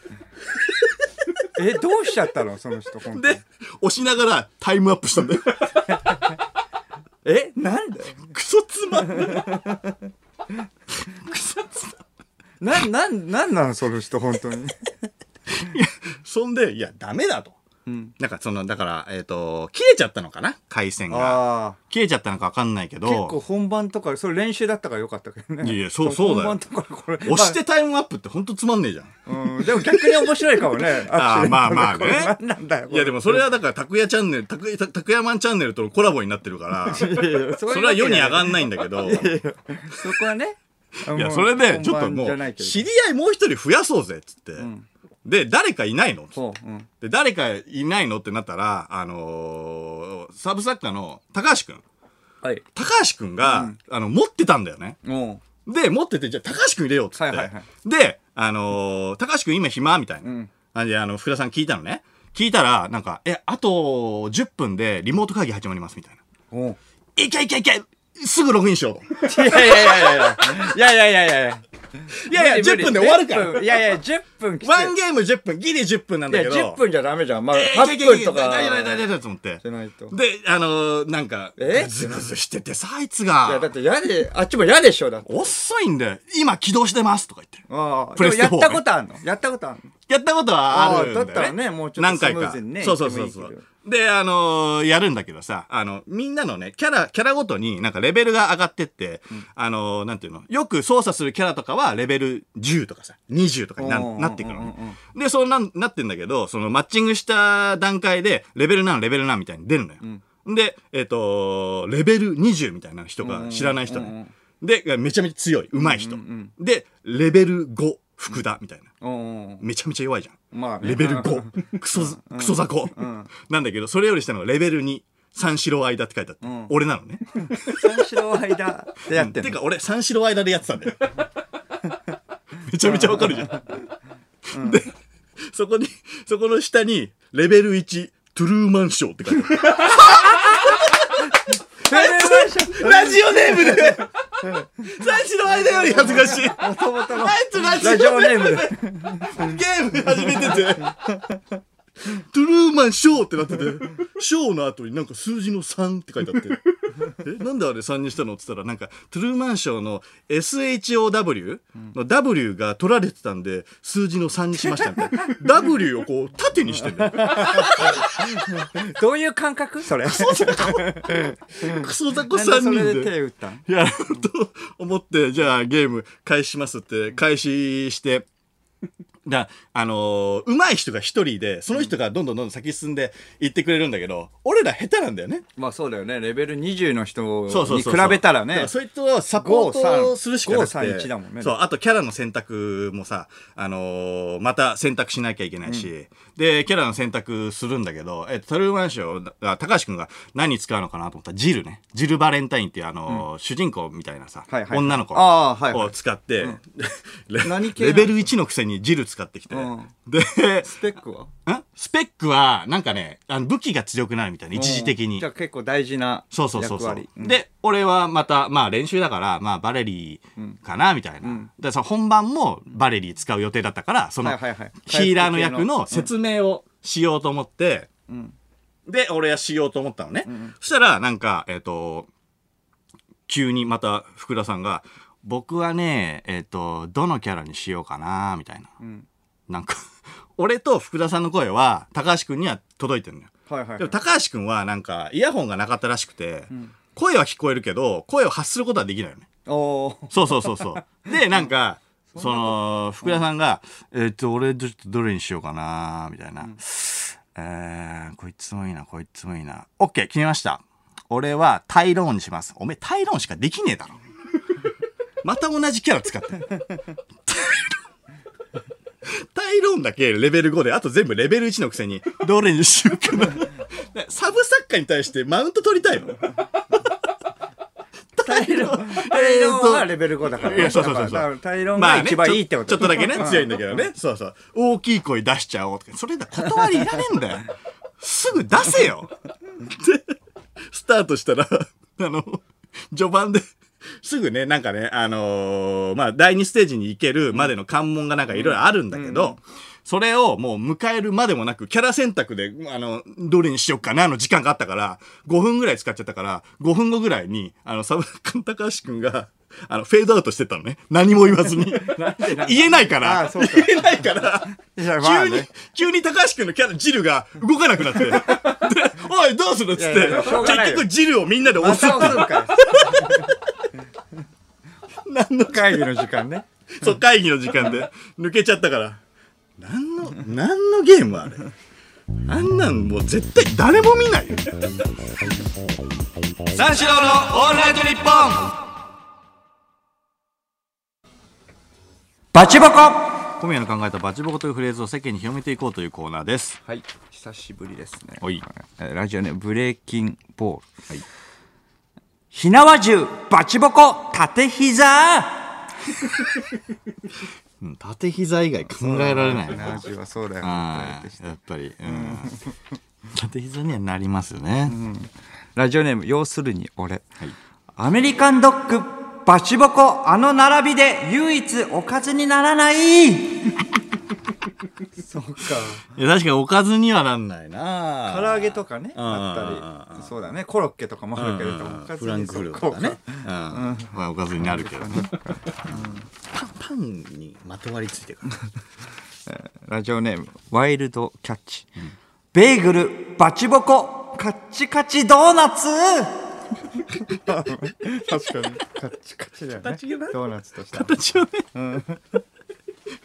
えどうしちゃったのその人本当に
で押しながらタイムアップしたんだよ (laughs)
えなんで
クソつまんないクソつまんない
ななんなんなのその人本当に
そんで、いや、ダメだと。なんかその、だから、えっ、と、切れちゃったのかな回線が。
ああ
切れちゃったのかわかんないけど。
結構本番とかそれ練習だったからよかったけどね
いやいやそうそうだよ
本番とかこれ
押してタイムアップってほんとつまんねえじゃん。
まあうんでも逆に面白いかもね
(laughs) あーまあまあね
これ何なんだよ
いやでもそれはだから、拓也チャンネル、拓也拓也マンチャンネルとのコラボになってる
(laughs)
から、そ
いやいやそ
れは世に上が
ん
んないんだけど。
そこはね
い
も
や、
う
それで、ちょっと
本番
も、
じゃないうけど
知り合いもう一人増やそうぜ、っつって。で、誰かいないの
そううん
で、誰かいないのってなったら、あのーサブ作家の高橋くん。
はい
高橋くんが、あの、持ってたんだよね。
も
で、持ってて、じゃあ、高橋くん入れようっつって。
はいはいはい
で、あのー高橋くん今暇みたいな。
ん
あで、あの、福田さん聞いたのね。聞いたら、なんか、え、あと10分でリモート会議始まりますみたいな。
うおう
いけいけいけすぐログインしよう。
いやいやいやいやいやいやいやいや
いやいや、
無理
10
無
分
理
で終わるか
10分
ら。
いやいや10分 (laughs) きつい
ワンゲーム10分、ギリ10分なん
い
だ
や
けど。
10分じゃダメじゃんまあ
いやいけ
8
いけい
分
け
とか
大丈夫大丈夫大丈夫と思って
じ。ゃないと
で、あのーなんか、
え
グズグズしててさ、あいつ
いやだっ
が。
て嫌であっちも嫌でしょだって
遅いんだよ。今起動してますとか言って。
ああ
プレ
でも
ス
や
テ
っ
フォー
たことあんのやったことあんの
やったことはあるんだよ、
あ
ね。
ーだったらねもうちょっと
何回
スムー
か
ズにね
そうそうそうそ
いってもいいけ
う
ど。
で、あのーやるんだけどさ、あの、みんなのね、キャラ、キャラごとになんかレベルが上がってって、あのーなんていうの、よく操作するキャラとかはレベル10とかさ、20とかにな
うんうんうんうん
なってくるのね。で、そうなんなってんだけど、そのマッチングした段階で、レベル何、レベル何みたいに出るのよ。で、えっ、とレベル20みたいな人が知らない人ね。で、めちゃめちゃ強い、上手い人。で、レベル5、福田みたいな。
うんうん
めちゃめちゃ弱いじゃん。
まあね
レベル5。クソ、クソ雑魚。なんだけど、それより下のがレベル2。三四郎間って書いてあって、俺なのね。
三四郎間でやってん
て
の
か俺三四郎間でやってたんだよ。めちゃめちゃわかるじゃん。で、そこに、そこの下に、レベル1、トゥルーマンショーって書いてある。
それは
ラジオネームで (laughs) 三四の間より恥ずかしい。
もともとの
あいつラジ
ラジオ
オ
ネ
ネー
ー
ム
ムで
でゲーム始めてて。トゥルーマンショーってなってて、ショーの後になんか数字の3って書いてあって。え、なんであれ3にしたのって言ったら、なんか、トゥルーマンショーの SHOW の W が取られてたんで、数字の3にしましたみたいな。W をこう、縦にしてる。
どういう感覚それ
クソザコ
なんで
3
それ
人
で
で。
手打ったん
いや、と思って、じゃあゲーム開始しますって、開始して、だあのー上手い人が一人で、その人がどんどんどんどん先進んで行ってくれるんだけど、俺ら下手なんだよね。
まあそうだよねレベル20の人
そうそう
に比
そう。
べたら
だか
ね
そいつをサポートをするしかなくて。
531だもんね
そう、あとキャラの選択もさ、あのーまた選択しなきゃいけないし、で、キャラの選択するんだけど、えっと、トルーマンショーが、高橋くんが何使うのかなと思ったら、ジルね。ジルバレンタインっていう、あのー主人公みたいなさ、
はいはいはい
女の子
あーはいはい
を使って、レ
何系な
レベ
の
ル1のくせにジル使ってきて、
うん
で、 (laughs)
スペックは
んスペックは、なんかね、あの武器が強くなるみたいな、一時的に
じゃ。あ結構大事な役
そう
割
そうそうそう、
ん
で俺はまたまあ練習だからまあバレリーかなみたいな、でさ本番もバレリー使う予定だったからその
はいはいはい
ヒーラーの役の説明をしようと思って、で俺はしようと思ったのね、そしたらなんかえっ、と急にまた福田さんが「僕はねえっ、とどのキャラにしようかな」みたいな、なんか俺と福田さんの声は高橋君には届いてるのよ
はいはい
でも高橋君はなんかイヤホンがなかったらしくて、声は聞こえるけど声を発することはできないよね
おー
そうそうそうそうでなんか (laughs) その福田さんが「えーっと俺ちょっとどれにしようかな」みたいな「えーこいつもいいなこいつもいいな OK 決めました俺はタイローンにしますおめえタイローンしかできねえだ (laughs) ろまた同じキャラ使ってるタイロン (laughs) タイローンだけレベル5であと全部レベル1のくせにどれにしようかな (laughs) ねサブ作家に対してマウント取りたい (laughs) のタイロン
タイロ
えーっ
ン
と
はレベル5だから
いや、そうそうそう
だか
そ
ら
う。
タイロンが一番いいってこと
まあねちょちょっとだけね、強いんだけどね。そうそう。大きい声出しちゃおうとか。それだ、断りいらねえんだよ。すぐ出せよで、スタートしたら、 (laughs) あの、序盤で、すぐね、なんかね、あのーまあ、第2ステージに行けるまでの関門がなんかいろいろあるんだけど、それをもう迎えるまでもなく、キャラ選択で、あの、どれにしよっかなの時間があったから、5分ぐらい使っちゃったから、5分後ぐらいに、あの、サブ (laughs) カン高橋くんが、あの、フェードアウトしてったのね。何も言わず
(laughs)
に。言えないか
ああ
ら、
そう
言 (laughs)
か
えないから。
いやまあ
急に
ね、
急に高橋君のキャラ、ジルが動かな (laughs) くなって、でおい、どうするっつっ
いやい
て
やしょうがないよ
結局ジルをみんなで押
ま
す。
た押すんかい
何の、
会議の時間ね
そう、会議の時間で抜けちゃったから。何の、何のゲームあれ。あんなんもう絶対誰も見ないよ。三四郎のオールナイトニッポ
バチボコ
ン小宮の考えたバチボコというフレーズを世間に広めていこうというコーナーです。
はい、久しぶりですね。
おい
えーラジオネームブレイキンボール。
はい
火縄銃バチボコ縦膝。
うん、縦膝以外考えられない
火縄銃はそうだよ。
ああやっぱり、 (laughs) うん、縦膝にはなりますよね、
ラジオネーム要するに俺、
い
アメリカンドッグバチボコあの並びで唯一おかずにならない。そうか。
いや確かにおかずにはなんないな
唐揚げとかね
うん
あったり、そうだねコロッケとかもあるけれども、おかず
フラン
に
クフルト
そ
と
う
かね、うんまあ、おかずになるけどね、パンパンにまとわりついてるから
ラジオネームワイルドキャッチ、ベーグルバチボコカッチカチドーナ (laughs) ツ確かにカッチカチだよね
形がな
ドーナツとしては
形はね、 (laughs)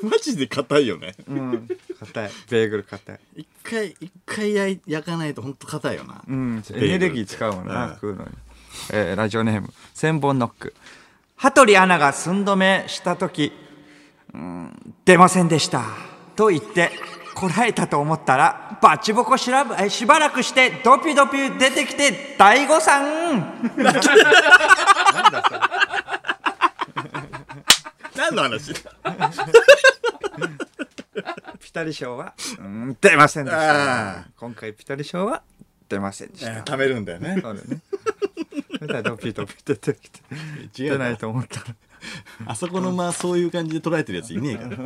マジで硬いよね
うん硬いベーグル硬い
一回一回焼い焼かないと本当硬いよな、
う
ベ
ん
ーグル
エネルギー使うもんな、
うん
食うのに、えーラジオネーム千本ノック羽鳥アナが寸止めした時うん出ませんでしたと言ってこらえたと思ったらバチボコしらぶえしばらくしてドピドピ出てきて大誤算
何の (laughs) 話
ピタリ賞は、うん、出ませんでし
あ
た今回ピタリ賞は出ませんでした
食べるんだよね
そうだねそしたらドピドピ出てきて
違
出
う
な
ない
と思ったら
あそこのまあそういう感じで捉えてるやついねえから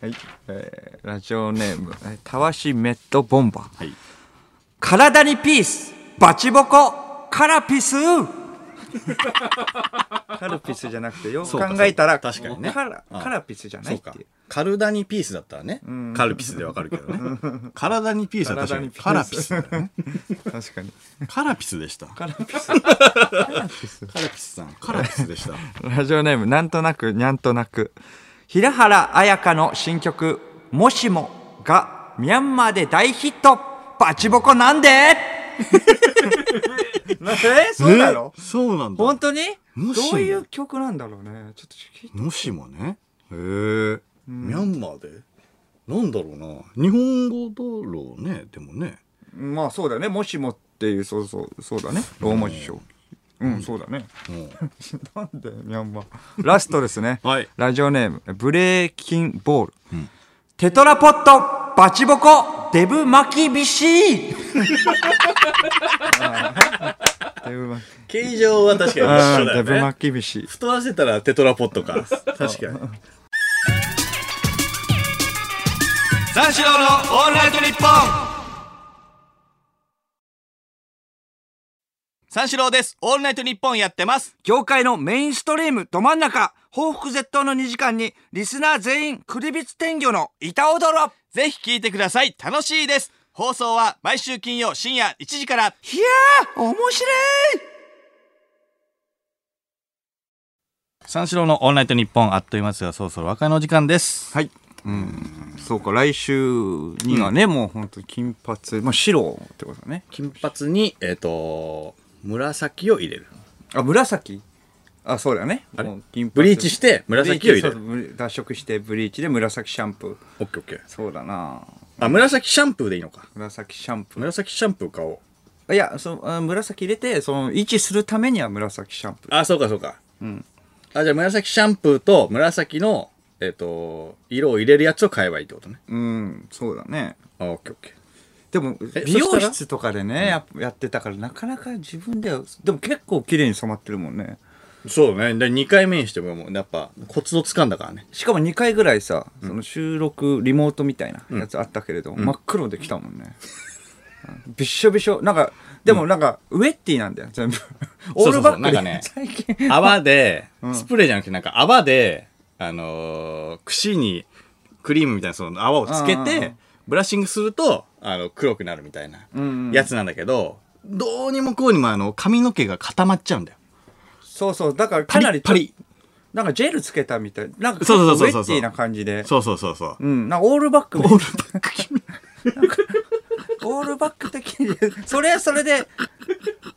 はい、えーラジオネームえーたわしメットボンバ
は
ー
い
体にピースバチボコカラ
(laughs)
ピスカルピスじゃなくてよく
そう
考
か
えたら
確かにね
カラ
あ
カラピスじゃな
そ
いうって
か
いう
カルダニピースだったらねカルピスでわかるけどね体にピースは確かにカラピスだね
確かに
カラピスでした
カ
カ
ラピス
ラピスさんカラピスでした
ラジオネームなんとなくにゃんとなく平原綾香の新曲「もしも」がミャンマーで大ヒットバチボコなん
(laughs)
でえそうなの
ねそうなんだ
本当に
もしも
どういう曲なんだろうねちょっと聞い
もしもねへえミャンマーでなんだろうな日本語だろうねでもね
まあそうだね。もしもっていう、そうそう、そうだね。ローマ字表記。うん、そうだね。
うん
(laughs) なんで、ミャンマー。ラストですね。
はい
ラジオネーム、ブレーキンボール。テトラポット、バチボコ、デブ巻きびし。
(laughs)
デブ巻き。
形状は確かに一緒だ
デ
よ
ブ
ね
巻きびし。
太らせたらテトラポットか (laughs) 確かに
三四郎のオールナイトニッポン
三四郎です。オールナイトニッポンやってます。
業界のメインストリームど真ん中報復絶倒の2時間にリスナー全員クリビツ天魚の板踊ろ
ぜひ聞いてください。楽しいです。放送は毎週金曜深夜1時から。
いやー面白い
三四郎のオールナイトニッポンあっという間ですが、そろそろ和解のお時間です。
はい。うん。そうか、来週にはね、もう本当に金髪、まあ白ってことだね。
金髪にえっ、と紫を入れる
あ、紫あ、そうだね。
れ
もう金
ブリーチして紫を入れる
る。脱色してブリーチで紫シャンプー。
オッケーオッケー
そうだな
あ紫シャンプーでいいのか
紫シャンプ
紫シャンプー買おう
ー。いや、そのあ紫入れて、その、維持するためには紫シャンプー。
あそうかそうかあじゃあ紫シャンプーと紫のえっ、と色を入れるやつを買えばいいってことね
うん、そうだね。
あオッケーオッケー
でも
え
美
そ
容
したら
室とかでねややってたからなかなか自分ではでも結構綺麗に染まってるもんね
そうね。で、2回目にしても、もうやっぱ、コツをつかんだからね。
しかも2回ぐらいさ、その収録リモートみたいなやつあったけれど、真っ黒できたもんね、うんびっしょびしょなんかでもなんかウェッティなんだよ全部オ
(laughs) そ
ー
うそう
ル
そう
バック
な
で
んかね
最
(laughs)
近
泡で、スプレーじゃなくて、なんか泡で、あのー、櫛にクリームみたいな、その泡をつけ
うんうんうん
て、ブラッシングすると、あの、黒くなるみたいな
うんうん
やつなんだけど、どうにもこうにも、あの、髪の毛が固まっちゃうんだよ。
そうそうだからかなり
パリッ
なんかジェルつけたみたいなんか結
そう
構
そ
ウ
うそう
ェ
そう
ッティな感じで
そうそうそう (laughs) そう。
うん、なんかオールバックオールバックオールバック的にそれはそれで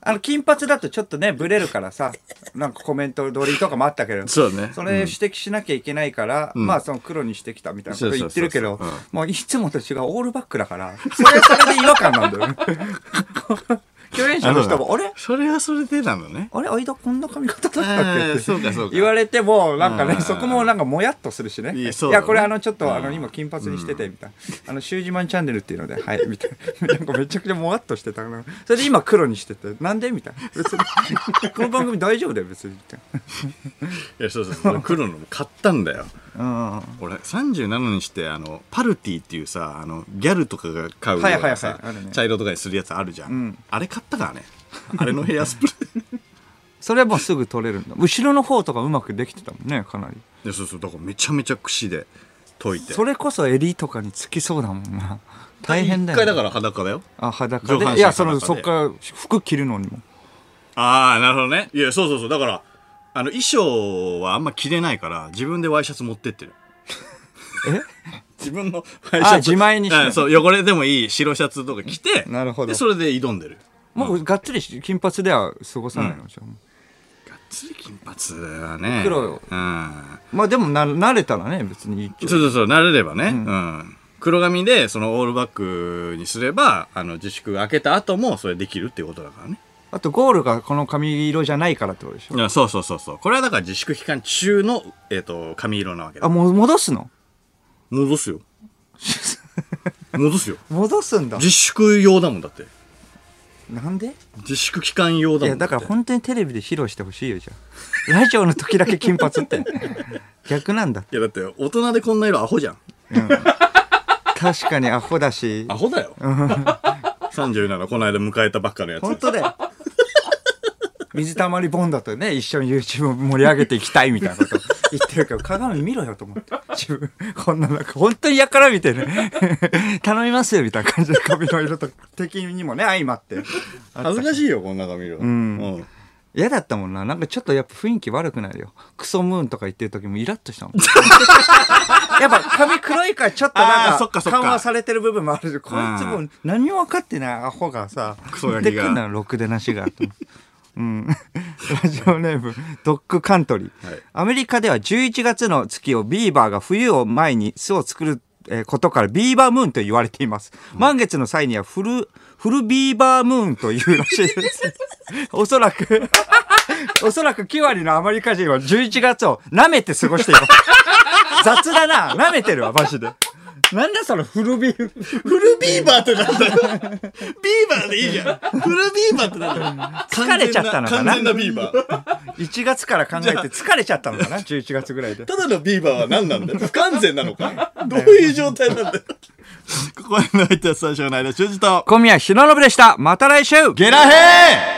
あの金髪だとちょっとねブレるからさなんかコメント撮りとかもあったけど
そうね
それ指摘しなきゃいけないから、まあその黒にしてきたみたいなこと言ってるけど
そうそうそう
もういつもと違うオールバックだからそれはそれで違和感なん
(laughs)
だよね共演者の人も「あれ
それはそれでなのね。
あれ間こんな髪型だったっけ?」っ
ああ、
(laughs) て
そうかそうか。
言われてもなんか
う
ね
ん
そこもなんかもやっとするしね
い
い
やそうだね
やこれあのちょっとあの今金髪にしててみたいなあの「シュージマンチャンネル」っていうのではいみたいななんかめちゃくちゃもやっとしてたなそれで今黒にしててなんでみたいな別
(laughs)
にこの番組大丈夫だよ別にみたい
いや、そうそうそう。黒の買ったんだよ。
な
俺37にしてあのパルティっていうさあのギャルとかが買うよう
はい
な
はいはい
さ、
あるね
茶色とかにするやつあるじゃん、
ん
あれ買ったからねあれのヘアスプ (laughs) レーい
それはもうすぐ取れるんだ後ろの方とかうまくできてたもんねかなり
やそうそうだからめちゃめちゃ櫛で解いて
それこそ襟とかにつきそうだもんな大変だ
一回だ
よ、ね、
から裸だよ
あ裸
上半
で
身
いやその
裸
そっ
で
から服着るのにも
ああなるほどねいやそうそうそうだからあの衣装はあんま着れないから自分でワイシャツ持ってってる
え
自分のワイシャツ
あ自前にして
うんそう汚れでもいい白シャツとか着て
なるほど
でそれで挑んでる
もうがっつりし金髪では過ごさないの、じゃあもう
釣り金髪はね
黒よ
うん
まあでもな慣れたらね別にいいけど
そうそうそう、慣れればね。うん。黒髪で、そのオールバックにすれば、あの、自粛が明けた後も、それできるっていうことだからね。
あとゴールがこの髪色じゃないからってことでしょ
いやそうそうそうそう。これはだから自粛期間中の、えっ、と、髪色なわけ
あ
だ。
もう戻すの
戻すよ。 (laughs) 戻すよ。
戻すんだ
自粛用だもんだって。
なんで
自粛期間用
い
だも
や
ん
だから本当にテレビで披露してほしいよじゃあラ (laughs) ジオの時だけ金髪って (laughs) 逆なんだ
いやだって大人でこんな色アホじゃん
確かにアホだし
アホ (laughs) だよ37この間迎えたばっかのやつ
本当だよ水たまりボンドとね一緒に YouTube を盛り上げていきたいみたいなこと言ってるけど鏡見ろよと思って自分こんな中本当にやからみたいな頼みますよみたいな感じで髪の色と敵にもね相まって
恥ずかしいよこんな髪色
ん
うん
嫌だったもんななんかちょっとやっぱ雰囲気悪くなるよクソムーンとか言ってる時もイラッと
(laughs)
したもんやっぱ髪黒いからちょっと
あ
なん
ーそっか
か
そっか
緩和されてる部分もあるしこいつもう何も分かってないアホがさ
クソガキが
出てくんなろくでなしがと思ってうんラジオネームドッグカントリー、
はい
アメリカでは11月の月をビーバーが冬を前に巣を作るえーことからビーバームーンと言われています、満月の際にはフルフルビーバームーンというらしい
(laughs)
ですおそらく (laughs) おそらく9割のアメリカ人は11月を舐めて過ごして
(laughs)
います雑だな舐めてるわマジでなんだそのフルビー
(laughs) フルビーバーってなんだよビーバーでいいじゃんフルビーバーってなんだよ
疲れちゃったのかな
完全なビーバー
1月から考えて疲れちゃったのかな11月ぐらいで
ただのビーバーは何なんだよ不完全なのかどういう状態な
(laughs)
んだよここへのいた最初の間、修二と
小宮浩信でしたまた来週
ゲラヘー